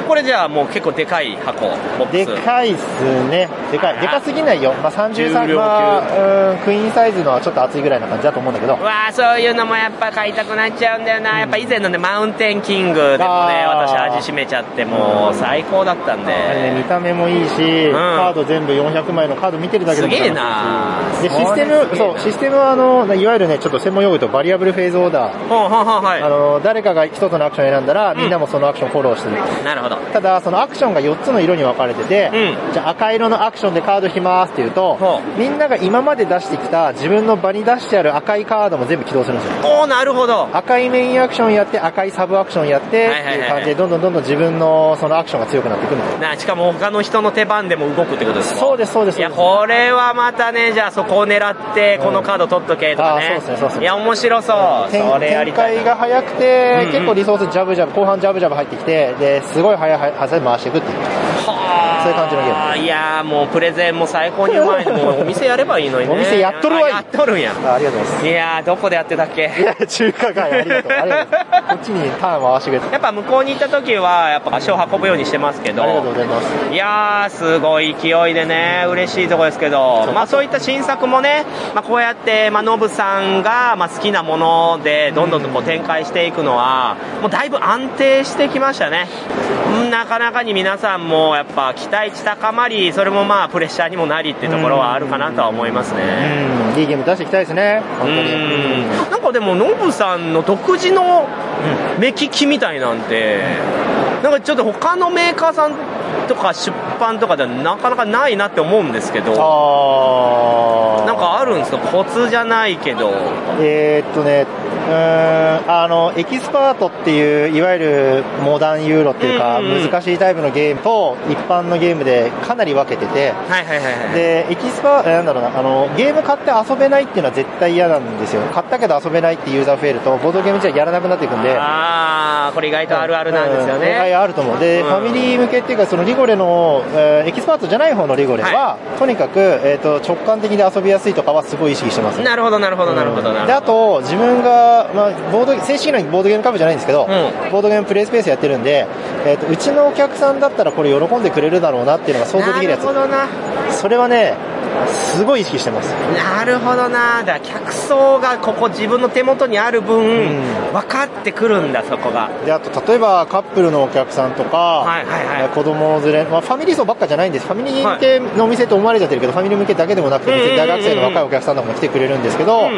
Speaker 2: これじゃあもう結構でかい箱ボックス
Speaker 3: でかいっすね。でかい。でかすぎないよ。まあ、33、まあ、うんクイーンサイズのはちょっと厚いぐらいな感じだと思うんだけど。
Speaker 2: わあそういうのもやっぱ買いたくなっちゃうんだよな、やっぱ以前のねマウンテンキングでもね私味しめちゃってもう最高だったんで、
Speaker 3: あれね見た目もいいし、カード全部400枚のカード見てるだけでも
Speaker 2: すげえな
Speaker 3: でシステムそうシステムはあのいわゆるねちょっと専門用語とバリアブルフェーズオーダー、あの誰かが一つのアクションを選んだら、みんなもそのアクションフォローする
Speaker 2: なるほど
Speaker 3: ただそのアクションが4つの色に分かれてて、じゃあ赤色のアクションでカード引きますっていうと、みんなが今まで出してきた自分の場に出してある赤いカードも全部起動するんですよ
Speaker 2: おおなるほど
Speaker 3: 赤いメインアクションやって赤いサブアクションやってっていう感じでどんどんどんどん自分のそのアクションが強くなってくるんです
Speaker 2: なしかも他の人の手番でも動くってことですか
Speaker 3: そうですそうです
Speaker 2: いやこれはまたねじゃあそこを狙ってこのカード取っとけとかね、
Speaker 3: あーそうですねそうですね
Speaker 2: いや面白そう
Speaker 3: 展
Speaker 2: それやり
Speaker 3: 展
Speaker 2: たい
Speaker 3: 開が早くて、結構リソースジャブジャブ後半ジャブジャブ入ってきてですごい早いはさで回していくっていうそういう感じのゲーム
Speaker 2: あーいやーもうプレゼンも最高にう まいもうお店やればいいのにね
Speaker 3: お店やっとるわい
Speaker 2: あやっとるんや
Speaker 3: あありがとうございます
Speaker 2: いやーどこでやってたっけ
Speaker 3: いや中華街ありがとうありがとうこっちにターン回してくれて
Speaker 2: やっぱ向こうに行った時はやっぱ足を運ぶようにしてますけど
Speaker 3: ありがとうございます
Speaker 2: いやーすごい勢いでね嬉しいとこですけどまあそういった新作もね、まあ、こうやってまあノブさんがまあ好きなものでどんどんとこう展開していくのはもうだいぶ安定してきましたねうんなかなかに皆さんもやっぱ期待値高まりそれもまあプレッシャーにもなりってところはあるかなとは思いますね
Speaker 3: うんいいゲーム出していきたいですね本当に
Speaker 2: うんなんかでもノブさんの独自の目利きみたいなんてなんかちょっと他のメーカーさんとか出版とかではなかなかないなって思うんですけどなんかあるんですかコツじゃないけど
Speaker 3: えーっとね、うーん、あの、エキスパートっていう、いわゆるモダンユーロっていうか、
Speaker 2: うんうんうん
Speaker 3: 難しいタイプのゲームと、一般のゲームでかなり分けてて、
Speaker 2: はいはいはいはい
Speaker 3: で、エキスパート、なんだろうな、あの、ゲーム買って遊べないっていうのは絶対嫌なんですよ。買ったけど遊べないっていうユーザー増えると、ボードゲームじゃやらなくなっていくんで、
Speaker 2: ああこれ意外とあるあるなんですよ
Speaker 3: うん
Speaker 2: ね
Speaker 3: はいあると思う。で、
Speaker 2: うん
Speaker 3: ファミリー向けっていうか、そのリゴレの、えーエキスパートじゃない方のリゴレは、とにかく、えーっと、直感的で遊びやすいとかはすごい意識してます。
Speaker 2: なるほどなるほどなるほどな
Speaker 3: で
Speaker 2: る
Speaker 3: あと自分が、まあ、ボード正式なボードゲームカフェじゃないんですけど、ボードゲームプレイスペースやってるんで、えー、とうちのお客さんだったらこれ喜んでくれるだろうなっていうのが想像できるやつ
Speaker 2: なるほどな
Speaker 3: それはねすごい意識してます
Speaker 2: ほどなるほどなだから客層がここ自分の手元にある分、分かってくるんだそこが
Speaker 3: であと例えばカップルのお客さんとか、えー子供連れ、まあ、ファミリー層ばっかじゃないんですファミリー向けのお店と思われちゃってるけど、ファミリー向けだけでもなくて別に大学生の若いお客さんとかも来てくれるんですけど、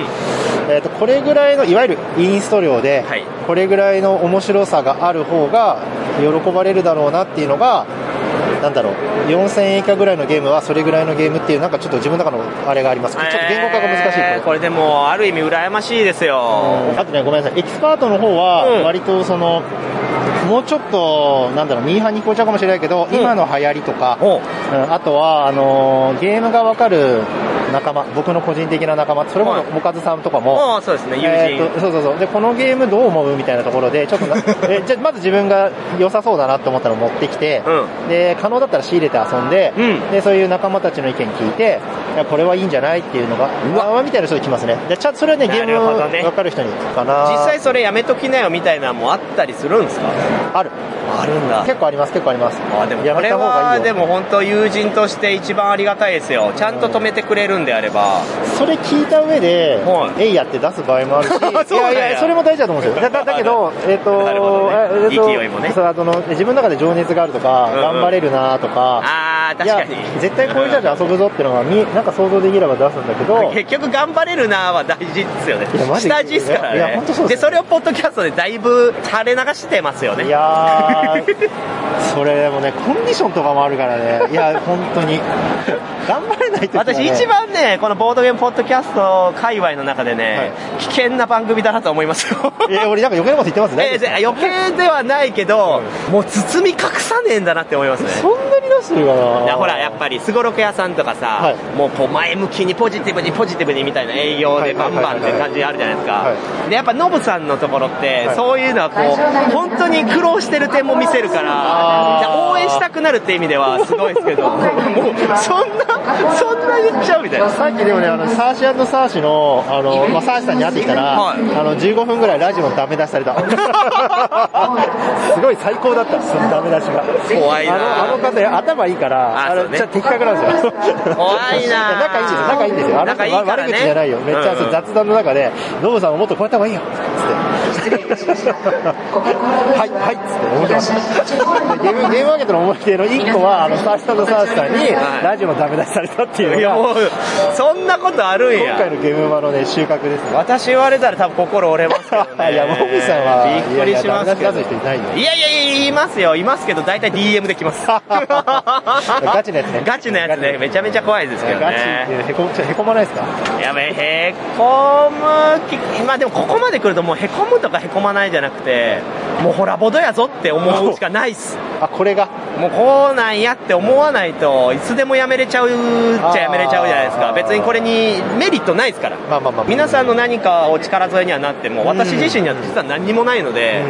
Speaker 3: えー、とこれぐらいのいわゆるインスト量で、これぐらいの面白さがある方が喜ばれるだろうなっていうのがなんだろう4000円以下ぐらいのゲームはそれぐらいのゲームっていうなんかちょっと自分の中のあれがありますちょっと言語化が難しいこれ
Speaker 2: えーこれでもある意味羨ましいですよ
Speaker 3: あとね、ごめんなさい、エキスパートの方は、割とその、もうちょっと、なんだろう、ミーハーに聞こえちゃうかもしれないけど、今の流行りとか、うんあとは、あのーゲームがわかる仲間、僕の個人的な仲間、それこそ、もかずさんとかも、
Speaker 2: おーそうですね友人
Speaker 3: えーとそうそうそう。で、このゲームどう思うみたいなところで、ちょ っとなえじゃあまず自分が良さそうだなと思ったのを持ってきて、で、可能だったら仕入れて遊んで、で、そういう仲間たちの意見聞いて、いやこれはいいんじゃないっていうのが、うわみたいな人が来ますね。で、ちゃんとそれはね、ゲーム
Speaker 2: なるほどね
Speaker 3: わかる人にかな。
Speaker 2: 実際それやめときなよみたいなのもあったりするんですか
Speaker 3: ある
Speaker 2: あるんだ
Speaker 3: 結構あります結構あります
Speaker 2: あでも
Speaker 3: や
Speaker 2: こ
Speaker 3: め
Speaker 2: れ
Speaker 3: た方がいい
Speaker 2: は
Speaker 3: よ
Speaker 2: でも本当友人として一番ありがたいですよちゃんと止めてくれるんであれば
Speaker 3: それ聞いた上で、えいやって出す場合もあるし
Speaker 2: そうなんや
Speaker 3: いやいやそれも大事だと思うんですよだだだけどえっとえっと
Speaker 2: 勢いもね
Speaker 3: そうあとの自分の中で情熱があるとか、
Speaker 2: うんうん
Speaker 3: 頑張れるなとか
Speaker 2: あー確かに
Speaker 3: いや絶対こういう人たち遊ぶぞっていうのが見えなんか想像できれば出すんだけど
Speaker 2: 結局頑張れるなは大事ですよね
Speaker 3: やマジで
Speaker 2: 下地ですからね
Speaker 3: いや本当
Speaker 2: でそれをポッドキャストでだいぶ垂れ流してますよね
Speaker 3: いやーそれでもねコンディションとかもあるからねいや本当に頑張れない時はね
Speaker 2: 私一番ねこのボードゲームポッドキャスト界隈の中でね、危険な番組だなと思いますよ
Speaker 3: いや俺なんか余計なこと 言ってますね
Speaker 2: えー余計ではないけど、もう包み隠さねえんだなって思いますね
Speaker 3: そんなに出
Speaker 12: うするかない
Speaker 2: やほらやっぱりすごろく屋さんとかさ、もうこう前向きにポジティブにポジティブにみたいな営業でバンバンって感じあるじゃないですかでやっぱノブさんのところって、
Speaker 13: はい
Speaker 2: そういうのはこう本当に苦労してる点も見せるからいや応援したくなるって意味ではすごいですけどもうそんなそんな言っちゃうみたいな
Speaker 3: さっきでもね、あのサーシーサーシのあの、まあ、サーシさんに会ってきたら、あの15分ぐらいラジオのダメ出しされた、すごい最高だった、そのダメ出しが、
Speaker 2: 怖いな
Speaker 3: あのあの方、頭いいから、あのちょっと的確なんですよ、
Speaker 2: 怖いな
Speaker 3: 仲いいんですよ、仲いいんですよ、
Speaker 2: 仲
Speaker 3: あの人
Speaker 2: いいからね
Speaker 3: 悪口じゃないよ、めっちゃ、
Speaker 2: うんうん
Speaker 3: 雑談の中で、ノブさんをもっとこうやった方がいいよつって、はい、はいっつって、思ってました、でゲームゲームマーケットの思い出の1個は、あのサーシさんとサーシさんに、
Speaker 2: はい
Speaker 3: ラジオのダメ出しされたっていうのが
Speaker 2: いやもうそんなことあるんや
Speaker 3: 今回のゲームマのね、収穫ですね。
Speaker 2: 私言われたら多分心折れますけどね
Speaker 3: いや、モブさんは、
Speaker 2: びっくりしますけど
Speaker 3: いやいやダメ出し出す人いないよ。
Speaker 2: いやいやいやいますよいますけど大体 DM でき ますガ
Speaker 3: チなやつね
Speaker 2: ガチなやつねめちゃめちゃ怖いですけど
Speaker 3: ガチって
Speaker 2: ね
Speaker 3: いうへこ、ちょへこまないですか
Speaker 2: やべへこむきまあでもここまで来るともうへこむとかへこまないじゃなくてもうほらボドやぞって思うしかないっす
Speaker 3: あこれが
Speaker 2: もうこうなんやって思わないといつでもやめれちゃうっちゃやめれちゃうじゃないですか別にこれにメリットないですから皆さんの何かを力添えにはなっても私自身には実は何にもないので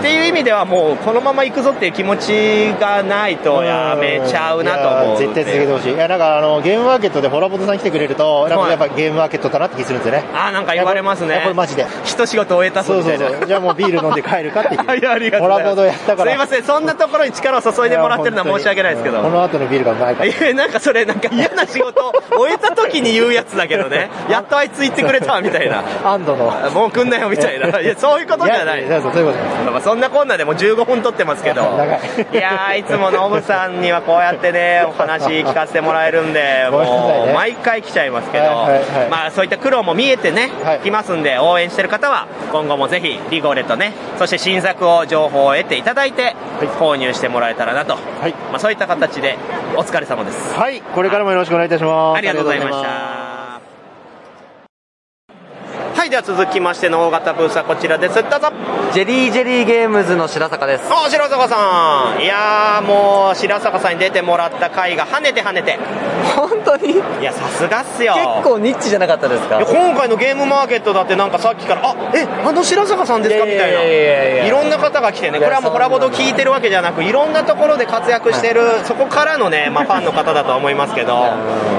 Speaker 2: っていう意味ではもうこのまま行くぞっていう気持ちがないとやめちゃうなと思う
Speaker 3: いや絶対続けてほしい。いや、なんかあの、ゲームマーケットでホラボトさん来てくれると、なんかやっぱゲームマーケットだなって気するんですよね。
Speaker 2: ああなんか言われます
Speaker 3: いや
Speaker 2: ね
Speaker 3: これマジで。
Speaker 2: 一仕事終えたぞ
Speaker 3: そ
Speaker 2: み
Speaker 3: うそ
Speaker 2: た
Speaker 3: う
Speaker 2: いな
Speaker 3: そう。じゃあもうビール飲んで帰る かっていう。
Speaker 2: いやありがとう
Speaker 3: ホ
Speaker 2: ございます
Speaker 3: ラボトやったから。
Speaker 2: すいませんそんなところに力を注いでもらってるのは申し訳ないですけど
Speaker 3: この後のビールがうまいから。
Speaker 2: いやなんかそれなんか嫌な仕事終えた時に言うやつだけどねやっとあいつ言ってくれたわみたい な
Speaker 3: 安堵の。
Speaker 2: もう来んなよみたいないやそういうことじゃない
Speaker 3: ややそうそういうこと
Speaker 2: まあそんなこんなでもう15分撮ってますけどいやーいつもノブさんにはこうやってねお話聞かせてもらえるんで
Speaker 13: ごめんなさい
Speaker 2: もう
Speaker 13: ね
Speaker 2: 毎回来ちゃいますけど
Speaker 13: はいはいはい
Speaker 2: まあそういった苦労も見えてね来ますんで応援してる方は今後もぜひリゴレとねそして新作を情報を得ていただいて購入してもらえたらなとまあそういった形でお疲れ様です
Speaker 3: はい、これからもよろしくお願いいたします。
Speaker 2: ありがとうございました。はい、では続きましての大型ブースはこちらです。どうぞ。
Speaker 15: ジェリージェリーゲームズの白坂です。
Speaker 2: お白坂さん。いやー、もう、白坂さんに出てもらった回が跳ねて跳ねて。
Speaker 15: 本当に
Speaker 2: いや、さすがっすよ。
Speaker 15: 結構ニッチじゃなかったですか
Speaker 2: いや今回のゲームマーケットだってなんかさっきから、あえあの白坂さんですかみたいな。
Speaker 15: いやいやいやいや
Speaker 2: いろんな方が来てね、
Speaker 15: い
Speaker 2: こ
Speaker 15: や
Speaker 2: れはもうコラボと
Speaker 15: そうなんだ
Speaker 2: 聞いてるわけじゃなく、いろんなところで活躍してる、そこからの ね、まあファンの方だとは思いますけど、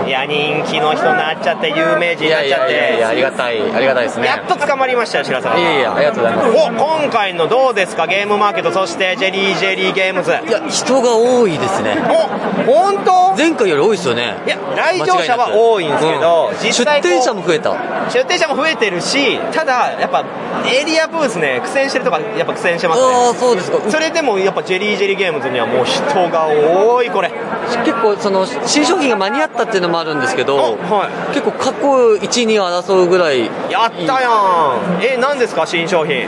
Speaker 2: いや、人気の人になっちゃって、有名人になっちゃって。
Speaker 15: いやいやいやいやありがたいありがたいですね
Speaker 2: やっと捕まりましたよ、白坂さん。
Speaker 15: いやいやありがとうございます
Speaker 2: お今回のどうですか、ゲームマーケット、そしてジェリージェリーゲームズ。い
Speaker 15: や、人が多いですね。
Speaker 2: お本当
Speaker 15: 前回より多いですよね。い
Speaker 2: や、来場者は多いんですけど、実際
Speaker 15: 出
Speaker 2: こう
Speaker 15: 店者も増えた。
Speaker 2: 出店者も増えてるし、ただ、やっぱ、エリアブースね、苦戦してるとか、やっぱ苦戦してますね。
Speaker 15: ああそうですか
Speaker 2: それでも、やっぱ、ジェリージェリーゲームズにはもう人が多い、これ。
Speaker 15: 結構その新商品が間に合ったっていうのもあるんですけど、結構過去1位に争うぐらい
Speaker 2: やったやんえ何ですか新商品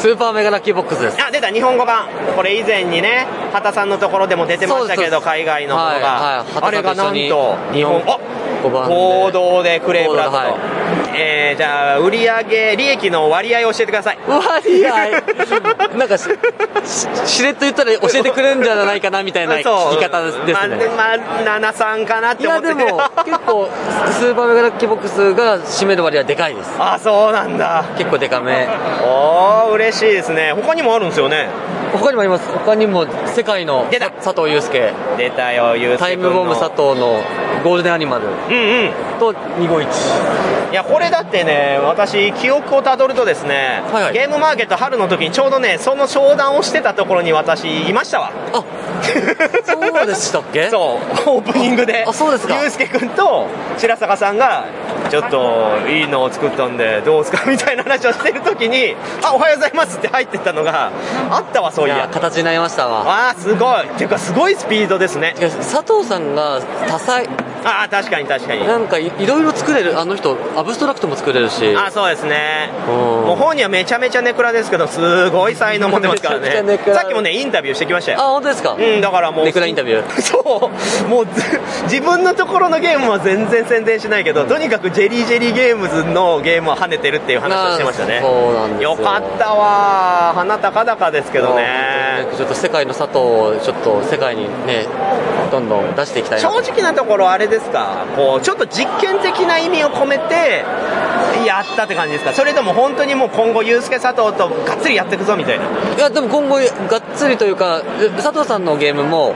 Speaker 15: スーパーメガラッキーボックスです
Speaker 2: あ、出た、日本語版。これ以前にね、畑さんのところでも出てましたけど、海外の方が。
Speaker 15: はいはい
Speaker 2: あれがなんと
Speaker 15: 畑さ、んと一緒に日本
Speaker 2: あ
Speaker 15: 5番で
Speaker 2: 行動でクレームだと、えーじゃあ売上利益の割合を教えてください
Speaker 15: 割 合なんかしししれっと言ったら教えてくれるんじゃないかなみたいな聞き方ですね
Speaker 2: まあ、まあ、73かなって思って
Speaker 15: いやでも結構スーパーメガラッキーボックスが占める割合はでかいです
Speaker 2: あそうなんだ
Speaker 15: 結構でかめ
Speaker 2: おお嬉しいですね他にもあるんですよね
Speaker 15: 他にもあります他にも世界のさ佐藤祐介
Speaker 2: 出たよ祐介君の
Speaker 15: タイムボム佐藤のゴールデンアニマル
Speaker 2: うんうん
Speaker 15: と251
Speaker 2: いやこれだってね私記憶をたどるとですね、ゲームマーケット春の時にちょうどねその商談をしてたところに私いましたわ
Speaker 15: あそうでしたっけ
Speaker 2: そうオープニングであそうですかゆうすけくんと白坂さんが ちょっといいのを作ったんでどうですかみたいな話をしてる時に「あおはようございます」って入ってったのがあったわそうい
Speaker 15: い
Speaker 2: や
Speaker 15: や形になりましたわ
Speaker 2: ああすごいっていうかすごいスピードですね
Speaker 15: 佐藤さんが多彩
Speaker 2: ああ確かに確かに
Speaker 15: なんかいいろいろ作れるあの人アブストラクトも作れるし
Speaker 2: あそうですね
Speaker 15: うん
Speaker 2: もう本人はめちゃめちゃネクラですけどすごい才能持ってますから
Speaker 15: めち
Speaker 2: ね
Speaker 15: ゃめちゃネクラ
Speaker 2: さっきもねインタビューしてきましたよ
Speaker 15: あ本当ですか
Speaker 2: うんだからもう
Speaker 15: ネクラインタビュー
Speaker 2: そうもうず自分のところのゲームは全然宣伝しないけど、とにかくジェリージェリーゲームズのゲームは跳ねてるっていう話をしてましたね
Speaker 15: そうなんですよ
Speaker 2: よかったわー花高々ですけどね
Speaker 15: ちょっと世界の佐藤をちょっと世界にねどんどん出していきたいな
Speaker 2: 正直なところあれですかこうちょっと実験的な意味を込めてやったって感じですかそれとも本当にもう今後ユースケ佐藤とがっつりやっていくぞみたいない
Speaker 15: やでも今後がっつりというか佐藤さんのゲームも、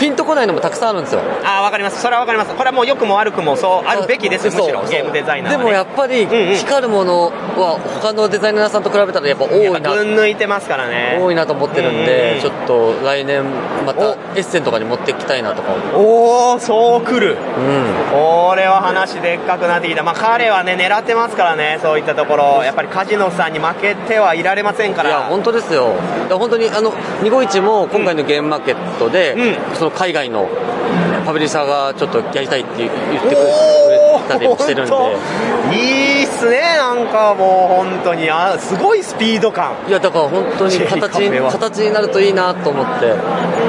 Speaker 15: ピンとこないのもたくさんあるんですよ
Speaker 2: ああわかりますそれはわかりますこれはもう良くも悪くもそうあるべきですむしろゲームデザイナー
Speaker 15: で
Speaker 2: は、ね、
Speaker 15: もやっぱり光るものは他のデザイナーさんと比べたらやっぱ多いな
Speaker 2: 群抜いてますからね
Speaker 15: 多いなと思ってるんで、ちょっと来年またエッセンとかに持っていきたいなとか
Speaker 2: おおそうくる、うん、これは話でっかくなってきた、まあ、彼はね狙ってますからねそういったところやっぱりカジノさんに負けてはいられませんからいや
Speaker 15: 本当ですよ本当にあの251も今回のゲームマーケットで、うん、その海外のパブリッサーがちょっとやりたいって言ってくれたりもしてるんで
Speaker 2: いいっすねなんかもう本当にあすごいスピード感
Speaker 15: いやだから本当に形形になるといいなと思って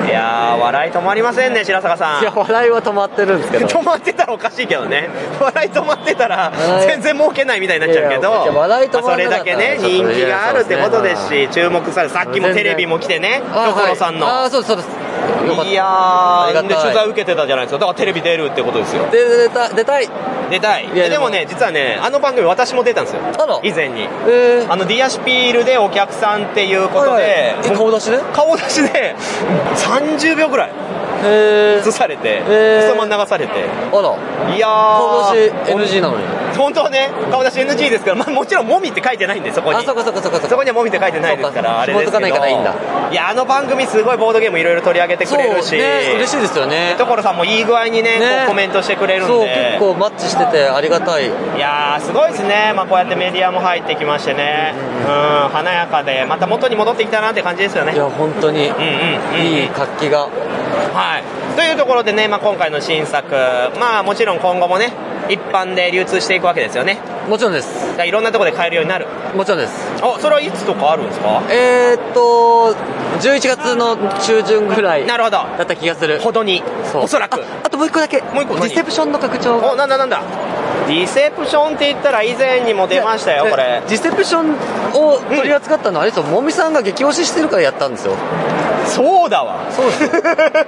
Speaker 2: いや笑い止まりませんね白坂さ
Speaker 15: んいや笑いは止まってるんですけど
Speaker 2: 止まってたらおかしいけどね 笑い止まってたら全然儲けないみたいになっちゃうけど
Speaker 15: 笑い止ま
Speaker 2: それだけね人気があるってことですし注目されさっきもテレビも来てね所さんの、
Speaker 15: はい、あそうですそうです
Speaker 2: いやーで取材受けてたじゃないですかだからテレビ出るってことですよ
Speaker 15: で出た出たい
Speaker 2: 出たいでもね実はねあの番組私も出たんですよ以前に、
Speaker 15: えー、
Speaker 2: あのディアシピールでお客さんっていうことで、はい
Speaker 15: はい、顔出しで
Speaker 2: 顔出しで30秒ぐらい映されて、
Speaker 15: えー、
Speaker 2: そのまま流されて
Speaker 15: あら
Speaker 2: いや
Speaker 15: 顔出し NG なのに
Speaker 2: 本当はね顔出し NG ですから、まあ、もちろん「もみ」って書いてないんでそこに
Speaker 15: あそこそこそこ
Speaker 2: そこには「もみ」って書いてないですからあれですけど
Speaker 15: かないからいいんだ
Speaker 2: いやあの番組すごいボードゲームいろいろ取り上げてくれるし、
Speaker 15: ね、嬉しいですよね
Speaker 2: 所さんもいい具合にね、ね、コメントしてくれるんで
Speaker 15: そう結構マッチしててありがたい
Speaker 2: いやすごいですね、まあ、こうやってメディアも入ってきましてねうん華やかでまた元に戻ってきたなって感じですよね
Speaker 15: いや本当に、うん
Speaker 2: うん
Speaker 15: うん、いい活気が
Speaker 2: はいというところでね、まあ、今回の新作まあもちろん今後もね一般で流通していくわけですよね
Speaker 15: もちろんです
Speaker 2: いろんなところで買えるようになる
Speaker 15: もちろんです
Speaker 2: あそれはいつとかあるんですか
Speaker 15: えー、っと11月の中旬ぐらい
Speaker 2: なるほど
Speaker 15: だった気がする
Speaker 2: ほどにおそらく
Speaker 15: あともう一個だけ
Speaker 2: もう一個
Speaker 15: ディセプションの拡張
Speaker 2: おなんだなんだディセプションって言ったら以前にも出ましたよこれ
Speaker 15: ディセプションを取り扱ったのは、うん、あれですよもみさんが激推ししてるからやったんですよ
Speaker 2: そうだわ
Speaker 15: そうです デ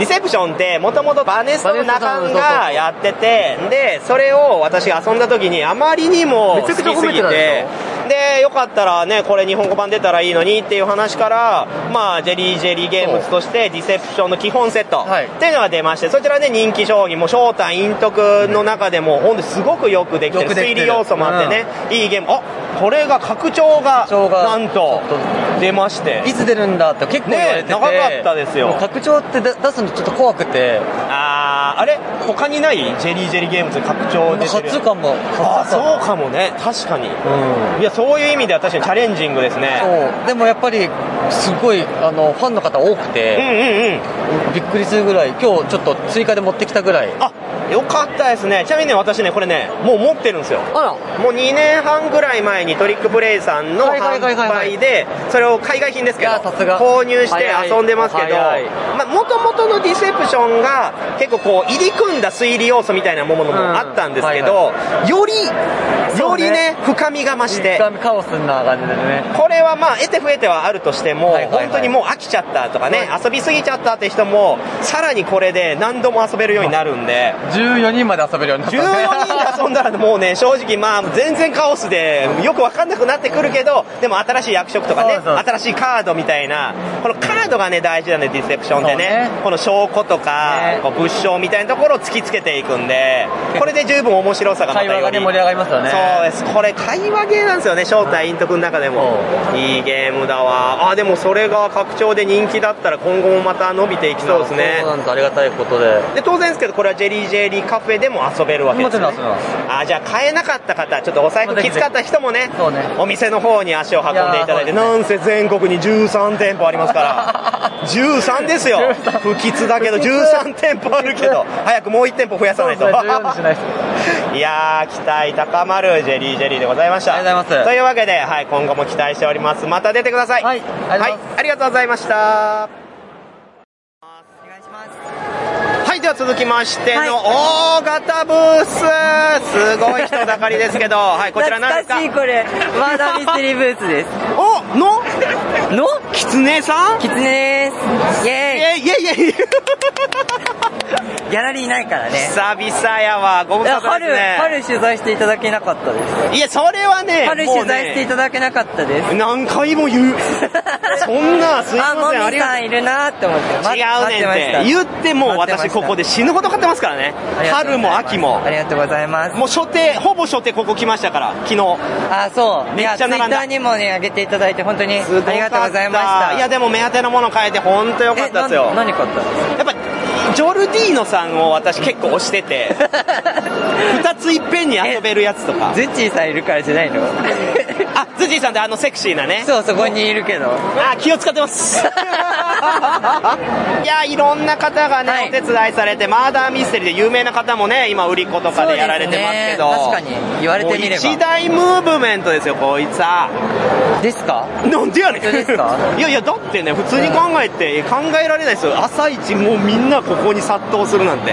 Speaker 2: ィセプションってもともとバネストの中がやっててでそれを私が遊んだ時にあまりにも好きすぎてでよかったらねこれ日本語版出たらいいのにっていう話からまあジェリージェリーゲームズとしてディセプションの基本セットっていうのが出まして、はい、そちらね人気商品も正体陰徳の中でも本当すごくよくできてる推理要素もあってね、うん、いいゲームあこれが拡張がなんと出まして
Speaker 15: いつ出るんだって結構言われてて、ね、
Speaker 2: 長かったですよ
Speaker 15: 拡張って出すのちょっと怖くて
Speaker 2: あああれ他にないジェリージェリーゲームズ拡張出てる
Speaker 15: 初かも
Speaker 2: あそうかもね確かに、、
Speaker 15: うん
Speaker 2: いやそういう意味では確かにチャレンジングですね
Speaker 15: そうでもやっぱりすごいあのファンの方多く
Speaker 2: て、
Speaker 15: うんうんうん、びっくりするぐらい今日ちょっと追加で持ってきたぐらい
Speaker 2: あよかったですねちなみにね私ねこれねもう持ってるんですよ
Speaker 15: あら
Speaker 2: もう2年半ぐらい前にトリックプレイさんの販売でそれを海外品ですけど購入して遊んでますけどもともとのディセプションが結構こう入り組んだ推理要素みたいなものもあったんですけど、よりよりね深みが増して
Speaker 15: カオスな感じでね
Speaker 2: これはまあ得て増えてはあるとしても、本当にもう飽きちゃったとかね、遊びすぎちゃったって人もさらにこれで何度も遊べるようになるんで
Speaker 15: 14人まで遊べるようになった
Speaker 2: 14人で遊んだらもうね正直まあ全然カオスでよく分かんなくなってくるけどでも新しい役職とかね新しいカードみたいなこのカードがね大事なんでディセプションでね、ね、この証拠とか、ね、物証みたいなところを突きつけていくん でこれで十分面白さがまたより
Speaker 15: 会話が、ね、盛り上がりますよね
Speaker 2: そうですこれ会話ゲーなんですよね正体陰徳の中でもいいゲームだわあでもそれが拡張で人気だったら今後もまた伸びていきそうですね
Speaker 15: そうなんですありがたいことで
Speaker 2: で当然ですけどこれはジェリージェリーカフェでも遊べるわけです、ね、
Speaker 15: もちろん遊べます
Speaker 2: あじゃあ買えなかった方ちょっとお財布きつかった人もね、ね、お店の方に足を運んでいただいて、ね、なんせ全国に13店舗ありますから 13ですよ不吉だけど13店舗あるけど早くもう1店舗増やさないと いや期待高まるジェリージェリーでございました
Speaker 15: ありがとうございます
Speaker 2: というわけで、はい、今後も期待しておりますまた出てください
Speaker 15: はい、
Speaker 2: はい、ありがとうございましたはいでは続きましての大型ブース、はい、すごい人だかりですけどはいこちら何ですか
Speaker 23: 懐かしいこれマーダーミステリーブースです
Speaker 2: おの
Speaker 23: の
Speaker 2: キツネさん
Speaker 23: キツネですイエーイ
Speaker 2: イエイイエイイエイ
Speaker 24: ギャラリーいないからね。
Speaker 2: 久々やわ、ご無沙汰ですね。
Speaker 24: 春、春取材していただけなかったです。
Speaker 2: いや、それはね、
Speaker 24: 春取材していただけなかったです。
Speaker 2: 何回も 言う。そんな、すいません、
Speaker 24: ありがとう。さんいるなって思って。
Speaker 2: 違うねんって。言っても私ここで死ぬほど買ってますからね。春も秋も。
Speaker 24: ありがとうございます。
Speaker 2: もう初手、ほぼ初手ここ来ましたから、昨日。
Speaker 24: あ、そう。めっちゃ並んだ。ツイッターにもね、上げていただいて、本当にありがとうございました。
Speaker 2: いや、でも目当てのもの変えて、本当よかったですよ。
Speaker 24: 何買った
Speaker 2: やっぱジョルディーノさんを私結構推して て2ついっぺんに遊べるやつとか
Speaker 24: ズッチーさんいるからじゃないの
Speaker 2: あズッチーさんってあのセクシーなね
Speaker 24: そうそこにいるけど
Speaker 2: あ気を使ってます いやいろんな方がね、はい、お手伝いされてマーダーミステリーで有名な方もね今売り子とかでやられてますけど、
Speaker 24: ね、確かに言われてみれば
Speaker 2: 一大ムーブメントですよこいつは
Speaker 24: ですか
Speaker 2: なんでやねん
Speaker 24: ですか
Speaker 2: いやいやだってね普通に考えて、考えられないですよ朝一もうみんなここに殺到するなんて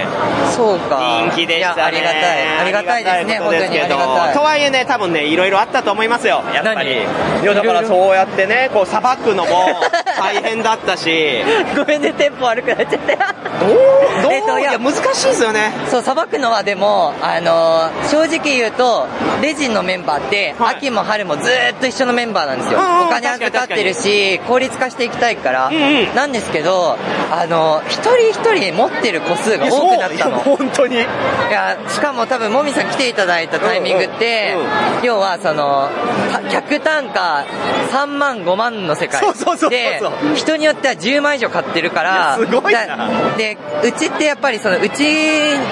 Speaker 24: そうか
Speaker 2: 人気でしたね
Speaker 24: ありがたいありがたいですね本当にありがた
Speaker 2: いとはいえね多分ねいろいろあったと思いますよやっぱりいやだからそうやってねこうさばく のも大変だったし
Speaker 24: ごめんねテンポ悪くなっちゃったよ
Speaker 2: どうどう、えっと、いや難しいですよね
Speaker 24: そうさばくのはでもあのー、正直言うとレジンのメンバーって、はい、秋も春もずっと一緒のメンバーなんですよ、お金預かってるし効率化していきたいから、うんうん、なんですけどあのー、一人一人持ってる個数が多くなったの
Speaker 2: 本当にい
Speaker 24: やしかも多分もみさん来ていただいたタイミングって、うんうん、要はその客単価3万5万の世界で人によっては10万以上買ってるから
Speaker 2: すごいな
Speaker 24: でうちってやっぱりそのうち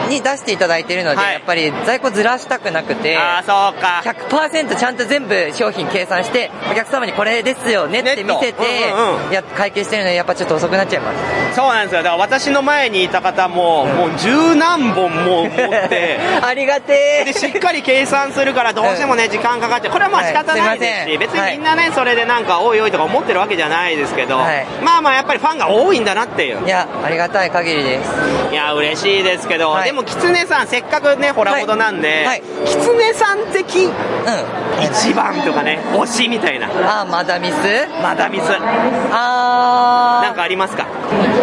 Speaker 24: に出していただいてるので、はい、やっぱり在庫ずらしたくなくて
Speaker 2: あそうか
Speaker 24: 100%ちゃんと全部商品計算してお客様にこれですよねって見せて、うんうん、や会計してるのでやっぱちょっと遅くなっちゃいます
Speaker 2: そうなんですよだから私の前にいた方も、うん、もう十何本も持って
Speaker 24: ありがて
Speaker 2: えでしっかり計算するからどうしてもね、時間かかっちゃうこれはまあ仕方ないですし、はい、別にみんなね、はい、それでなんかおいおいとか思ってるわけじゃないですけど、はい、まあまあやっぱりファンが多いんだなっていう
Speaker 24: いやありがたい限りです
Speaker 2: いや嬉しいですけど、はい、でもキツネさんせっかくねホラボドなんで、はいはい、キツネさん的、うん、一番とかね推しみたいな
Speaker 24: あマダミス
Speaker 2: マダミス
Speaker 24: あ
Speaker 2: なんかありますか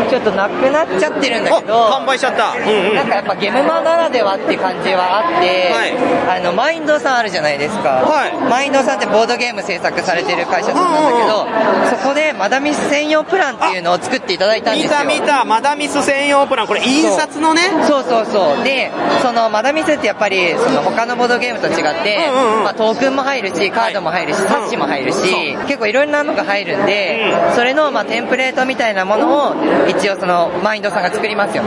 Speaker 24: ちょっとなくなっちゃってるんだけど
Speaker 2: 完売しちゃった、
Speaker 24: うんうん、なんかやっぱゲムマならではって感じはあって、はい、あのマインドさんあるじゃないですか、はい、マインドさんってボードゲーム制作されてる会社さんなんだけど、そこでマダミス専用プランっていうのを作っていただいたんですよ
Speaker 2: 見た見たマダミス専用プランこれ印刷のね
Speaker 24: そうそうそうでそのマダミスってやっぱりその他のボードゲームと違って、うんうん、まあ、トークンも入るしカードも入るし、はい、サッシも入るし、結構いろんなのが入るんで、うん、それのまあテンプレートみたいなものを一応そのマインドさんが作りますよ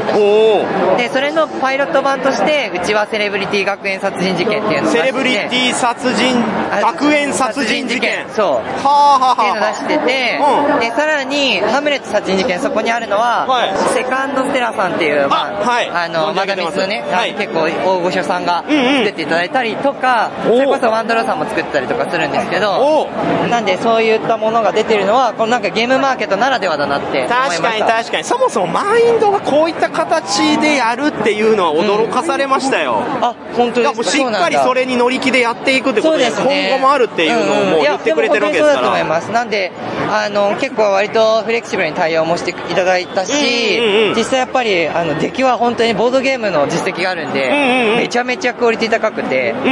Speaker 24: でそれのパイロット版としてうちはセレブリティ学園殺人事件っていうのを
Speaker 2: セレブリティ殺人学園殺人事件
Speaker 24: そう
Speaker 2: あは
Speaker 24: は
Speaker 2: あ
Speaker 24: っていうの出してて、うん、でさらにハムレット殺人事件そこにあるのは、はい、セカンドステラさんっていうまあ、はい、あのマダミスのね、はい、結構大御所さんが作っていただいたりとか、うんうん、それこそワンドローさんも作ったりとかするんですけどなんでそういったものが出てるのはこのなんかゲームマーケットならではだなって
Speaker 2: 確かに確かにそもそもマインドがこういった形でやるっていうのは驚かされましたよ、うん、
Speaker 24: あ本当ですか
Speaker 2: しっかりそれに乗り気でやっていくってことですね、今後もあるっていうのをもう言ってくれてるわけですから、うん
Speaker 24: うん、いやでも本当にそうだと思いますなんであの結構割とフレキシブルに対応もしていただいたし、うんうんうん、実際やっぱりあの出来は本当にボードゲームの実績があるんで、うんうんうん、めちゃめちゃクオリティ高くて、うん、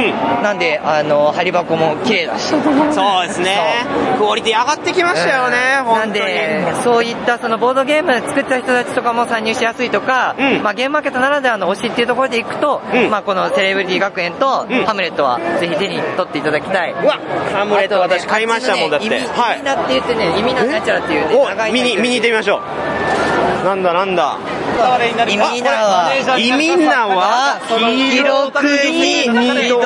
Speaker 24: なんであの張り箱も綺麗だし
Speaker 2: そうですねクオリティ上がってきましたよね、うん、本当になんで、
Speaker 24: そういったそのボードゲーム作った人たちとかも参入しやすいとか、うん、まあ、ゲームマーケットならではの推しっていうところでいくと、うん、まあ、このセレブリティ学園と、ハムレットはぜひ手に取っていただきたい、うん
Speaker 2: わハムレット、ね、私買いましたもんだって、ね、
Speaker 24: はい、意味なって言ってね意味なナチャラっていうね長い
Speaker 2: 見に見に行ってみましょうなんだなんだ
Speaker 24: 意味なは
Speaker 2: 意味なは
Speaker 24: 記録に二度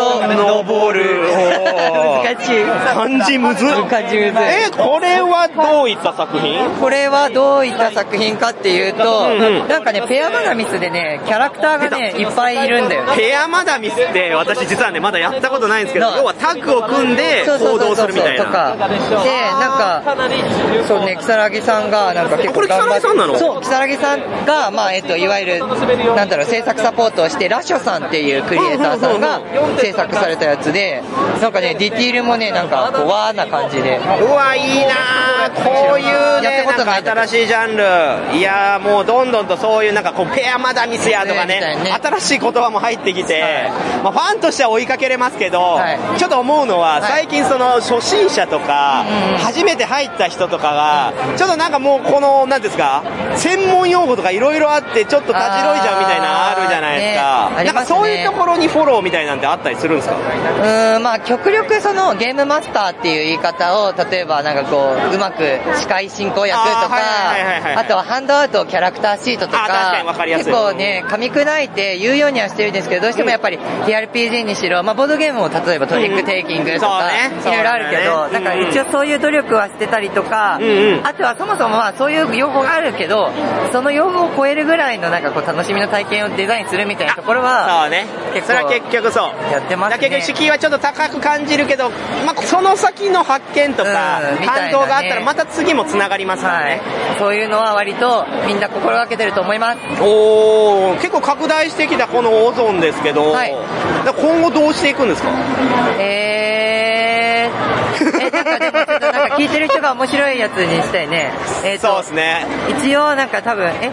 Speaker 2: 登る
Speaker 24: 難しい
Speaker 2: 漢字むず
Speaker 24: 漢字むず
Speaker 2: えこれはどういった作品
Speaker 24: これはどういった作品かっていうと、うんうん、なんかねペアマダミスでねキャラクターがねいっぱいいるんだよね
Speaker 2: ペアマダミスって私実はねまだやったことないんですけど要はタッグを組んで行動するみたいな
Speaker 24: とかでなんかそうね如月さんがなんか結構
Speaker 2: これ如月さんなの
Speaker 24: そう如月さんが、まあまあ、えっと、いわゆる、なんだろう、制作サポートをして、ラショさんっていうクリエイターさんが制作されたやつで、なんかね、ディティールもね、なんか、こう、わーな感じで。
Speaker 2: うわ、いいなーこういうね、なんか新しいジャンル。いやーもうどんどんとそういうなんかこう、ペアマダミスやとかね、新しい言葉も入ってきて、まあファンとしては追いかけれますけど、ちょっと思うのは、最近その初心者とか、初めて入った人とかが、ちょっとなんかもうこの、なんですか、専門用語とかいろいろあって、ちょっと立ち退いちゃうみたいなのあるじゃないですか。なんかそういうところにフォローみたいなんてあったりするんですか
Speaker 24: うーん、まあ極力そのゲームマスターっていう言い方を、例えばなんかこう、うまく司会進行役とか、あとはハンドアウトキャラクターシートとか、結構ね、噛み砕いて言うようにはしてるんですけど、どうしてもやっぱり TRPG にしろ、まあボードゲームも例えばトリックテイキングとか、いろいろあるけど、だから一応そういう努力はしてたりとか、あとはそもそもまあそういう用語があるけど、その用語を超えるぐらいのなんかこう楽しみの体験をデザインするみたいなところは、
Speaker 2: そうね。それは結局そう。
Speaker 24: やってますね。
Speaker 2: 結局敷居はちょっと高く感じるけど、まあその先の発見とか、感動があったらまた次もつながりますからね、
Speaker 24: はい、そういうのは割とみんな心がけてると思います
Speaker 2: おお結構拡大してきたこのオゾンですけど、はい、今後どうしていくんですか
Speaker 24: えー、えなんかでもちょっとなんか聞いてる人が面白いやつにしたいね、
Speaker 2: えー、そうですね
Speaker 24: 一応なんか多分え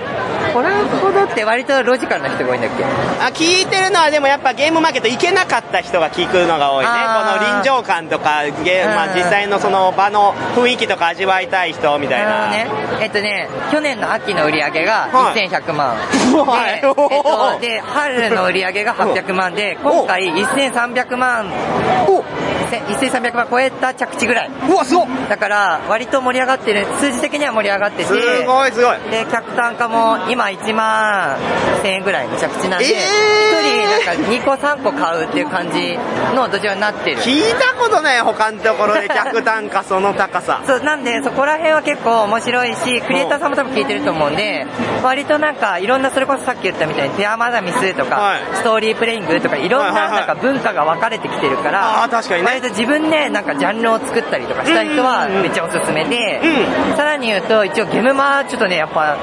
Speaker 24: コラボだって割とロジカルな人が多いんだっけ
Speaker 2: あ聞いてるのはでもやっぱゲームマーケット行けなかった人が聞くのが多いねこの臨場感とかゲ、まあ、実際のその場の雰囲気とか味わいたい人みたいな、
Speaker 24: ね、えっとね去年の秋の売り上げが1100万、はい、で,、えっと、で春の売り 上げが800万で今回1300万1300万超えた着地ぐらいう
Speaker 2: わすご
Speaker 24: だから割と盛り上がってる数字的には盛り上がっててす
Speaker 2: ごいすごい
Speaker 24: で客単価も今1万1000円ぐらいの着地なんで、えー、1人なんか2個3個買うっていう感じの土壌になってる
Speaker 2: 聞いたことない他のところで客単価その高さ
Speaker 24: そうなんでそこら辺は結構面白いしクリエイターさんも多分聞いてると思うんで割となんかいろんなそれこそさっき言ったみたいにペアマダミスとか、はい、ストーリープレイングとかいろんななんか文化が分かれてきてるから、
Speaker 2: あ確かにね、
Speaker 24: 割と自分でなんかジャンルを作ったりとかした人はめっちゃおすすめで、さらに言うと一応ゲムマちょっとねやっぱ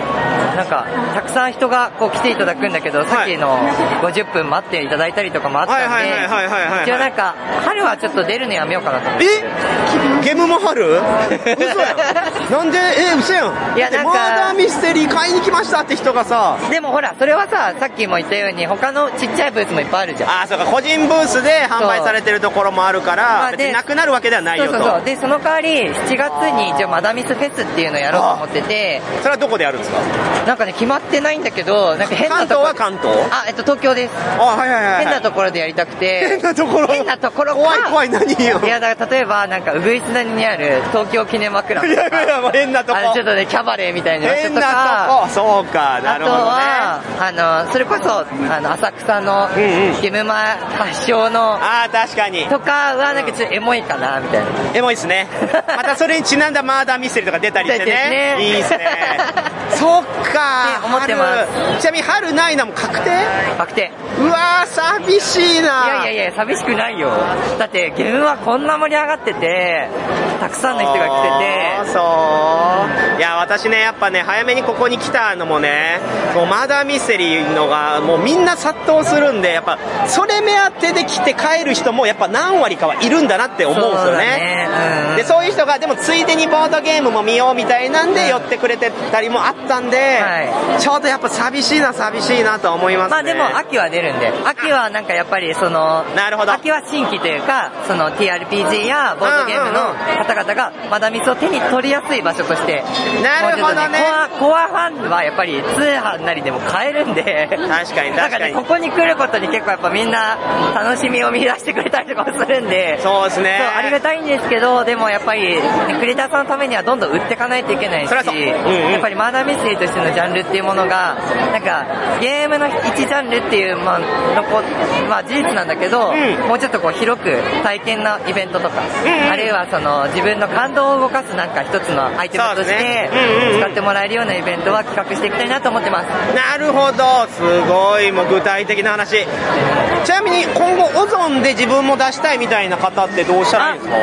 Speaker 24: なんかたくさん人がこう来ていただくんだけど、さっきの50分待っていただいたりとかもあったんで一応なんか春はちょっと出るのやめようかなと思って
Speaker 2: えゲムマ春嘘や なんでえ嘘やんいやなんかマーダーミステリー買いに来ましたって人がさ
Speaker 24: でもほらそれはささっきも言ったように他のちっちゃいブースもいっぱいあるじゃん
Speaker 2: あそうか個人ブースで販売されてるところもあるから別になくなるわけではないよと
Speaker 24: そうそうそうでその代わり7月に一応マダミスフェスっていうのをやろうと思ってて
Speaker 2: それはどこでやるんですか
Speaker 24: なんかね決まってないんだけどなんか変な
Speaker 2: とこ関東は関東
Speaker 24: あえっと東京です
Speaker 2: あはいはいはい
Speaker 24: 変なところでやりたくて
Speaker 2: 変なところ
Speaker 24: 変なところ
Speaker 2: 怖い怖い何よ
Speaker 24: いやだから例えばなんかウグイス谷にある東京記念枕とか
Speaker 2: いやいやいや変なとこ
Speaker 24: ちょっとねキャバレーみたいな
Speaker 2: 変なとこそうかなるほど、ね、
Speaker 24: あとはあのそれこそあの浅草のゲムマ発祥の
Speaker 2: あ確かに
Speaker 24: とかはなんかちょっとエモいかなみたいな、
Speaker 2: エモいっすねまたそれにちなんだマーダーミステリー とか出たりしてねいいっすねそっか
Speaker 24: 思ってます
Speaker 2: ちなみに春ないなも確定
Speaker 24: 確定
Speaker 2: うわ寂しいない
Speaker 24: やいやいや寂しくないよだってゲームはこんな盛り上がっててたくさんの人が来て
Speaker 2: てそういや私ねやっぱね早めにここに来たのもねもうマーダーミステリーのがもうみんな殺到するんでやっぱそれ目当てで来て帰る人もやっぱ何割かはいるんだなって思うんですよねね、うん、でそういう人がでもついでにボードゲームも見ようみたいなんで寄ってくれてたりもあったんで、はい、ちょうどやっぱ寂しいな寂しいなと思いますねまあ
Speaker 24: でも秋は出るんで秋はなんかやっぱりその
Speaker 2: なるほど
Speaker 24: 秋は新規というかその TRPG やボードゲームの方々がまだミスを手に取りやすい場所として
Speaker 2: なるほどねね
Speaker 24: コアコアファンはやっぱり通販なりでも買えるんで
Speaker 2: 確かに確かにだから
Speaker 24: ねここに来ることに結構やっぱみんな楽しみを見出してくれたりとかもするんで
Speaker 2: そうですね
Speaker 24: ありがたいんですけどでもやっぱりクリエイターさんのためにはどんどん売っていかないといけないし、やっぱりマーダーミステリーとしてのジャンルっていうものがなんかゲームの一ジャンルっていう、まあのこまあ、事実なんだけど、もうちょっとこう広く体験のイベントとか、あるいはその自分の感動を動かすなんか一つのアイテムとして使ってもらえるようなイベントは企画していきたいなと思ってます。
Speaker 2: なるほど、すごい、もう具体的な話。ちなみに今後、オゾンで自分も出したいみたいな方ってどうしたらいいんです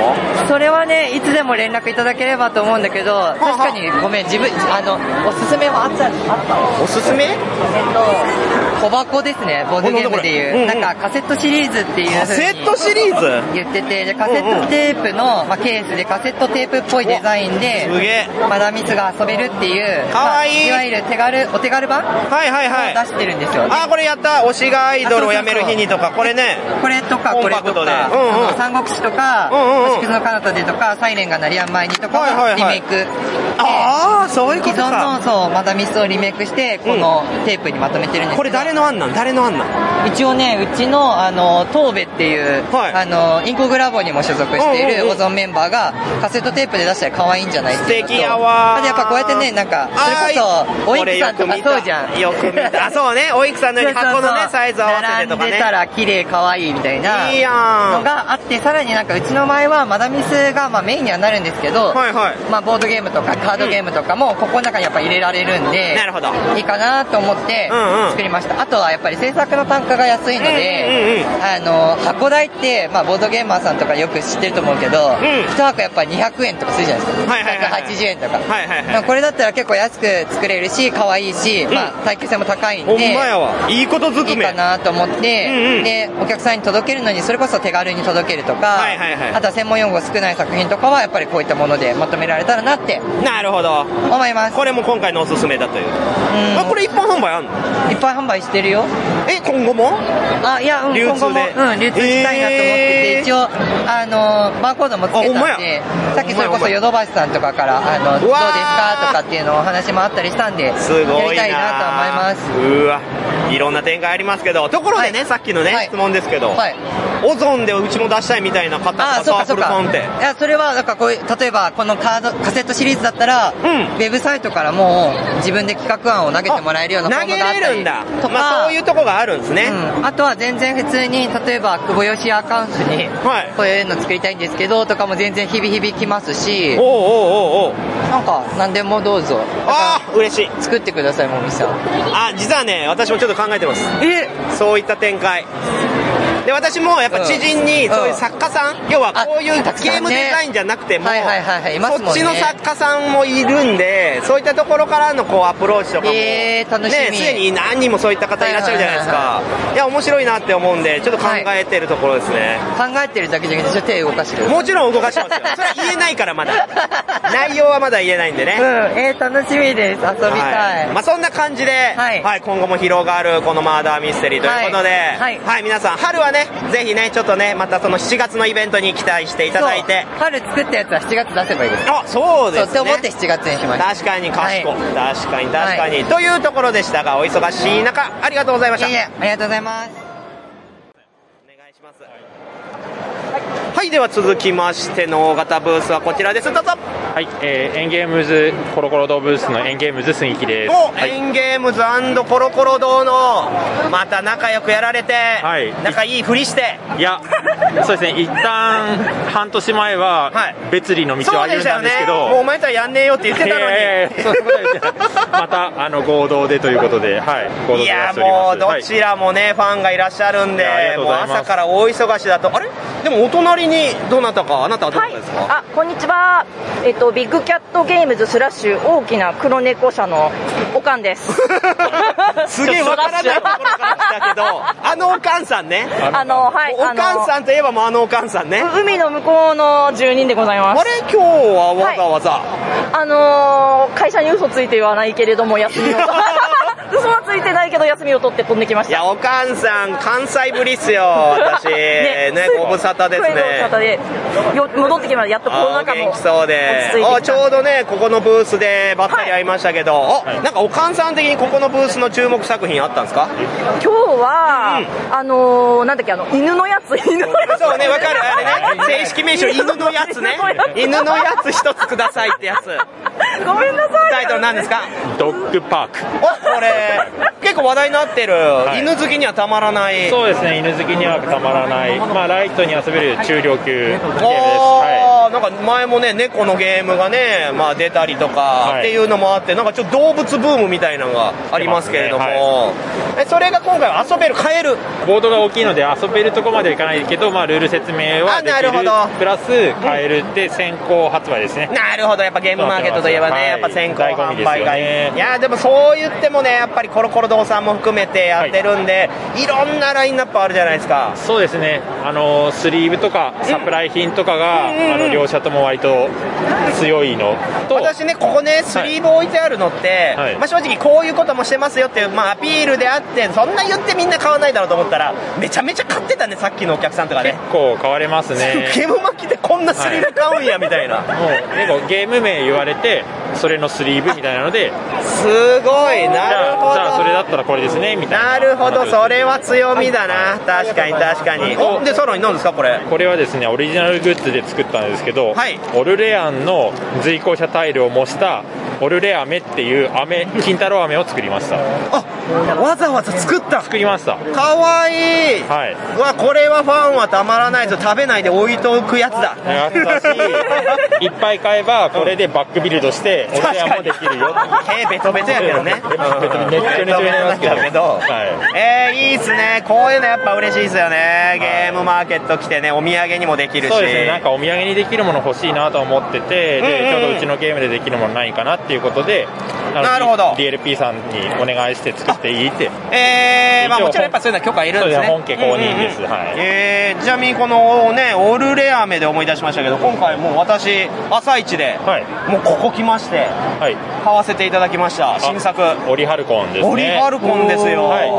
Speaker 2: か
Speaker 24: それはね、いつでも連絡いただければと思うんだけど、確かにごめん、自分、あの、おすすめはあった、あった
Speaker 2: おすすめ
Speaker 24: えっと、小箱ですね、ボードゲームでいう。なんかカセットシリーズっていう風に。
Speaker 2: カセットシリーズ
Speaker 24: 言ってて、でカセットテープの、まあ、ケースでカセットテープっぽいデザインで、
Speaker 2: すげえ
Speaker 24: マダミスが遊べるっていう、
Speaker 2: かわいい
Speaker 24: まあいわゆる手軽、お手軽版
Speaker 2: はいはいはい。
Speaker 24: 出してるんですよ。
Speaker 2: あー、これやった推しがアイドルを辞める日にとか、これね。
Speaker 24: これとか、
Speaker 2: コ
Speaker 24: こ
Speaker 2: ン
Speaker 24: れ
Speaker 2: パ
Speaker 24: と
Speaker 2: クトで。
Speaker 24: か、
Speaker 2: うんうん
Speaker 24: あの三国志とか、星屑の彼方でとか、サイレンが鳴りやむ前にとか、
Speaker 2: はいはいはい
Speaker 24: リメイク。
Speaker 2: ああ、そういうこと
Speaker 24: 既存の、そう、マダミスをリメイクして、このテープにまとめてるんですけど
Speaker 2: これ誰の案なん誰の案なん
Speaker 24: 一応ね、うちの、あの、東部っていう、あの、インコグラボにも所属しているオゾンメンバーが、カセットテープで出したら可愛いんじゃないっていうのと。
Speaker 2: 素敵やわー
Speaker 24: あとやっぱこうやってね、なんか、それこそ、おいくさんとかそうじゃん。
Speaker 2: よく見た。あ、そうね。おいくさんのように箱の
Speaker 24: そうそうそ
Speaker 2: ね、
Speaker 24: う
Speaker 2: サイズ合わせてとか
Speaker 24: 並ん
Speaker 2: ね。
Speaker 24: でたら綺麗可愛いみたいない
Speaker 2: いやん
Speaker 24: のがあってさらになんかうちの場合はマダミスがまあメインにはなるんですけど、まあ、ボードゲームとかカードゲームとかもここの中にやっぱ入れられるんで
Speaker 2: なるほど
Speaker 24: いいかなと思って作りました、あとはやっぱり制作の単価が安いので、あの箱代って、まあ、ボードゲーマーさんとかよく知ってると思うけど、1箱やっぱ200円とかするじゃないですか、180円とか、でもこれだったら結構安く作れるし可愛いし、まあ、耐久性も高いんで
Speaker 2: ほんまやわいいことずくめ
Speaker 24: いいかなと思って、
Speaker 2: うんうん
Speaker 24: でお客さんに届けるのにそれこそ手軽に届けるとか、あとは専門用語少ない作品とかはやっぱりこういったものでまとめられたらなって
Speaker 2: なるほど。
Speaker 24: 思います。
Speaker 2: これも今回のおすすめだという。あ、これ一般販売あんの
Speaker 24: いっぱい販売してるよ
Speaker 2: え今後も
Speaker 24: あいや、うん、
Speaker 2: 流通
Speaker 24: 今後も、
Speaker 2: で
Speaker 24: うん、流通したいなと思ってて、
Speaker 2: えー
Speaker 24: 一応あのバーコードもつけ
Speaker 2: あほんま
Speaker 24: たんで
Speaker 2: や
Speaker 24: さっきそれこ
Speaker 2: ほんまやほんま
Speaker 24: そ
Speaker 2: や
Speaker 24: ヨドバシさんとかからあのどうですかとかっていうのお話もあったりしたんでや
Speaker 2: すご
Speaker 24: り
Speaker 2: いな
Speaker 24: たいなと思います
Speaker 2: うわいろんな展開ありますけどところでね、さっきのね、質問ですけど、
Speaker 24: はい
Speaker 2: オゾンでうちも出したいみたいな方
Speaker 24: あ
Speaker 2: サ
Speaker 24: あ、そう
Speaker 2: ー
Speaker 24: か
Speaker 2: ク
Speaker 24: そう
Speaker 2: ルさんっ
Speaker 24: か。
Speaker 2: て
Speaker 24: いや、それは、なんかこういう、例えば、このカード、カセットシリーズだったら、ウェブサイトからもう、自分で企画案を投げてもらえるようなフ
Speaker 2: 投
Speaker 24: ォーム
Speaker 2: げ
Speaker 24: があっ
Speaker 2: れ
Speaker 24: た
Speaker 2: るん
Speaker 24: り
Speaker 2: だ
Speaker 24: とか、
Speaker 2: まあ、そういうとこがあるんですね、
Speaker 24: うんあとは全然普通に、例えば、久保吉アカウントに、こういうの作りたいんですけど、とかも全然日々日々来ますし、
Speaker 2: おうおうおうおう
Speaker 24: なんか、何でもどうぞ。
Speaker 2: ああ嬉しい
Speaker 24: 作ってくださいもみさん
Speaker 2: あ実はね私もちょっと考えてますそういった展開で私もやっぱ知人に
Speaker 24: うん
Speaker 2: そういう作家さん、要はこういうゲ
Speaker 24: たくさんね
Speaker 2: ームデザインじゃなくても、
Speaker 24: はいいますも
Speaker 2: そ
Speaker 24: んね
Speaker 2: っちの作家さんもいるんでそういったところからのこうアプローチとかも、
Speaker 24: えー楽しみ
Speaker 2: ねすでに何人もそういった方いらっしゃるじゃないですか、いや面白いなって思うんでちょっと考えてるところですね、
Speaker 24: 考えてるだけじゃなくて、ちょっと手動かしてください。
Speaker 2: もちろん動かしてますよそれは言えないからま だ内容はまだ言えないんでね、
Speaker 24: うん、えー、楽しみです。遊びたい。
Speaker 2: まあ、そんな感じで、はい今後も広がるこのマーダーミステリーということで、
Speaker 24: はい
Speaker 2: はい皆さん春はねぜひねちょっとねまたその7月のイベントに期待していただいて
Speaker 24: 春作ったやつは7月出せばいいです
Speaker 2: あそうですね
Speaker 24: そうって思って7月にしました
Speaker 2: 確かに賢い、確かに確かに、
Speaker 24: はい
Speaker 2: というところでしたがお忙しい中ありがとうございました
Speaker 24: いえいえありがとうございます
Speaker 2: はいでは続きましての大型ブースはこちらですどうぞ
Speaker 25: はい、えーエンゲームズコロコロ動物のエンゲームズ杉木です。
Speaker 2: お、
Speaker 25: はい、
Speaker 2: エンゲームズコロコロ堂のまた仲良くやられて、
Speaker 25: はい
Speaker 2: 仲いいふりして
Speaker 25: いや、そうですね、一旦半年前は別離の道を
Speaker 2: そう
Speaker 25: 歩
Speaker 2: で
Speaker 25: ん
Speaker 2: した
Speaker 25: だ
Speaker 2: よ
Speaker 25: ん
Speaker 2: ね
Speaker 25: ですけ
Speaker 2: もうお
Speaker 25: ど、
Speaker 2: 前とはやんねえよって言ってたのに、
Speaker 25: いやいやいやそんなことは言ってないまたあの合同でということで、はい、合同で
Speaker 2: い
Speaker 25: や
Speaker 2: や
Speaker 25: らせております。
Speaker 2: もうどちらもね、ファンがいらっしゃるんで
Speaker 25: いやありがと
Speaker 2: も
Speaker 25: う
Speaker 2: う
Speaker 25: ございます
Speaker 2: 朝から大忙しだとあれでもお隣にどなたかあなたはどなたですか、
Speaker 26: あこんにちは、えっと、ビッグキャットゲームズスラッシュ大きな黒猫社のおかんです
Speaker 2: すげえわからないところから来たけどあのおかんさんね
Speaker 26: あのはい
Speaker 2: おおかんさんといえばもうあのおかんさんね
Speaker 26: う海の向こうの住人でございます
Speaker 2: あれ今日はわざわざ、
Speaker 26: あのー会社に嘘ついてはないけれども休みを 嘘はついてないけど休みを取って飛んできました
Speaker 2: いやおかんさん関西ぶりっすよ 私ね
Speaker 26: ね
Speaker 2: ご無沙汰です
Speaker 26: 声の
Speaker 2: ね
Speaker 26: 方でよ戻ってきましたやっとコロ
Speaker 2: あ
Speaker 26: ナ
Speaker 2: ー
Speaker 26: 禍
Speaker 2: お元
Speaker 26: も
Speaker 2: 気そうで
Speaker 26: 落ち着いてきた
Speaker 2: あちょうどねここのブースでばったり会いましたけど、おなんかおかんさん的にここのブースの注目作品あったんですか
Speaker 26: 今日は、あのーなんだっけあの犬のやつ犬のやつ
Speaker 2: そうね、わかる、あれね、正式名称、犬のやつね、犬のやつ一つくださいってやつ、
Speaker 26: ごめんなさい
Speaker 2: タイトル、なんですか、
Speaker 25: ドッグパーク、
Speaker 2: おこれ、結構話題になってる、犬好きにはたまらない、
Speaker 25: そうですね、犬好きにはたまらない、まあ、ライトに遊べる中量級ゲームです。
Speaker 2: おー、あなんか前もね猫のゲームがね、まあ、出たりとかっていうのもあって、なんかちょっと動物ブームみたいなのがありますけれども、
Speaker 25: 出ます
Speaker 2: えそれが今回は遊べる買える
Speaker 25: ボードが大きいので遊べるとこまではいかないけど、まあ、ルール説明はでき
Speaker 2: あなる
Speaker 25: る
Speaker 2: ほど
Speaker 25: プラス買えるって先行発売ですね
Speaker 2: なるほどやっぱゲームマーケットといえばね、やっぱ先行
Speaker 25: 醍醐味
Speaker 2: 販
Speaker 25: です
Speaker 2: 売
Speaker 25: よ
Speaker 2: 会、
Speaker 25: ね
Speaker 2: いやでもそう言ってもねやっぱりコロコロ堂さんも含めてやってるんで、い、ろんなラインナップあるじゃないですか
Speaker 25: そうですねあのスリーブとかサプライ品とかが、あの両者とも割と強いの
Speaker 2: 私ねここねスリーブ置いてあるのって、
Speaker 25: はい
Speaker 2: まあ、正直こういうこともしてますよっていう、まあ、アピールであってそんな言ってみんな買わないだろうと思ったらめちゃめちゃ買ってたねさっきのお客さんとかね
Speaker 25: 結構買われますね
Speaker 2: ゲーム巻きでこんなスリーブ買うんやみたいな、
Speaker 25: もう結構ゲーム名言われてそれのスリーブみたいなのです
Speaker 2: ごいなるほど
Speaker 25: じゃあそれだったらこれですねみたいな
Speaker 2: なるほどそれは強みだな確かに確かにおでさらに何ですかこれ
Speaker 25: これはですねオリジナルグッズで作ったんですけど、オルレアンの随行車タイルを模したオルレアメっていう飴金太郎飴を作りました
Speaker 2: わざわざ作った
Speaker 25: 作りました
Speaker 2: かわいい、
Speaker 25: はいう
Speaker 2: わこれはファンはたまらないぞ食べないで置いとくやつだ
Speaker 25: やったしいっぱい買えばこれでバックビルドしてオルレアンもできるよ
Speaker 2: 毛ベトベトやけどね
Speaker 25: 別にネットに取れますけど
Speaker 2: けど、えー、いいっすねこういうのやっぱ嬉しいですよねゲームマーケット来てねお土産にもできるし
Speaker 25: そうですねなんかお土産にできるもの欲しいなと思っててで、
Speaker 2: うんうんうん
Speaker 25: ちょうどうちのゲームでできるものないかなっていうことであの
Speaker 2: なるほど
Speaker 25: DLP さんにお願いして作っていいって
Speaker 2: えーまあ、
Speaker 25: 一応
Speaker 2: もちろんやっぱそういうのは許可いるんですね
Speaker 25: そうですね本家公認です
Speaker 2: うんうんうん
Speaker 25: はい
Speaker 2: えーちなみにこのねオルレアメで思い出しましたけど今回もう私朝一で、もうここ来まして、買わせていただきました新作
Speaker 25: オリハルコンですね
Speaker 2: オリハルコンですよ、
Speaker 25: はい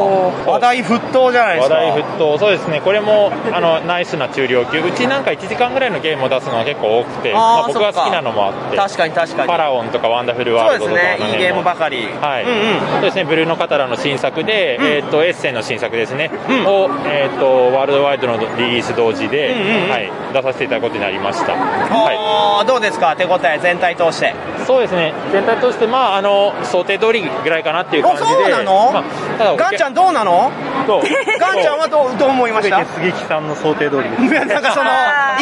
Speaker 2: 話題沸騰じゃないですか
Speaker 25: 話題沸騰そうですねこれもあのナイスな中量級うちなんか1時間ぐらいのゲームを出すのが結構多くて
Speaker 2: あー
Speaker 25: まあ、僕
Speaker 2: そ
Speaker 25: が
Speaker 2: っか
Speaker 25: 好きなのもあって
Speaker 2: 確かに確かに
Speaker 25: パラオンとかワンダフルワールドと
Speaker 2: そ
Speaker 25: か
Speaker 2: うですねいいゲームばかり
Speaker 25: はい、
Speaker 2: うんうん
Speaker 25: そうですねブルーノカタラの新作で、えー、とエッセンの新作ですね、を、えー、とワールドワイドのリリース同時で、
Speaker 2: うんうんうん
Speaker 25: はい、出させていただくことになりました
Speaker 2: はい、どうですか手応え全体通して
Speaker 25: そうですね全体通してまああの想定通りぐらいかなっていう感じで
Speaker 2: あそうなの
Speaker 25: まあただお客
Speaker 2: ガンちゃんどうなの
Speaker 25: そう
Speaker 2: ガンちゃんはどうどう思いました
Speaker 27: 杉木さんの想定通り
Speaker 2: いや なんかその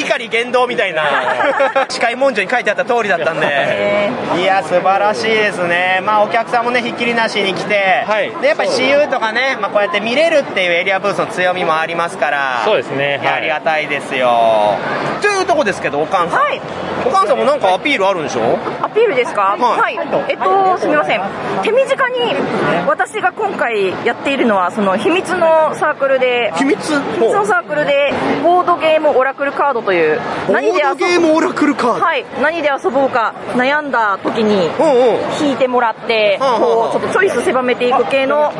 Speaker 2: 碇言動みたい な司会文書に書いてあった通りだったんでいや素晴らしいですねまあお客さんもねひっきりなしに来て、でやっぱり私有とかね、まあ、こうやって見れるっていうエリアブースの強みもありますから
Speaker 25: そうですね
Speaker 2: いやありがたいですよというとこですけどおかんさん、おかんさんもなんかアピールあるんでしょ
Speaker 26: アピールですか、
Speaker 2: は
Speaker 26: はいい、えっと、すみません、手短に私が今回やっているのは、その秘密のサークルで、
Speaker 2: 秘密
Speaker 26: のサークルで、ボードゲームオラクルカードという、何で遊ぶはい、何で遊ぼうか悩んだ時に、引いてもらって、こうちょっとチョイス狭めていく系の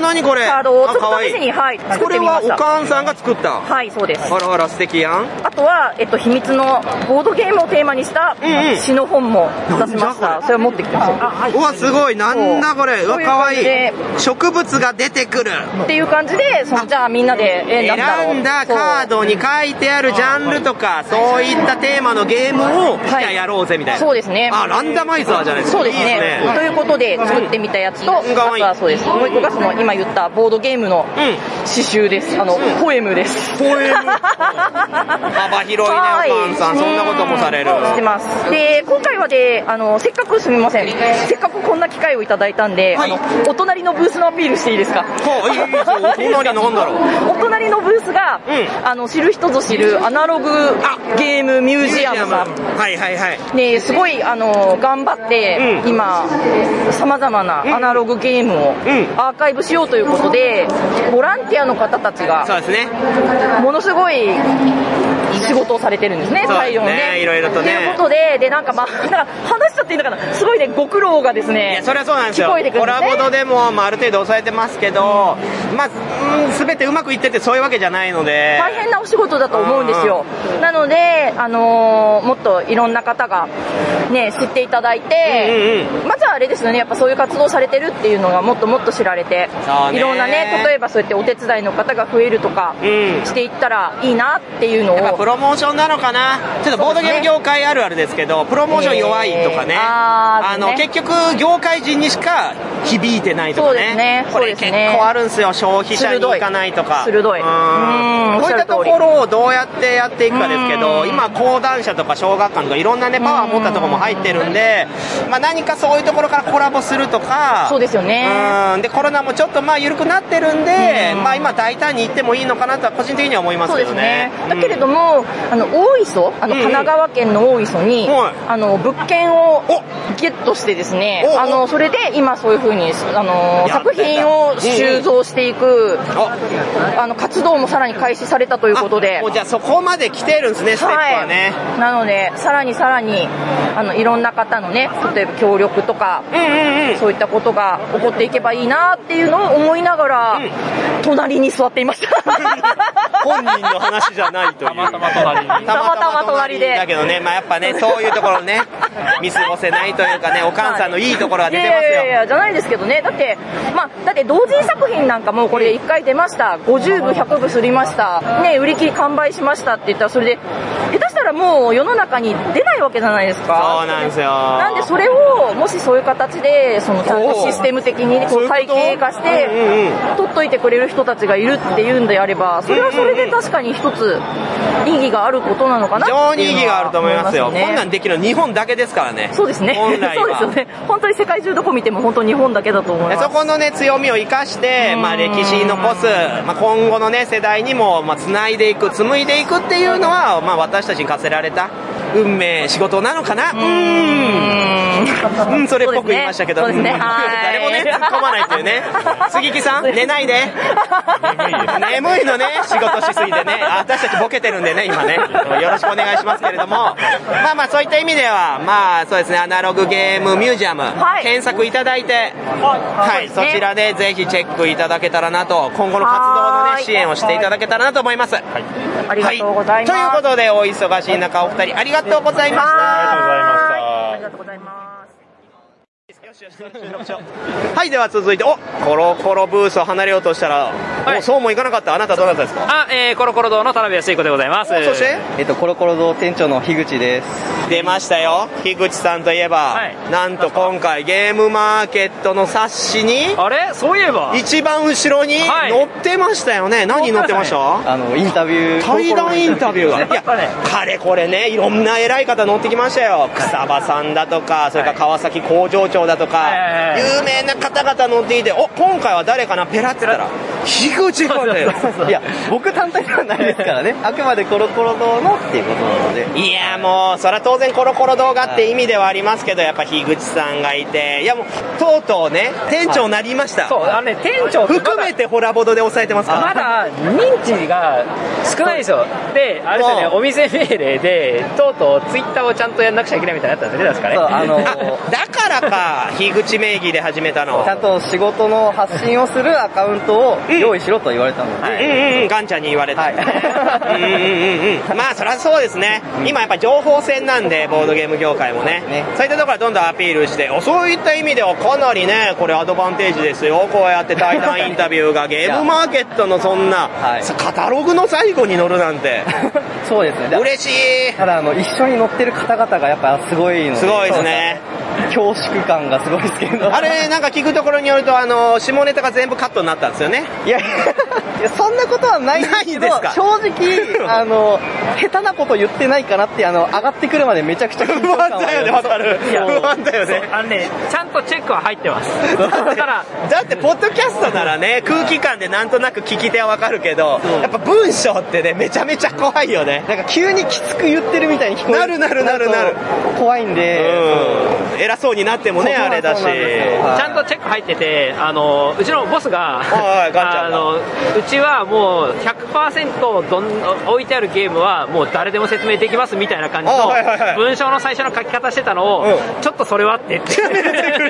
Speaker 2: 何これ
Speaker 26: カードをちょっ
Speaker 2: あ可
Speaker 26: と
Speaker 2: 愛い
Speaker 26: 試しに、はい、作
Speaker 2: こ
Speaker 26: って
Speaker 2: れ
Speaker 26: みま
Speaker 2: は
Speaker 26: し
Speaker 2: お
Speaker 26: た。
Speaker 2: かんさんが作った
Speaker 26: はいそうです
Speaker 2: あらあら素敵やん
Speaker 26: あとは、えっと、秘密のボードゲームをテーマにした詩の本も出しました。それを持ってきてます。
Speaker 2: うわすごいなんだこれうわ
Speaker 26: そういう
Speaker 2: かわ
Speaker 26: 感
Speaker 2: い
Speaker 26: じ
Speaker 2: い
Speaker 26: で
Speaker 2: 植物が出てくる
Speaker 26: っていう感じで、そのじゃあみんなで、えー
Speaker 2: 選んだカードに書いてあるジャンルとかそういったテーマのゲームをじゃあやろうぜみたいな
Speaker 26: そうですね。
Speaker 2: あランダマイザーじゃないですか
Speaker 26: そうですね
Speaker 2: いいですね
Speaker 26: ということで、作ってみたやつと、あとはそうです。もう一個がその、今言ったボードゲームの刺繍です。あの、ポエムです。
Speaker 2: ポエム幅広いねおかんさんそんなこともされる
Speaker 26: してます。で、今回はで、あの、せっかくすみません。せっかくこんな機会をいただいたんで、あの、お隣のブースのアピールしていいですか
Speaker 2: いいですよお隣なんだろう
Speaker 26: お隣のブースが、あの、知る人ぞ知るアナログゲームミュージアムさん。
Speaker 2: はいはいはい
Speaker 26: ね、すごいあの頑張って、今さまざまなアナログゲームをアーカイブしようということで、ボランティアの方たちが
Speaker 2: そうですね
Speaker 26: ものすごい仕事をされてるんですね、
Speaker 2: そう
Speaker 26: 採
Speaker 2: で
Speaker 26: 用
Speaker 2: すねいろいろと
Speaker 26: という
Speaker 2: ね
Speaker 26: ことで、でなんかまあ、 なんか話しちゃっていいのかな、すごいね、ご苦労がですね、
Speaker 2: いやそれはそうなんですよ
Speaker 26: 聞こえてくる
Speaker 2: コ
Speaker 26: んで
Speaker 2: ラ
Speaker 26: すね
Speaker 2: ボドでも、まあ、ある程度抑えてますけど、まあ、うん全てうまくいってってそういうわけじゃないので
Speaker 26: 大変なお仕事だと思うんですよ。なので、あのーもっといろんな方が、ね、知っていただいて、まずはあれですよね、やっぱそういう活動されてるっていうのがもっともっと知られて
Speaker 2: そう、ね
Speaker 26: いろんなね、例えばそうやってお手伝いの方が増えるとか、
Speaker 2: うん
Speaker 26: していったらいいなっていうのを。
Speaker 2: やっぱプロモーションなのかなちょっとボードゲーム業界あるあるですけどプロモーション弱いとかね、
Speaker 26: えーあー
Speaker 2: あの
Speaker 26: ね
Speaker 2: 結局業界人にしか響いてないとかね。
Speaker 26: そうですね
Speaker 2: これ結構あるんですよ、消費者に行かないとか。
Speaker 26: 鋭い。
Speaker 2: う
Speaker 26: うんん
Speaker 2: こういったところをどうやってやっていくかですけど、今、講談社とか小学館とかいろんなね、パワー持ったところも入ってるんで、まあ何かそういうところからコラボするとか、
Speaker 26: そうですよね
Speaker 2: うんで、コロナもちょっとまあ緩くなってるんで、まあ今大胆に行ってもいいのかなとは個人的には思います
Speaker 26: そう
Speaker 2: け
Speaker 26: で
Speaker 2: ど
Speaker 26: す
Speaker 2: ね
Speaker 26: ね。。だけれども、あの大磯、あの神奈川県の大磯に、あの物件をゲットしてですね、あのそれで今そういう風にあの作品を収蔵していく、あの活動もさらに開始されたということで、
Speaker 2: もうじゃあそこまで来てるんですね、ステップはね。
Speaker 26: はいなのでさらにさらにあのいろんな方のね、例えば協力とか、そういったことが起こっていけばいいなっていうのを思いながら、隣に座っていました。
Speaker 2: 本人の話じゃないという。たまたま隣
Speaker 26: たまたま隣で。
Speaker 2: だけどね、まあやっぱね、そういうところね、見過ごせないというかね、お母さんのいいところが
Speaker 26: い
Speaker 2: 出
Speaker 26: や
Speaker 2: て
Speaker 26: い
Speaker 2: ますよ。
Speaker 26: やいやじゃないですけどねだってまあだって同人作品なんかもこれ1回出ました50部100部すりましたね売り切り完売しましたって言ったらそれで下手したらもう世の中に出ないわけじゃないですか
Speaker 2: そうなんですよ。
Speaker 26: なんでそれをもしそういう形でそのちゃんとシステム的にこう体系化して取っといてくれる人たちがいるっていうんであればそれはそれで確かに一つ意義があることなのか
Speaker 2: 非
Speaker 26: な
Speaker 2: 常に
Speaker 26: って
Speaker 2: 意
Speaker 26: いう
Speaker 2: 義
Speaker 26: の
Speaker 2: があ
Speaker 26: は
Speaker 2: ると思いますよ。
Speaker 26: 思ね
Speaker 2: こんなんできるの日本だけですからね。
Speaker 26: そうですね。
Speaker 2: 本来は。
Speaker 26: そうですよね。本当に世界中どこ見ても本当日本だけだと思います。
Speaker 2: そこのね、強みを生かして、まあ歴史に残す、まあ今後のね、世代にも、まあ繋いでいく、紡いでいくっていうのは、まあ私たちに課せられた運命、仕事なのかなうーん。うん、それっぽく言いましたけど、
Speaker 26: そうですね。
Speaker 2: うん
Speaker 26: はい。
Speaker 2: 誰もね、突っ込まないっていうね。杉木さん、寝ないで。眠いのね、仕事しすぎてね。あ私たちボケてるんでね、今ね。よろしくお願いしますけれども。まあまあ、そういった意味では、まあそうですね、アナログゲームミュージアム、検索いただいて、はい、そちらでぜひチェックいただけたらなと、今後の活動のね、支援をしていただけたらなと思います。はい。
Speaker 26: ありがとうございます。
Speaker 2: ということで、お忙しい中、お二人ありがとうございました。ありがとうございました。はい、では続いて、おコロコロブースを離れようとしたら、もうそうもいかなかった。あなたどなたですか
Speaker 13: あ、えー、コロコロ堂の田辺康彦でございます。
Speaker 2: おそして
Speaker 13: えっと、コロコロ堂店長の樋口です。
Speaker 2: 出ましたよ樋口さんといえば、なんと今回ゲームマーケットの冊子にあれそういえば一番後ろに
Speaker 13: はい
Speaker 2: 載ってましたよね、何載ってました
Speaker 13: あの、インタビュー。
Speaker 2: 対談インタビューが、い
Speaker 13: コロ
Speaker 2: や
Speaker 13: コロ堂のね
Speaker 2: かれこれねいろんな偉い方乗ってきましたよ草場さんだとかそれから川崎工場長だとか、有名な方々乗っていてお今回は誰かなペラって言ったら樋口君だよ
Speaker 13: いや、僕単体ではないですからね。あくまでコロコロ堂のっていうことなので。
Speaker 2: いやもうそりゃ当然コロコロ動画って意味ではありますけどやっぱ樋口さんがいていやもうとうとうね店長になりました、
Speaker 13: そう、あのね、店長ってまだ
Speaker 2: 含めてホラボドで抑えてますから
Speaker 13: まだ認知が少ないですよ。で、あれですよね、お店命令で、とうとうツイッターをちゃんとやんなくちゃいけないみたいになったんですよね、確かね。そうあの
Speaker 2: だからか樋口名義で始めたの
Speaker 13: ちゃんと仕事の発信をするアカウントを用意しろと言われたの
Speaker 2: うん
Speaker 13: で、
Speaker 2: うんうん、ガンちゃんに言われた、うんうん うんうん、まあそりゃそうですね、今やっぱ情報戦なんでボードゲーム業界もねそういったところはどんどんアピールしておそういった意味ではかなりねこれアドバンテージですよこうやって 対談インタビューがゲームマーケットのそんな、さカタログの最後に載るな んて
Speaker 13: そうですね。
Speaker 2: 嬉しい
Speaker 13: ただ、あの、一緒に乗ってる方々がやっぱすごいので。
Speaker 2: すごいですね。
Speaker 13: 恐縮感がすごいですけど。
Speaker 2: あれなんか聞くところによるとあの下ネタが全部カットになったんですよね
Speaker 13: いやいや、そんなことはないんですけど、
Speaker 2: ないんですか
Speaker 13: 正直、あの、下手なこと言ってないかなって、あの、上がってくるまでめちゃくちゃ緊張感はあ りますいや
Speaker 2: だよね
Speaker 13: あのね、
Speaker 18: ちゃんとチェックは入ってます。
Speaker 2: だってポッドキャストならね空気感でなんとなく聞き手はわかるけどやっぱ文章ってねめちゃめちゃ怖いよねなんか
Speaker 13: 急にきつく言ってるみたいに聞こえ
Speaker 2: なるなるなるなる
Speaker 13: 怖いんで、
Speaker 2: うん偉そうになってもね
Speaker 13: そう
Speaker 2: あれだ
Speaker 13: そ
Speaker 2: し
Speaker 13: うなんです
Speaker 18: ちゃんとチェック入ってて、あのうちのボスが、あのうちはもう100%どん置いてあるゲームはもう誰でも説明できますみたいな感じ
Speaker 2: あはいはいはい
Speaker 18: の文章の最初の書き方してたのを、ちょっとそれはってって、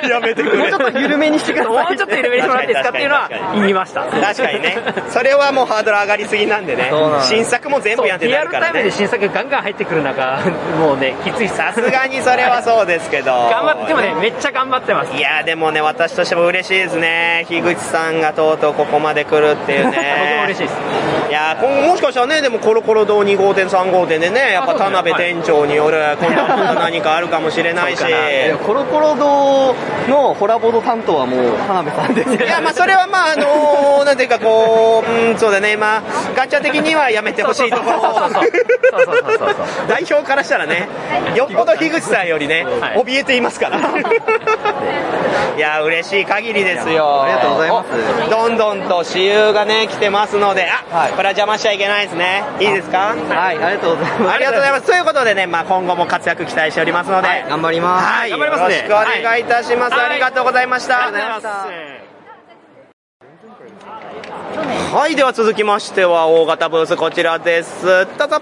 Speaker 2: やめてくれ
Speaker 18: もうちょっと緩めにしてください。もうちょっと緩めにしてもらっていいですかっていうのは言いました。
Speaker 2: 確かにねそれはもうハードル上がりすぎなんでね
Speaker 18: そうなんです
Speaker 2: 新作も全部やって
Speaker 18: リ
Speaker 2: な
Speaker 18: ア
Speaker 2: る
Speaker 18: ル
Speaker 2: か
Speaker 18: タイ
Speaker 2: ら
Speaker 18: ムで
Speaker 2: ね
Speaker 18: 新作がガンガン入ってくる中、もうね、きついさ
Speaker 2: さすがにそれはそうですけど
Speaker 18: 頑張ってもね、めっちゃ頑張ってます。
Speaker 2: いやーでもね私としても嬉しいですね樋口さんが とうとうここまで来るっていうね僕も嬉しいですいやー今後もしかしたらねでもコロコロ堂2号店点3号店でねやっぱ田辺店長によるこんなことが何かあるかもしれないし
Speaker 15: やコロコロ堂のホラボード担当はもう田辺さんですよ
Speaker 2: いやまあそれはまああのーなんていうかこううんそうだねまあガチャ的にはやめてほしいところ代表からしたらねよっぽど樋口さんよりね怯えていますからいや嬉しい限りですよ
Speaker 15: ありがとうございます
Speaker 2: おどんどんと私有がね来てますのであ、これは邪魔しちゃいけないですねいいですかはい
Speaker 15: ありがとうございます
Speaker 2: ありがとうございますということでね、まあ、今後も活躍期待しておりますので、
Speaker 15: 頑張ります
Speaker 2: はい、
Speaker 15: 頑張りますね
Speaker 2: よろしくお願いいたします。
Speaker 15: はい
Speaker 2: ありがとうございました。
Speaker 15: ありがとうございま
Speaker 2: はい、では続きましては、大型ブースこちらです。どうぞ。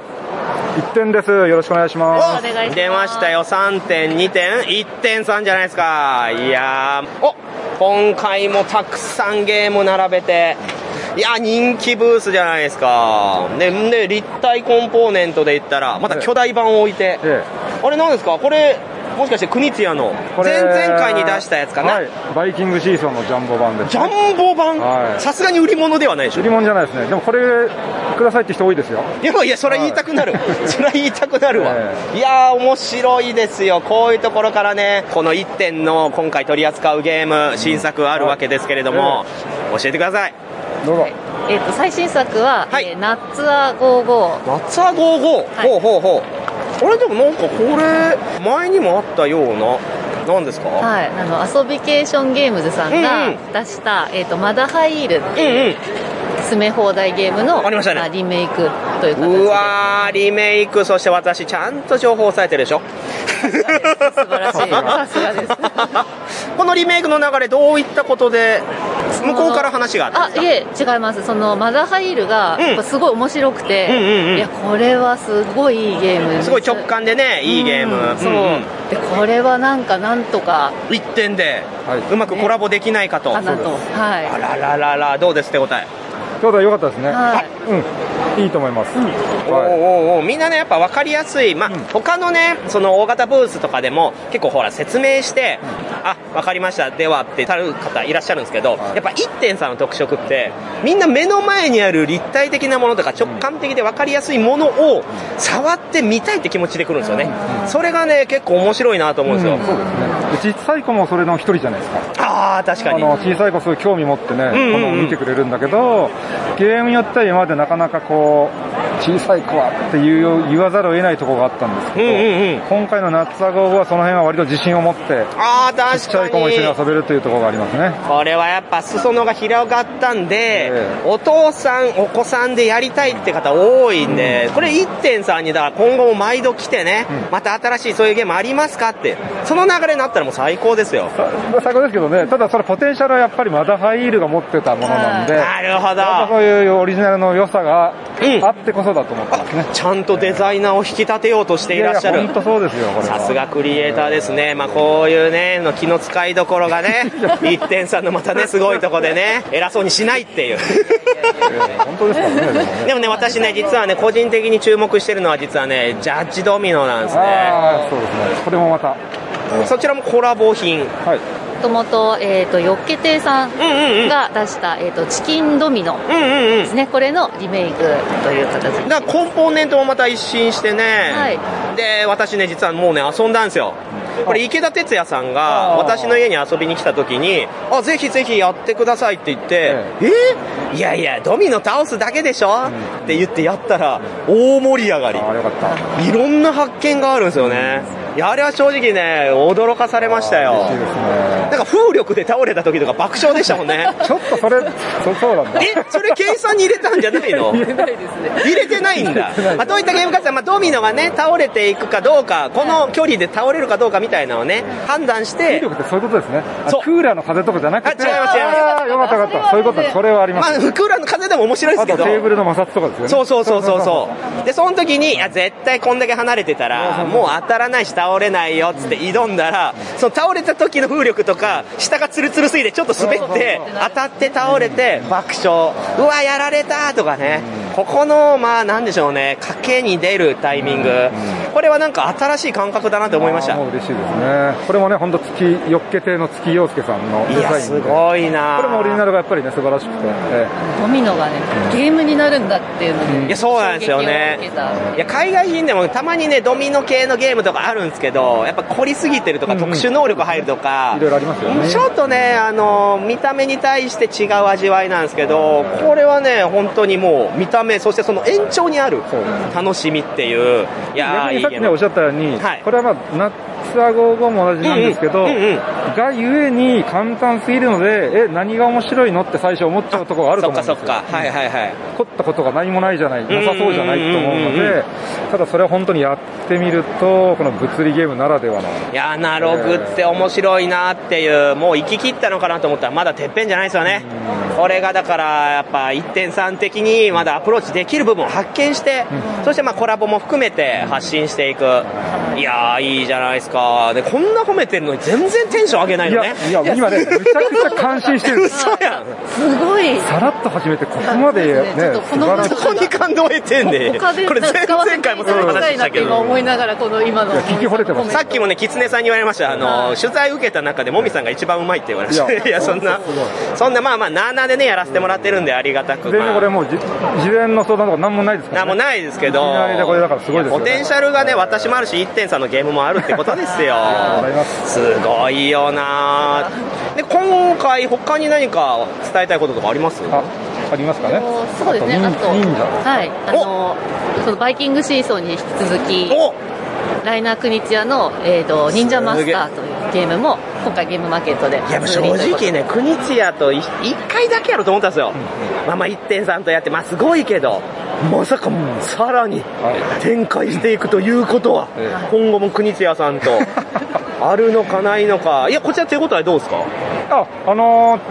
Speaker 16: 1点です。よろしくお願いします。
Speaker 2: 出ましたよ。3点、2点、1点3じゃないですか。いやー、お今回もたくさんゲーム並べて、いやー、人気ブースじゃないですか。で、で立体コンポーネントで言ったら、また巨大版を置いて、あれ何ですかこれ、もしかして国津屋の、前々回に出したやつかな。
Speaker 16: はい。バイキングシーソーのジャンボ版です。
Speaker 2: ジャンボ版
Speaker 16: はい
Speaker 2: さすがに売り物ではないでしょ
Speaker 16: 売り物じゃないですね。でもこれくださいって人多いですよ。
Speaker 2: いやいや、それ言いたく なる。それ言いたくなるわ。いやー、面白いですよ。こういうところからね、この1点の今回取り扱うゲーム、新作あるわけですけれども、教えてください。
Speaker 16: どうぞ。
Speaker 28: えっと最新作は、えーナッツア55
Speaker 2: ナッツア55、ほうほうほう。あれでもなんかこれ、前にもあったような、何ですか
Speaker 28: はい、あのアソビケーションゲームズさん
Speaker 2: う
Speaker 28: が
Speaker 2: ん
Speaker 28: 出した、えっとマダハイールっていう詰め放題ゲームの、まあリメイクという形で
Speaker 2: うわー、リメイク、そして私、ちゃんと情報押さえてるでしょ
Speaker 28: 素晴らしいさすがです
Speaker 2: このリメイクの流れ、どういったことで、向こうから話があったん
Speaker 28: あ
Speaker 2: ですか
Speaker 28: いえ違いますそのマダハイールがやっぱすごい面白くて、
Speaker 2: うんうんうん
Speaker 28: いやこれはすごいいいゲームです
Speaker 2: ごい直感でね、いいゲーム。
Speaker 28: そうでこれはなんかなんとか
Speaker 2: 1点で、うまくコラボできないかと。
Speaker 28: かなとはい
Speaker 2: あらららら、どうです手応え。
Speaker 16: ちょうど良かったですね。
Speaker 28: はい
Speaker 16: うん。いいと思います。
Speaker 2: おうおうおうみんなねやっぱ分かりやすい、まあ、他のねその大型ブースとかでも結構ほら説明して、あ分かりましたではってたる方いらっしゃるんですけど、やっぱ1.3の特色ってみんな目の前にある立体的なものとか直感的で分かりやすいものを触ってみたいって気持ちでくるんですよね、それがね結構面白いなと思うんですよ、
Speaker 16: うんそうですね。で小さい子もそれの一人じゃないですか。
Speaker 2: ああ確かに
Speaker 16: あの小さい子すごい興味持ってね、
Speaker 2: んうんうん
Speaker 16: この見てくれるんだけどゲームによっては今までなかなかこう小さい子はって言う言わざるを得ないところがあったんですけど、今回の夏アゴはその辺は割と自信を持って
Speaker 2: ああ確かに
Speaker 16: 小さい子も一緒に遊べるというところがありますね
Speaker 2: これはやっぱ裾野が広がったんで、お父さん、お子さんでやりたいって方多いんで、これ1.3にだから今後も毎度来てね、また新しいそういうゲームありますかって、その流れになったらもう最高ですよ。
Speaker 16: 最高ですけどねただそれポテンシャルはやっぱりマダハイールが持ってたものなんで
Speaker 2: なるほど
Speaker 16: やっぱそういうオリジナルの良さがあってこそだと思ってますね、
Speaker 2: ちゃんとデザイナーを引き立てようとしていらっしゃる。
Speaker 16: いやいや本当そうですよこれは
Speaker 2: さすがクリエイターですね。まあこういうね、の気の使いどころ がね、1.3のまたね、すごいとこでね、偉そうにしないっていう。
Speaker 16: 本当ですかね
Speaker 2: でもね、私ね、実はね、個人的に注目してるのは、実はね、ジャッジドミノなんですね。
Speaker 16: ああそうですねこれもまた
Speaker 2: そちらもコラボ品。
Speaker 16: はい。
Speaker 28: もともと、えっ、と、よっけ亭さんが出した、えっ、と、チキンドミノですね、これのリメイクという形で。
Speaker 2: だからコンポーネントもまた一新してね、で、私ね、実はもうね、遊んだんですよ。これ池田哲也さんが私の家に遊びに来た時に「あぜひぜひやってください」って言って「えいやいやドミノ倒すだけでしょ?」って言ってやったら大盛り上がりいろんな発見があるんですよねいやあれは正直ね驚かされましたよなんか風力で倒れた時とか爆笑でしたもんね
Speaker 16: ちょっとそれそそうなんだ
Speaker 2: えそれ計算に入れたんじゃな いの入れないですね入れてないんだ
Speaker 16: 入れてない
Speaker 2: まあ、どういったゲームかってまあ、ドミノがね倒れていくかどうかこの距離で倒れるかどうかみたいなのをね判断し
Speaker 16: 風
Speaker 2: て
Speaker 16: 力ってそういうことですねあクーラーの風とかじゃなくて
Speaker 2: あ違います違います
Speaker 16: あーよかったよかったそういうことですそれはあり
Speaker 2: ま
Speaker 16: ま
Speaker 2: あ
Speaker 16: す、
Speaker 2: クーラーの風でも面白いですけど
Speaker 16: あとテーブルの摩擦とかですよね
Speaker 2: そうそうそうそうそうでその時にいや絶対こんだけ離れてたらもう当たらないし倒れないよっつって挑んだらその倒れた時の風力とか下がツルツルすぎてちょっと滑って当たって倒れて爆笑うわやられたとかねここのまあなんでしょうね賭けに出るタイミングこれはなんか新しい感覚だなって思いました
Speaker 16: もう嬉しいですねこれもね本当月よっけ亭の月陽介さんのデザインで
Speaker 2: いやすごいな
Speaker 16: これもオリジナルがやっぱりね素晴らしくて、え
Speaker 28: ドミノがねゲームになるんだっていうので、
Speaker 2: いやそうなんですよね
Speaker 28: 衝撃を受けた
Speaker 2: いや海外品でもたまにねドミノ系のゲームとかあるんですけどやっぱ凝りすぎてるとか、特殊能力入るとか
Speaker 16: いろいろありますよね
Speaker 2: ちょっとねあの見た目に対して違う味わいなんですけどこれはね本当にもう見た目そしてその延長にある楽しみっていういや
Speaker 16: 逆
Speaker 2: ーい
Speaker 16: にさ
Speaker 2: い
Speaker 16: っ
Speaker 2: ゲ
Speaker 16: きね
Speaker 2: ーム
Speaker 16: おっしゃったように、これはまあナッツアゴゴも同じなんですけど、
Speaker 2: うんうんうんうん
Speaker 16: がゆえに簡単すぎるのでえ何が面白いのって最初思っちゃうところがあると思うんですよ
Speaker 2: そっかそっかはいはいはい
Speaker 16: 凝ったことが何もないじゃない
Speaker 2: んうんうん
Speaker 16: なさそうじゃないと思うのでただそれは本当にやってみるとこの物理ゲームならではの
Speaker 2: いやアナログって面白いなっていうもう行き切ったのかなと思ったらまだてっぺんじゃないですよねこれがだからやっぱ1.3的にまだアプローチできる部分を発見して、そしてまあコラボも含めて発信していくいやーいいじゃないですかでこんな褒めてるのに全然テンション上げないのね
Speaker 16: いやいや今ねめちゃくちゃ感心してる
Speaker 2: 嘘やん
Speaker 28: すごい
Speaker 16: さらっと始めてここまでね素晴らしい
Speaker 2: こに感動を得てんで
Speaker 28: 他で
Speaker 2: これ前々回もその
Speaker 28: 使わせていただき
Speaker 2: 話し
Speaker 28: た
Speaker 2: た
Speaker 28: いなって
Speaker 2: け
Speaker 28: 今
Speaker 2: ど
Speaker 28: 思いながらこの今の
Speaker 2: さっきもね、狐さんに言われました、あの、取材受けた中で、もみさんが一番うまいって言われました。
Speaker 16: い
Speaker 2: い
Speaker 16: や
Speaker 2: や、そんな、そんな、まあまあ、なあなあでね、やらせてもらってるんで、ありがたく。
Speaker 16: 全然これもうじ事前の相談とか何もないですから、
Speaker 2: なんもないですけど、
Speaker 16: いきなりでこれだからすごいですよ
Speaker 2: ポテンシャルがね、私もあるし、1.3のゲームもあるってことです よ。すごいよなで、今回、他に何か伝えたいこととかありますあ
Speaker 16: りますかね
Speaker 28: そうですねあと
Speaker 16: 忍
Speaker 28: はいあのそのバイキングシーソーに引き続きライナークニチアの、えー、と忍者マスターというゲームも今回ゲームマーケットでい
Speaker 2: いやもう正直ね、国津屋とい一回だけやろうと思ったんですよ、まあまあ1.3とやって、まあすごいけど、まさかもうさらに展開していくということは、今後も国津屋 さんとあるのかないのか、いや、こちら手応えどうですか
Speaker 16: あ、あのー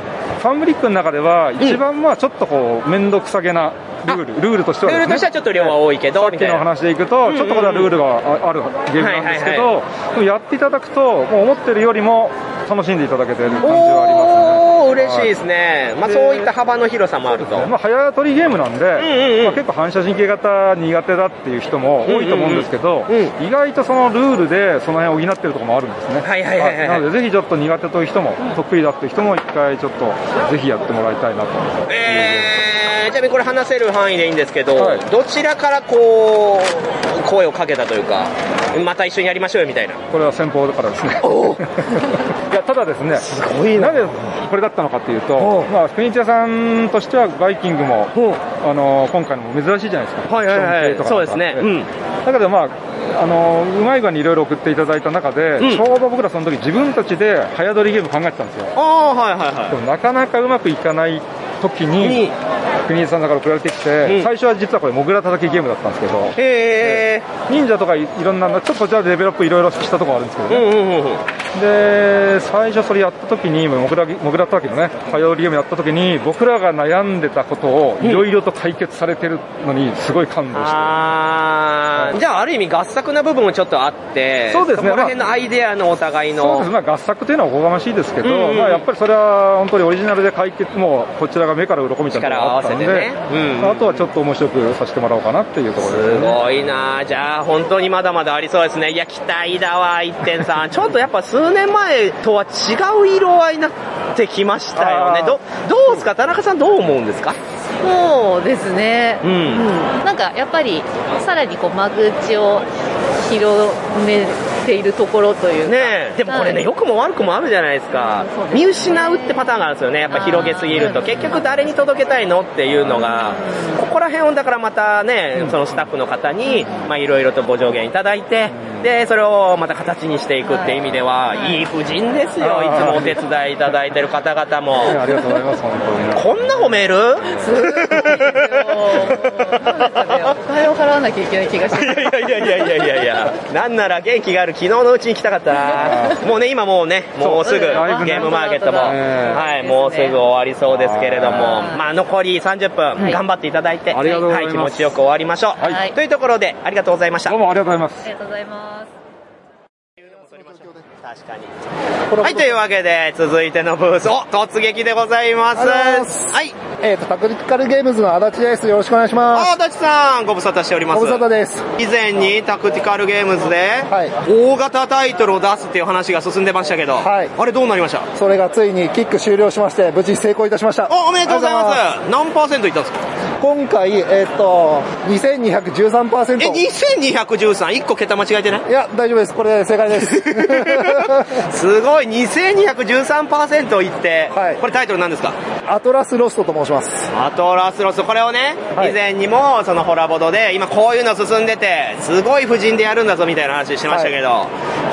Speaker 16: ファンブリックの中では、一番まあちょっとこう、面倒くさげなルール、ルールとしてはですね、
Speaker 2: ルールとしてはちょっと量は多いけど
Speaker 16: さっき
Speaker 2: みたい
Speaker 16: の
Speaker 2: な
Speaker 16: 話でいくと、ちょっとこれはルールがああるゲームなんですけど、
Speaker 2: はい
Speaker 16: でもやっていただくと、もう思ってるよりも楽しんでいただけてる感じはあります。
Speaker 2: おー、嬉しいですね、まあそういった幅の広さもあると。
Speaker 16: まあ、早取りゲームなんで、まあ、結構反射神経型苦手だっていう人も多いと思うんですけど、意外とそのルールでその辺を補ってるところもあるんですね、
Speaker 2: はいはいはいはい
Speaker 16: なのでぜひちょっと苦手という人も得意だっていう人も一回ちょっとぜひやってもらいたいなと
Speaker 2: えーちなみにこれ話せる範囲でいいんですけど、どちらからこう声をかけたというかまた一緒にやりましょうよみたいな
Speaker 16: これは先方だからですね いやただですねなぜこれだったのかというと、まあ、国千さんとしてはバイキングも、あの今回のも珍しいじゃないですか、
Speaker 2: はいはいはい
Speaker 16: ショーン系とかなんか
Speaker 2: そうですねうん
Speaker 16: だけど、まあ、あのうまい具合にいろいろ送っていただいた中で、
Speaker 2: うん
Speaker 16: ちょうど僕らその時自分たちで早撮りゲーム考えてたんですよ
Speaker 2: ああはいはいはい
Speaker 16: でもなかなかうまくいかない時に国枝さんだから送られてきて、
Speaker 2: うん
Speaker 16: 最初は実はこれモグラ叩きゲームだったんですけど、
Speaker 2: え
Speaker 16: 忍者とかいいろんなちょっとこちらでデベロップいろいろしたところあるんですけどね、で最初それやった時にモグラモグラ叩きのねパイオリウムやった時に僕らが悩んでたことをいろいろと解決されてるのにすごい感動して、
Speaker 2: あーじゃあある意味合作な部分もちょっとあって
Speaker 16: そうですね
Speaker 2: こら辺のアイデアのお互い
Speaker 16: そう
Speaker 2: の
Speaker 16: ですまあ、合作というのはおこがましいですけど、
Speaker 2: うんうんうん
Speaker 16: まあ、やっぱりそれは本当にオリジナルで解決、もうこちらが目から鱗みたいなのがあったので、
Speaker 2: 力を合わせてねうんうんうん
Speaker 16: あとはちょっと面白くさせてもらおうかなっていうところですすね。
Speaker 2: ごいなあじゃあ本当にまだまだありそうですねいや期待だわ1.3 ちょっとやっぱ数年前とは違う色合いになってきましたよねどどうですか田中さんどう思うんですか
Speaker 28: そうですね、
Speaker 2: うん
Speaker 28: なんかやっぱりさらにこう間口を広めているところというか
Speaker 2: ねえでもこれね、良くも悪くもあるじゃないですか見失うってパターンがあるんですよねやっぱ広げすぎると結局誰に届けたいのっていうのがここら辺をだからまたねそのスタッフの方にまあいろいろとご助言いただいてでそれをまた形にしていくっていう意味ではいい布陣ですよいつもお手伝いいただいてる方々も
Speaker 16: ありがとうございます、本当に。
Speaker 2: こんな褒める
Speaker 28: お金を払わなきゃいけない気がします
Speaker 2: いやいやいやいやいやいや、なんなら元気がある昨日のうちに来たかったな。 もうね、今もうね、もうすぐゲ
Speaker 8: だいぶね
Speaker 2: ームマーケットも、
Speaker 8: うん
Speaker 2: はい、もうすぐ終わりそうですけれども、まあ残り30分頑張っていただいて、
Speaker 8: ありがとうござい
Speaker 2: はい、
Speaker 8: ます
Speaker 2: 気持ちよく終わりましょう。
Speaker 8: はい
Speaker 2: というところで、ありがとうございました。どう
Speaker 16: もありがとうございます。
Speaker 28: ありがとうございます。
Speaker 2: 確かに。はい、というわけで、続いてのブース、お突撃でございます。はい。
Speaker 1: えっ、と、タクティカルゲームズの足立です。よろしくお願いします。
Speaker 2: あ、足立さん、ご無沙汰しております。
Speaker 1: ご無沙汰です。
Speaker 2: 以前にタクティカルゲームズで、大型タイトルを出すっていう話が進んでましたけど、あれどうなりました
Speaker 1: それがついにキック終了しまして、無事成功いたしました。
Speaker 2: おおめでとうござい
Speaker 1: ありがとうござい
Speaker 2: ます。何パーセントいったんですか
Speaker 1: ます今回、えっ、と、2213%。
Speaker 2: え、2213、1個桁間違えてない
Speaker 1: いや、大丈夫です。これ正解です。
Speaker 2: すごい、2213%いって、これタイトル何ですか
Speaker 1: アトラスロストと申します。
Speaker 2: アトラスロス、これをね、以前にも、そのホラボドで、今こういうの進んでて、すごい布陣でやるんだぞみたいな話してましたけど、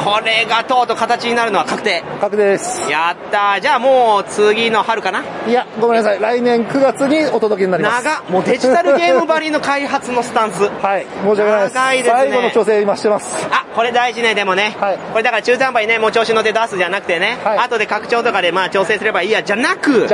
Speaker 2: これがとうとう形になるのは確定。
Speaker 1: 確定です。
Speaker 2: やったー。じゃあもう次の春かない
Speaker 1: や、ごめんなさい。来年9月にお届けになります。
Speaker 2: 長っもうデジタルゲームばりの開発のスタンス。
Speaker 1: はい、申し訳ないです。
Speaker 2: 長いですね
Speaker 1: 最後の調整今してます。
Speaker 2: あ、これ大事ね、でもね。これだから中途半端にね、もう調子乗って出すじゃなくてね、後で拡張とかでまあ調整すればいいや、じゃなく、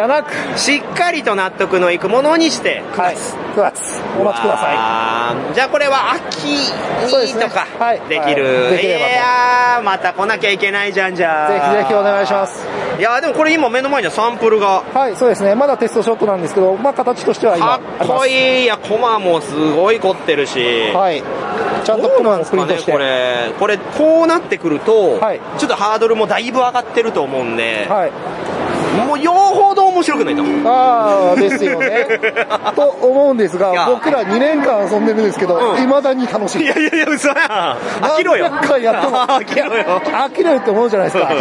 Speaker 2: しっかりと納得のいくものにして、
Speaker 1: はい、9月、お待ちください。
Speaker 2: さい。じゃあこれは秋にとか、できる。
Speaker 1: できれば
Speaker 2: いやー、また来なきゃいけないじゃんじゃ
Speaker 1: ぜひぜひお願いします。
Speaker 2: いやー、でもこれ今目の前にはサンプルが。
Speaker 1: はい、そうですね。まだテストショットなんですけど、まあ形としては今あ
Speaker 2: か
Speaker 1: り
Speaker 2: っ
Speaker 1: ま
Speaker 2: こ
Speaker 1: す。
Speaker 2: いい。いや、コマもすごい凝ってるし。
Speaker 1: はい。ちゃんとプロのプリントして。
Speaker 2: これ、これ、こうなってくると、ちょっとハードルもだいぶ上がってると思うんで、もうよほど面白くないと思う。
Speaker 1: ああ、ですよね。と思うんですが、僕ら2年間遊んでるんですけど、未だに楽し い。
Speaker 2: いやいやいや、嘘やん。飽きろよ。
Speaker 1: 何回やっても
Speaker 2: 飽きろよ。
Speaker 1: 飽きないって思うじゃないですか。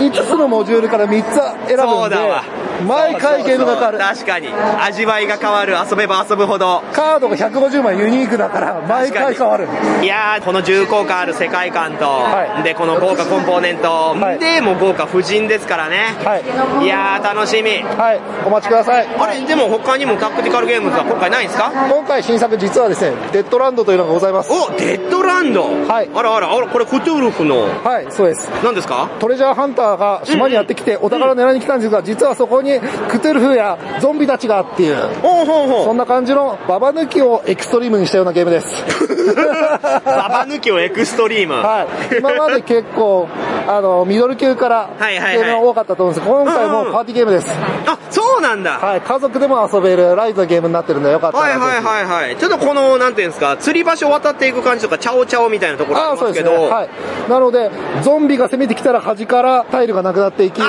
Speaker 1: 5つのモジュールから3つ選ぶ
Speaker 2: そうんだわ
Speaker 1: で、毎回ゲームが変わる。
Speaker 2: 確かに。味わいが変わる。遊べば遊ぶほど。
Speaker 1: カードが150枚ユニークだから、毎回変わる。
Speaker 2: いやー、この重厚感ある世界観と、で、この豪華コンポーネント、で、もう豪華夫人ですからね。い、やー、楽しみ。
Speaker 1: はい、お待ちください。
Speaker 2: あれ、でも他にもタクティカルゲームズは今回ないんですか
Speaker 1: 今回新作実はですね、デッドランドというのがございます。
Speaker 2: おデッドランドはい。あらあら、あら、これクトゥルフの。
Speaker 1: はい、そうです。
Speaker 2: 何です か
Speaker 1: トレジャーハンターが島にやってきて、お宝を狙いに来たんですが、実はそこにクトゥルフやゾンビたちがっていう、そんな感じのババ抜きをエクストリームにしたようなゲームです。
Speaker 2: ババ抜きをエクストリーム。
Speaker 1: はい、今まで結構、あの、ミドル級からゲ
Speaker 2: いはいはい
Speaker 1: ームが多かったと思うんですけど、今回もうパーティーゲームです。
Speaker 2: あ、そうなんだ。
Speaker 1: はい、家族でも遊べるライトのゲームになってるんで、よかった
Speaker 2: はい
Speaker 1: ら。
Speaker 2: はいはいはい。ちょっとこの、なんていうんですか、釣り場所渡っていく感じとか、チャオチャオみたいなところあ
Speaker 1: ああ、
Speaker 2: り
Speaker 1: そ
Speaker 2: ま
Speaker 1: う
Speaker 2: す
Speaker 1: で
Speaker 2: け
Speaker 1: す
Speaker 2: ど、
Speaker 1: ね。はい。なので、ゾンビが攻めてきたら端からタイルがなくなっていき、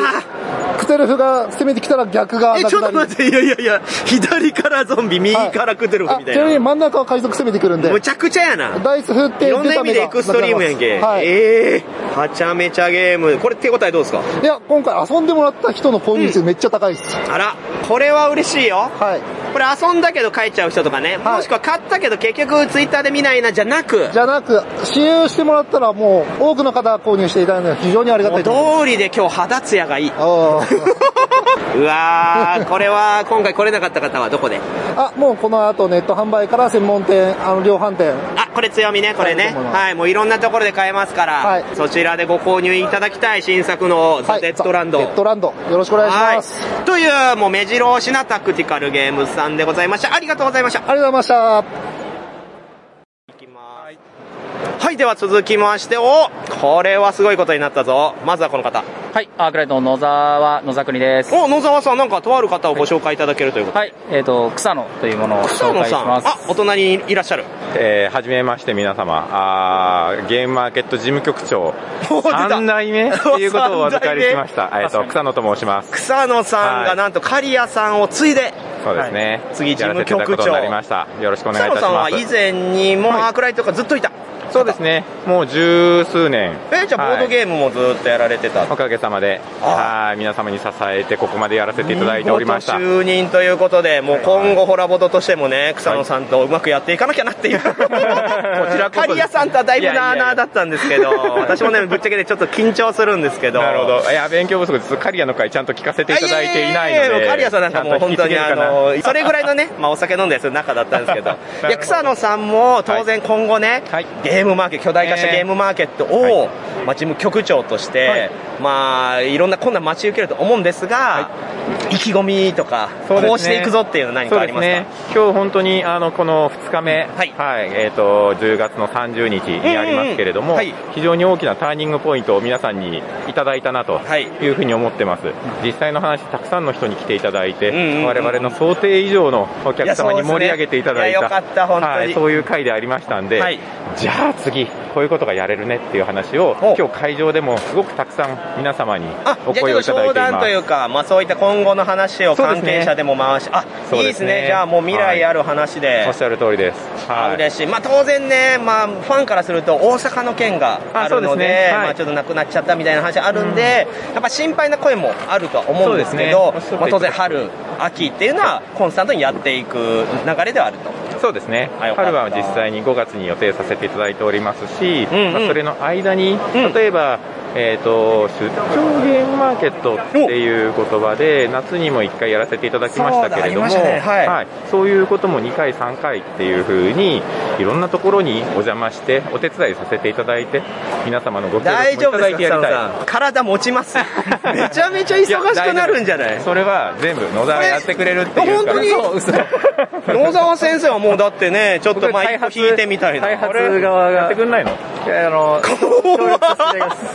Speaker 1: クテルフが攻めてきたら逆が
Speaker 2: え、
Speaker 1: な
Speaker 2: ちょ
Speaker 1: く
Speaker 2: っ
Speaker 1: な
Speaker 2: と待
Speaker 1: り。
Speaker 2: って、いやいやいや、左からゾンビ、右からクトゥルフみたい
Speaker 1: ちなみ
Speaker 2: な。
Speaker 1: に真ん中は海賊攻めてくるんで。
Speaker 2: むちゃくちゃやな。
Speaker 1: ダイス振って
Speaker 2: いろんな意味でエクストリームやんけ。
Speaker 1: はい。
Speaker 2: ええー、はちゃめちゃゲーム。これ手応えどうですか
Speaker 1: いや、今回遊んでもらった人の購入数めっちゃ高いです。
Speaker 2: あら、これは嬉しいよ。これ遊んだけど帰っちゃう人とかね、もしくは買ったけど結局ツイッターで見ないな、じゃなく、
Speaker 1: じゃなく、使用してもらったらもう多くの方が購入していただいたので非常にありがたいと思います。
Speaker 2: 通りで今日肌ツヤがいい。 うわー、これは今回来れなかった方はどこで
Speaker 1: あ、もうこの後ネット販売から専門店、あの、量販店。
Speaker 2: あ、これ強みね、これね。はい、もういろんなところで買えますから、そちらでご購入いただきたい新作のザ・デッドランド。
Speaker 1: デッドランド、よろしくお願いします。
Speaker 2: はい。という、もう目白押しなタクティカルゲームズさんでございました。ありがとうございました。あ
Speaker 1: りがとうございました。
Speaker 2: はい、では続きまして、おこれはすごいことになったぞ。まずはこの方。
Speaker 29: はい、アークライトの野沢、野沢国です。
Speaker 2: お、野沢さん、なんかとある方をご紹介いただけるということ
Speaker 29: はい、えっ、と、草野というものを
Speaker 2: 草
Speaker 29: 紹
Speaker 2: 野
Speaker 29: 介し
Speaker 2: さん、
Speaker 29: ます。
Speaker 2: あ、お隣にいらっしゃる。
Speaker 17: えーはじめまして皆様あーゲームマーケット事務局 長3代目ということをお預かりしました、えー、と草野と申します
Speaker 2: 草野さんがなんと刈谷さんを継いで、
Speaker 17: そうですね、
Speaker 2: 次事
Speaker 17: やら
Speaker 2: 務
Speaker 17: せてい
Speaker 2: 局長
Speaker 17: ただくことになりましたよろしくお願
Speaker 2: 草
Speaker 17: いい
Speaker 2: 野
Speaker 17: たし
Speaker 2: さん
Speaker 17: ま
Speaker 2: は
Speaker 17: す
Speaker 2: 以前にもうアークライトとかずっといた。
Speaker 17: そうですねもう十数年
Speaker 2: えじゃあボードゲームもずっとやられてた、
Speaker 17: おかげさまではい皆様に支えてここまでやらせていただいておりました
Speaker 2: 見事就任ということで、もう今後ホラボドとしてもね、草野さんとうまくやっていかなきゃなっていう。こちら刈谷さんとはだいぶなーなーだったんですけど、私もね、ぶっちゃけでちょっと緊張するんですけど。
Speaker 17: なるほどいや勉強不足です刈谷の会ちゃんと聞かせていただいていない
Speaker 2: や
Speaker 17: の
Speaker 2: や
Speaker 17: で
Speaker 2: や刈谷さんなんかもう本当に
Speaker 17: ちゃ
Speaker 2: あ
Speaker 17: んと
Speaker 2: の
Speaker 17: 引き
Speaker 2: そ
Speaker 17: 継げるかな
Speaker 2: れぐらいのね、まあ、お酒飲んだりする仲だったんですけどいや草野さんも当然今後ね、ゲゲームマーケット巨大化したゲームマーケットを、まあ、事務局長として、い、まあいろんな困難待ち受けると思うんですが、意気込みとか、
Speaker 17: そうですね
Speaker 2: こうしていくぞっていうのは何かありますか
Speaker 17: そうですね、今日本当にあのこの2日目、はいえー、と10月の30日にありますけれども、非常に大きなターニングポイントを皆さんにいただいたなというふうに思ってます、実際の話、たくさんの人に来ていただいて、我々の想定以上のお客様に盛り上げていただい
Speaker 2: いやそうですねいやよか
Speaker 17: た
Speaker 2: った本当に
Speaker 17: はいそういう回でありましたんで、
Speaker 2: はい
Speaker 17: じゃあ次、こういうことがやれるねっていう話を、今日会場でもすごくたくさん皆様にお
Speaker 2: じゃあ
Speaker 17: 声
Speaker 2: ち
Speaker 17: を
Speaker 2: ょ
Speaker 17: い
Speaker 2: ったと
Speaker 17: だい
Speaker 2: 商談と
Speaker 17: ています
Speaker 2: い。うか、まあ、そういった今後の話を関係者でも回し、あいいですね、じゃあもう未来ある話で、
Speaker 17: おっしゃる通りです。はい
Speaker 2: 嬉しい、まあ、当然ね、まあ、ファンからすると大阪の件がある
Speaker 17: そ
Speaker 2: の
Speaker 17: う
Speaker 2: で
Speaker 17: ですねはい
Speaker 2: まあ、ちょっとなくなっちゃったみたいな話あるんで、やっぱ心配な声もあるとは思うんですけど
Speaker 17: そうですね
Speaker 2: まあ、当然春秋っていうのはコンスタントにやっていく流れではあると。
Speaker 17: そうですね、春は実際に5月に予定させていただいておりますし、まあそれの間に、例えば、えー、と出張ゲームマーケットっていう言葉で、夏にも1回やらせていただきましたけれども、
Speaker 2: そうだありましたねはい
Speaker 17: そういうことも2回、3回っていうふうに、いろんなところにお邪魔して、お手伝いさせていただいて、皆様のご協力も
Speaker 2: 大
Speaker 17: い
Speaker 2: 丈
Speaker 17: た
Speaker 2: 夫
Speaker 17: だ
Speaker 2: で
Speaker 17: い
Speaker 2: す
Speaker 17: て
Speaker 2: か、
Speaker 17: やり
Speaker 2: 佐
Speaker 17: たい。
Speaker 2: 野さん、体持ち ます、めちゃめちゃ忙しくなるんじゃない
Speaker 17: や大丈夫ですそれは全部野沢やってくれるっていうから
Speaker 2: 本当に野沢先生はもうだってね、ちょっと
Speaker 17: 僕
Speaker 2: まあ一個引いてみたいな。開発
Speaker 17: 側がやってくんないの
Speaker 2: あ の、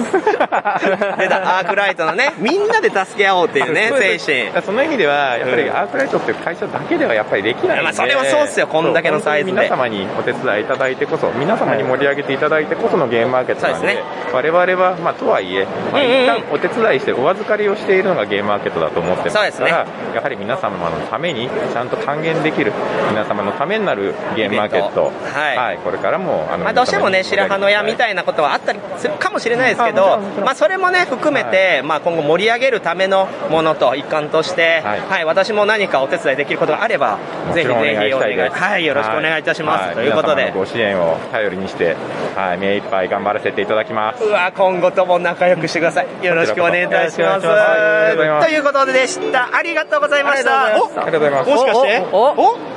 Speaker 2: 出た、アークライトのね、みんなで助け合おうっていうね、
Speaker 17: そうで
Speaker 2: 精
Speaker 17: す
Speaker 2: 神。
Speaker 17: その意味では、やっぱりアークライトっていう会社だけではやっぱりできないんで、
Speaker 2: まあそれはそうっすよこんだけのサイズで
Speaker 17: そう本当に皆様にお手伝いいただいてこそ、皆様に盛り上げていただいてこそのゲームマーケットなんで、我々は、まあ、とはいえ、まあ、
Speaker 2: うんうん
Speaker 17: 一旦お手伝いしてお預かりをしているのがゲームマーケットだと思ってます
Speaker 2: そう
Speaker 17: か
Speaker 2: ですね
Speaker 17: ら、やはり皆様のために、ちゃんと還元できる、皆様のためになるゲームマーケット、はいこれからも、あの
Speaker 2: まあどうしてもね、白羽の矢みたいなことはあったりするかもしれないですけど、まあそれもね、含めて、まあ今後盛り上げるためのものと一環として、はい、私も何かお手伝いできることがあれば、ぜひぜひお願い
Speaker 17: お願いしたいです
Speaker 2: はい、よろしくお願いいたします。
Speaker 17: は
Speaker 2: ということ
Speaker 17: 皆
Speaker 2: で
Speaker 17: 様の。ご支援を頼りにして、はい、目いっぱい頑張らせていただきます。
Speaker 2: うわ今後とも仲良くしてください。よろしくお願いいたします。
Speaker 17: よろしくお願いします
Speaker 2: ということでした。ありがとうございました。
Speaker 17: ありがとうございます
Speaker 2: お
Speaker 17: ありがとうございます
Speaker 2: も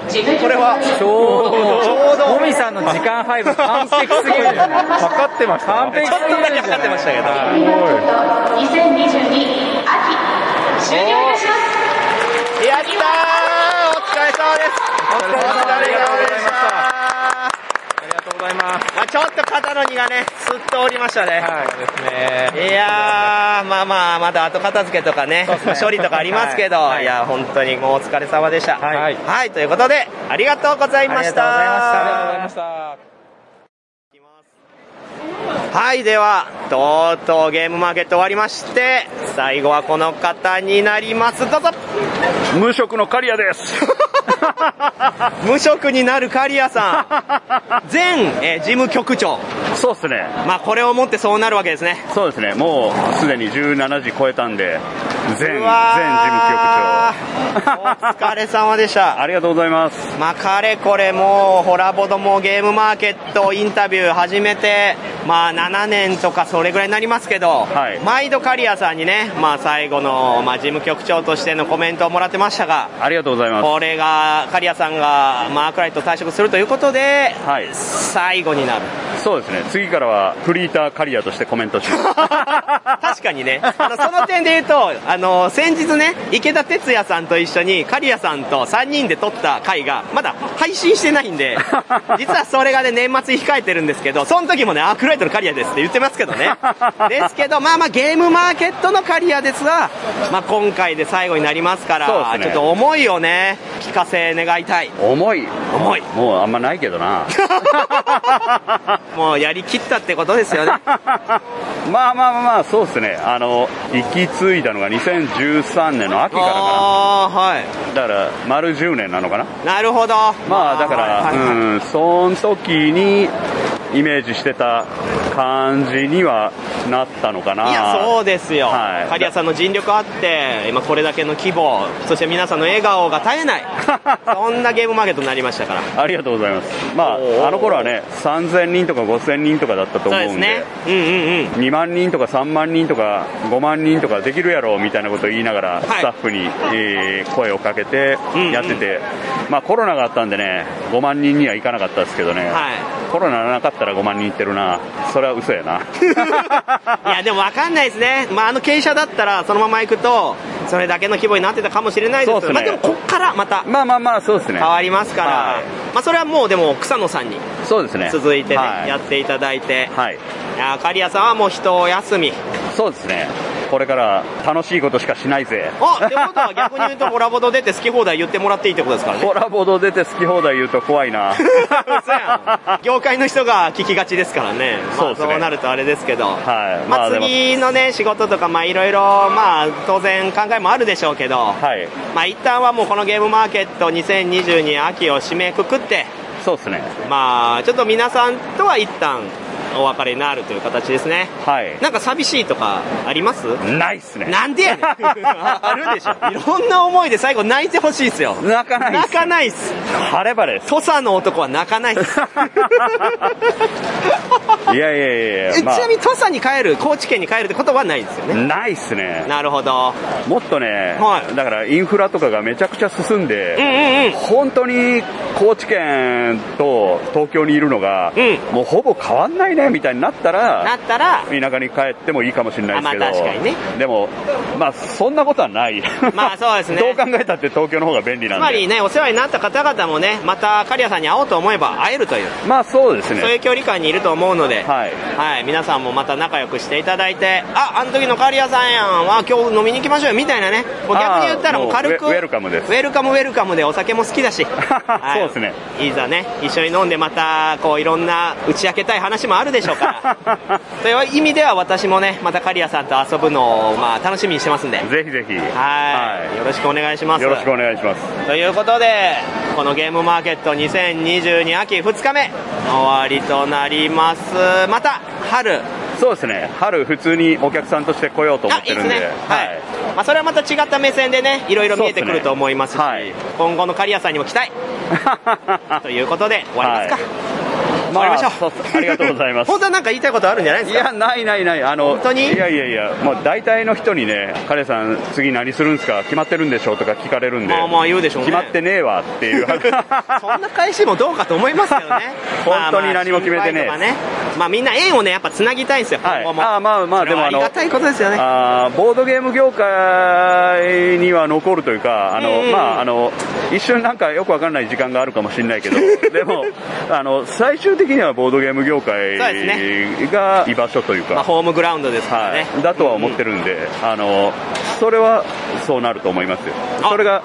Speaker 2: しかしておおこれは
Speaker 14: ちょうど、
Speaker 2: ちょうど
Speaker 14: もみさんの時間配分完璧すぎる。
Speaker 2: か
Speaker 14: か
Speaker 17: ってました。
Speaker 14: 完璧すぎる。ちょっとだけかかってましたけ
Speaker 4: 2022秋終了いたします
Speaker 2: やったーお疲れ様です
Speaker 4: お疲れ様です
Speaker 17: ございます。
Speaker 2: まあ、ちょっと肩の荷がね、すっとおりましたね。
Speaker 17: はい、
Speaker 2: いやー、まあまあ、まだ後片付けとかね、
Speaker 17: すね
Speaker 2: 処理とかありますけど、
Speaker 17: はい。
Speaker 2: い、や、本当にもうお疲れ様でした。はいはい、ということで、ありがとうございました。
Speaker 17: ありがとうございました。
Speaker 2: はい、では、とうとうゲームマーケット終わりまして、最後はこの方になります。どうぞ
Speaker 6: 無職の刈谷です。
Speaker 2: 無職になる刈谷さ ん。前、えー事務局長。
Speaker 6: そうですね。
Speaker 2: まあ、これをもってそうなるわけですね。
Speaker 6: そうですね、もうすでに17時超えたんで、全、全事務
Speaker 2: う
Speaker 6: 局長。
Speaker 2: わお疲れ様でした。
Speaker 6: ありがとうございます。
Speaker 2: まあ、かれこれもう、ホラボドもゲームマーケットインタビュー始めて、まあ、7年とかそれぐらいになりますけど、毎度刈谷さんにね、まあ、最後の、まあ、事務局長としてのコメントをもらってましたが、
Speaker 6: ありがとうございます。
Speaker 2: これが、刈谷さんが、まあ、アークライト退職するということで、最後になる。
Speaker 6: そうですね、次からはフリーター刈谷としてコメントします。
Speaker 2: 確かにね。あの、その点で言うと、あの、先日ね、池田哲也さんと一緒に、刈谷さんと3人で撮った回が、まだ配信してないん で、実はそれがね、年末に控えてるんですけど、その時もね、アークライトの刈谷ですって言ってますけどね。 ですけど、まあまあ、ゲームマーケットの刈谷ですが、まあ今回で最後になりますから、
Speaker 6: そうですね
Speaker 2: ちょっと思いをね、聞かせ願いたい。
Speaker 6: 重い。
Speaker 2: 重い。
Speaker 6: もうあんまないけどな。
Speaker 2: もうやりきったってことですよ ね。
Speaker 6: まあまあまあまあ、そうですね。あの、行き継いだのが2013年の秋からかな。だから、丸10年なのかな。
Speaker 2: なるほど。
Speaker 6: まあだから、うん、その時にイメージしてた感じにはなったのかな。
Speaker 2: いや、そうですよ。
Speaker 6: はい
Speaker 2: 刈谷さんの尽力あって、今これだけの規模、そして皆さんの笑顔が絶え ない。そんなゲームマーケットになりましたから。
Speaker 6: ありがとうございます。まあ、あの頃はね、3000人とか5000人とかだったと思うんで、2万人とか3万人とか5万人とかできるやろみたいなことを言いながら、スタッフに、えー声をかけてやってて、まあコロナがあったんでね、5万人にはいかなかったですけどね、コロナなかったら5万人いってるな、それは嘘やな。
Speaker 2: いや、でも分かんないですね。まあ、あの傾斜だったら、そのまま行くと、それだけの規模になってたかもしれないです
Speaker 6: そうっすね
Speaker 2: まあ、でも、こっからまた。
Speaker 6: まあまあまあ、そうですね。
Speaker 2: 変わりますから。まあ、それはもう、でも、草野さんに。
Speaker 6: そうですね
Speaker 2: 続いてね、
Speaker 6: はい
Speaker 2: やっていただいて。
Speaker 6: はい。
Speaker 2: いや、刈谷さんはもう、人お休み。
Speaker 6: そうですね。これから楽しいことしかしないぜ。
Speaker 2: あってことは、逆に言うと、コラボド出て好き放題言ってもらっていいってことですからね。
Speaker 6: コラボド出て好き放題言うと怖いな。
Speaker 2: 業界の人が聞きがちですからね、まあ、そうなるとあれですけど、
Speaker 6: はい。
Speaker 2: まあ、
Speaker 6: でも
Speaker 2: 次のね、仕事とか、まあ、いろいろ、まあ、当然考えもあるでしょうけど、まあ、一旦はもうこのゲームマーケット2022秋を締めくくって、
Speaker 6: そうですね。
Speaker 2: まあ、ちょっと皆さんとは一旦お別れになるという形ですね。
Speaker 6: はい。
Speaker 2: なんか寂しいとかあります
Speaker 6: ないっすね。
Speaker 2: なんでや ねんああるでしょ。いろんな思いで最後泣いてほしいっすよ。
Speaker 6: 泣かない
Speaker 2: っす。泣かないっす。
Speaker 6: 晴れ晴れ
Speaker 2: 土佐の男は泣かないっ す。
Speaker 6: いや いやいやい
Speaker 2: え
Speaker 6: や、まあ
Speaker 2: ちなみに土佐に帰る高知県に帰るってことはないですよね
Speaker 6: ないっすね。
Speaker 2: なるほど。
Speaker 6: もっとね、だからインフラとかがめちゃくちゃ進んで、本当に高知県と東京にいるのが、もうほぼ変わんないねみたいになったら、
Speaker 2: なったら
Speaker 6: 田舎に帰ってもいいかもしれないですけど、
Speaker 2: あまあ確かにね
Speaker 6: でも、まあそんなことはない。
Speaker 2: まあそうですね
Speaker 6: どう考えたって東京の方が便利
Speaker 2: つ
Speaker 6: なんで。
Speaker 2: まりねお世話になった方々もねまた刈谷さんに会おうと思えば会えるという
Speaker 6: まあそうですね
Speaker 2: そういう距離感にいると思うので
Speaker 6: はい、
Speaker 2: 皆さんもまた仲良くしていただいてああの時の刈谷さんやんわ今日飲みに行きましょうよみたいなねもう逆に言ったらもう軽く
Speaker 6: あーもうウェウェルカムです
Speaker 2: ウェルカムウェルカムでお酒も好き だし、はい、そうです
Speaker 6: ね
Speaker 2: いざね一緒に飲んでまたこういろんな打ち明けたい話もあるでしょうから という意味では私もねまた刈谷さんと遊ぶのをまあ楽しみにしてますんで
Speaker 6: ぜひぜひ
Speaker 2: はいよろしくお願いします
Speaker 6: よろしくお願いします。
Speaker 2: ということでこのゲームマーケット2022秋2日目終わりとなりますまた春
Speaker 6: そうですね、春普通にお客さんとして来ようと思ってるん
Speaker 2: あ
Speaker 6: で、
Speaker 2: いいですね
Speaker 6: はい。
Speaker 2: まあ、それはまた違った目線でねいろいろ見えてくると思いますし今後の刈谷さんにも期 待ということで終わりますか、終わりましょう
Speaker 6: う。ありがとうございます
Speaker 2: 本当はなんか言いたいことあるんじゃないですか
Speaker 6: いやないないないあの
Speaker 2: 本当に
Speaker 6: いやいやいやもう大体の人にね彼さん次何するんですか決まってるんでしょうとか聞かれるんで
Speaker 2: まあまあ言うでしょうね
Speaker 6: 決まってねえわっていう
Speaker 2: そんな返しもどうかと思います けどね
Speaker 6: 本当に何も決めてねえ
Speaker 2: まあまあ心配とかねまあみんな縁をねやっぱつなぎたいんですよ、今後も
Speaker 6: ああまあまあでもあ
Speaker 2: あり
Speaker 6: の
Speaker 2: がたいことですよね
Speaker 6: あーボードゲーム業界には残るというかあの、
Speaker 2: うんうん
Speaker 6: まああの一瞬なんかよくわかんない時間があるかもしれな いけどでもあの最終的にはボードゲーム業界
Speaker 2: そうで
Speaker 6: が居場所というか、
Speaker 2: まあホームグラウンドですからね
Speaker 6: はい、だとは思ってるんで、あのそれはそうなると思いますよそれが、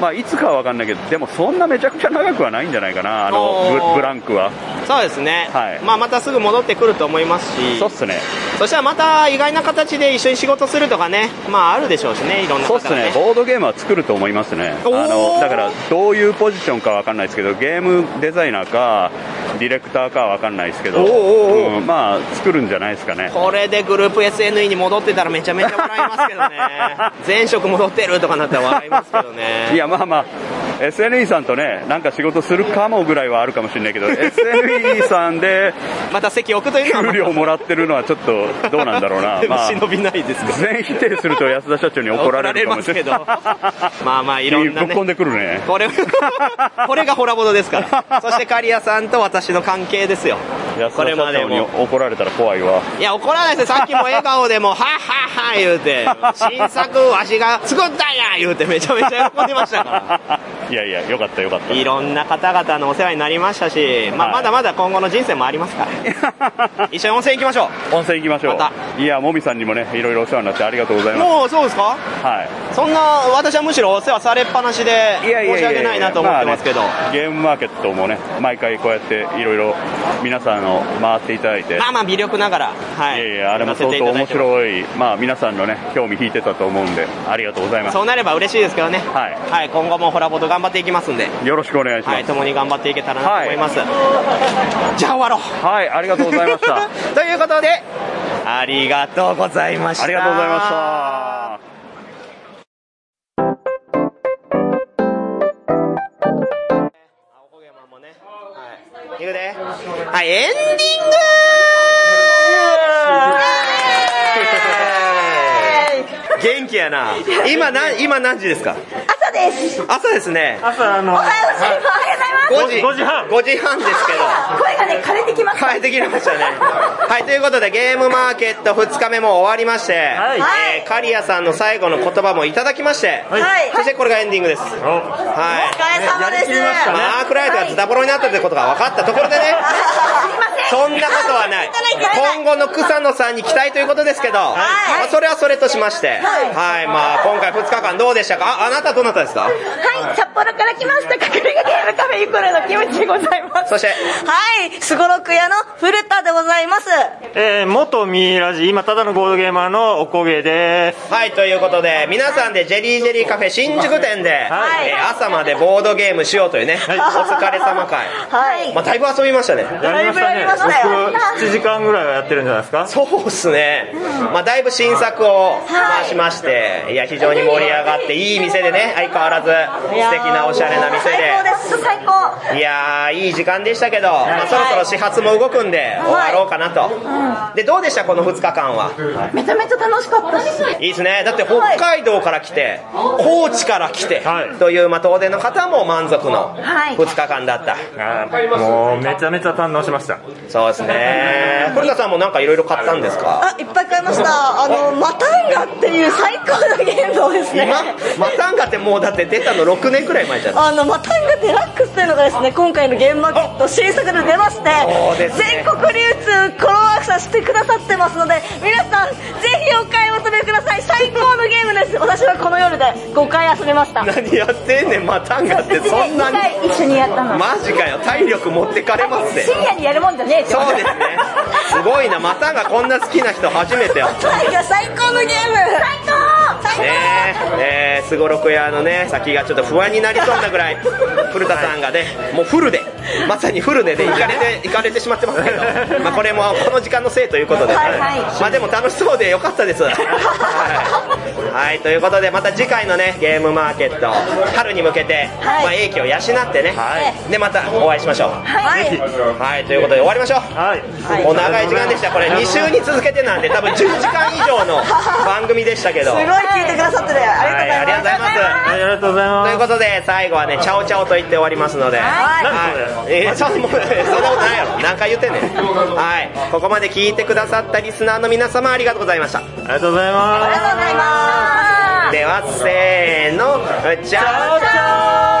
Speaker 6: まあ、いつかは分かんないけどでもそんなめちゃくちゃ長くはないんじゃないかなあ
Speaker 2: お
Speaker 6: の
Speaker 2: ー
Speaker 6: ブブランクは
Speaker 2: そうですね、
Speaker 6: はい
Speaker 2: まあ、またすぐ戻ってくると思いますし
Speaker 6: そうっすね
Speaker 2: そしたらまた意外な形で一緒に仕事するとかねまああるでしょうしねいろんな
Speaker 6: そう
Speaker 2: 方
Speaker 6: っす
Speaker 2: がね
Speaker 6: ねボードゲームは作ると思いますねあ
Speaker 2: おー
Speaker 6: のだからどういうポジションか分かんないですけどゲームデザイナーかディレクターかは分かんないですけど
Speaker 2: おーおーおー
Speaker 6: うんまあ作るんじゃないですかね
Speaker 2: これでグループ SNE に戻ってたらめちゃめち ゃ笑いますけどね前職戻ってるとかなったら笑いますけどね
Speaker 6: いやまあまあ SNE さんとねなんか仕事するかもぐらいはあるかもしれない けど SNE さんで
Speaker 2: また席置くというのはま
Speaker 6: 給
Speaker 2: た
Speaker 6: 料もらってるのはちょっとどうなんだろ うな
Speaker 2: でも忍びないですか
Speaker 6: 全否定すると安田社長に怒られるかもしれない
Speaker 2: 怒 られまあまあいろんなね
Speaker 6: ぶっ込んでくるね
Speaker 2: これ これがホラボドですからそして刈谷さんと私の関係ですよ
Speaker 6: 安田
Speaker 2: これ
Speaker 6: 社
Speaker 2: まで
Speaker 6: 長に
Speaker 2: も
Speaker 6: 怒られたら怖いわ
Speaker 2: いや怒らないですよさっきも笑顔でもう「はっはっは」言う て「新作わしが作ったんや!」言うてめちゃめちゃ喜んでま したから
Speaker 6: いやいやよかったよかった
Speaker 2: いろんな方々のお世話になりましたし、まあ、まだまだ今後の人生もありますから。一緒に温泉行きましょ
Speaker 6: 温泉行きましょう、いやもみさんにもねいろいろお世話になってありがとうござ
Speaker 2: う。
Speaker 6: いま
Speaker 2: もうそうですか
Speaker 6: すはい
Speaker 2: そんな、私はむしろお世話されっぱなしで、
Speaker 6: いやいや
Speaker 2: 申し
Speaker 6: やや
Speaker 2: 訳ないなと思ってますけど。
Speaker 6: まあねゲームマーケットもね毎回こうやっていろいろ皆さんを回っていただいて
Speaker 2: まあまあ微力ながら、はい。
Speaker 6: いやあれも相当
Speaker 2: やらせて
Speaker 6: 面
Speaker 2: いただいてま
Speaker 6: 白いまあ皆さんのね興味引いてたと思うんでありがとうございます
Speaker 2: そうなれば嬉しいですけどね。
Speaker 6: はい。
Speaker 2: 今後もホラボと頑張っていきますんで。
Speaker 6: よろしくお願いします
Speaker 2: はい、共に頑張っていけたらなと思います。じゃあ終わろう。
Speaker 6: はいありがとうございました
Speaker 2: ということで、ありがとうございました。。
Speaker 30: ありがとうございました
Speaker 2: いくで。はい、エンディング元気やな。今な、今何時ですか
Speaker 14: 朝です。
Speaker 2: 朝ですね。
Speaker 14: 朝おはようございます。おはようございます。
Speaker 2: 5時。5時半。5時半ですけど。
Speaker 14: 声がね、枯れてきました。
Speaker 2: 変えてきま したね。はい、ということで、ゲームマーケット2日目も終わりまして、はいえー、カリアさんの最後の言葉もいただきまして、
Speaker 14: はい
Speaker 2: そしてこれがエンディングです。はい。お疲
Speaker 14: れ様です。
Speaker 2: マークライトがズタボロになったということが分かったところでね、 そんなことはない。今後の草野さんに期待ということですけど、まあそれはそれとしまして、はい、まあ今回2日間どうでしたかあ、あなたどなたですか
Speaker 14: はい、札幌から来ました、隠れ家ゲームカフェゆくるのキムチでございます。
Speaker 2: そして、
Speaker 14: はい、すごろく屋の古田でございます。
Speaker 9: えー、元ミイラジ、今ただのボードゲーマーのおこげです。
Speaker 2: はい、ということで、皆さんでジェリージェリーカフェ新宿店で、
Speaker 14: はい
Speaker 2: えー朝までボードゲームしようというね、お疲れ様会。
Speaker 14: はい。
Speaker 2: まあ、だいぶ遊びましたね。
Speaker 9: やりましたね。僕、7時間ぐらいはやってるんじゃないですか
Speaker 2: そうっすね。まあ、だいぶ新作を回しまして、いや、非常に盛り上がって、いい店でね、相変わらず、素敵なおしゃれな店
Speaker 14: 最高です、最高。
Speaker 2: で。いやー、いい時間でしたけど、まあ、そろそろ始発も動くんで、終わろうかなと。で、どうでしたこの2日間は。
Speaker 14: めちゃめちゃ楽しかったし。
Speaker 2: いいですね。だって北海道から来て、高知から来て、という、まあ、東電の方も満足の
Speaker 14: はい
Speaker 2: 2日間だった。
Speaker 9: もう、めちゃめちゃ堪能しました。
Speaker 2: そうですね。古田さんもなんかいろいろ買ったんですか
Speaker 14: あ、いっぱい買いました。あの、マタンガっていう最高のゲームをですね。
Speaker 2: 今マタンガってもうだって出たの6年くらい前じゃない
Speaker 14: あの、マタンガデラックスというのがですね、今回のゲームマーケット新作で出まして
Speaker 2: そうです、ね
Speaker 14: 全国流通、コロワークさんしてくださってますので、皆さん、ぜひお買い求めください。最高のゲームです。私はこの夜で5回遊べました。
Speaker 2: 何やってんねんマタンガってそんなに
Speaker 14: 2回一緒にやったの。
Speaker 2: マジかよ体力持ってかれますね
Speaker 14: 深夜にやるもんじゃねえって
Speaker 2: そうですねすごいなマタンガこんな好きな人初めてよ
Speaker 14: マタンガ最高のゲーム最高最高
Speaker 2: ねえすごろく屋のね先がちょっと不安になりそうなぐらい古田さんがねもうフルでまさにフルでね行かれて行かれてしまってますけど、まあ、これもこの時間のせいということで、
Speaker 14: はいはい
Speaker 2: まあでも楽しそうでよかったです はい、はい、ということでまた次回のねゲームマーケット春に向けて、
Speaker 14: はい
Speaker 2: まあ、英気を養ってね、でまたお会いしましょう
Speaker 14: はい
Speaker 2: ぜひはい、ということで終わりましょう、はい、もう長い時間でしたこれ2週に続けてなんで多分10時間以上の番組でしたけ
Speaker 14: す
Speaker 2: ど
Speaker 14: ごい聞いてくださってるありがとうございます、
Speaker 2: はいありがとうございます
Speaker 9: ありがとうござい
Speaker 2: と
Speaker 9: ま
Speaker 2: いうことで最後はねチャオチャオと言って終わりますのではいえーそうもうそんなことないやろ何回言ってんねんはいここまで聞いてくださったリスナーの皆様ありがとうございました
Speaker 9: す。ありがとうございます。
Speaker 2: ではせーのチャオチャオ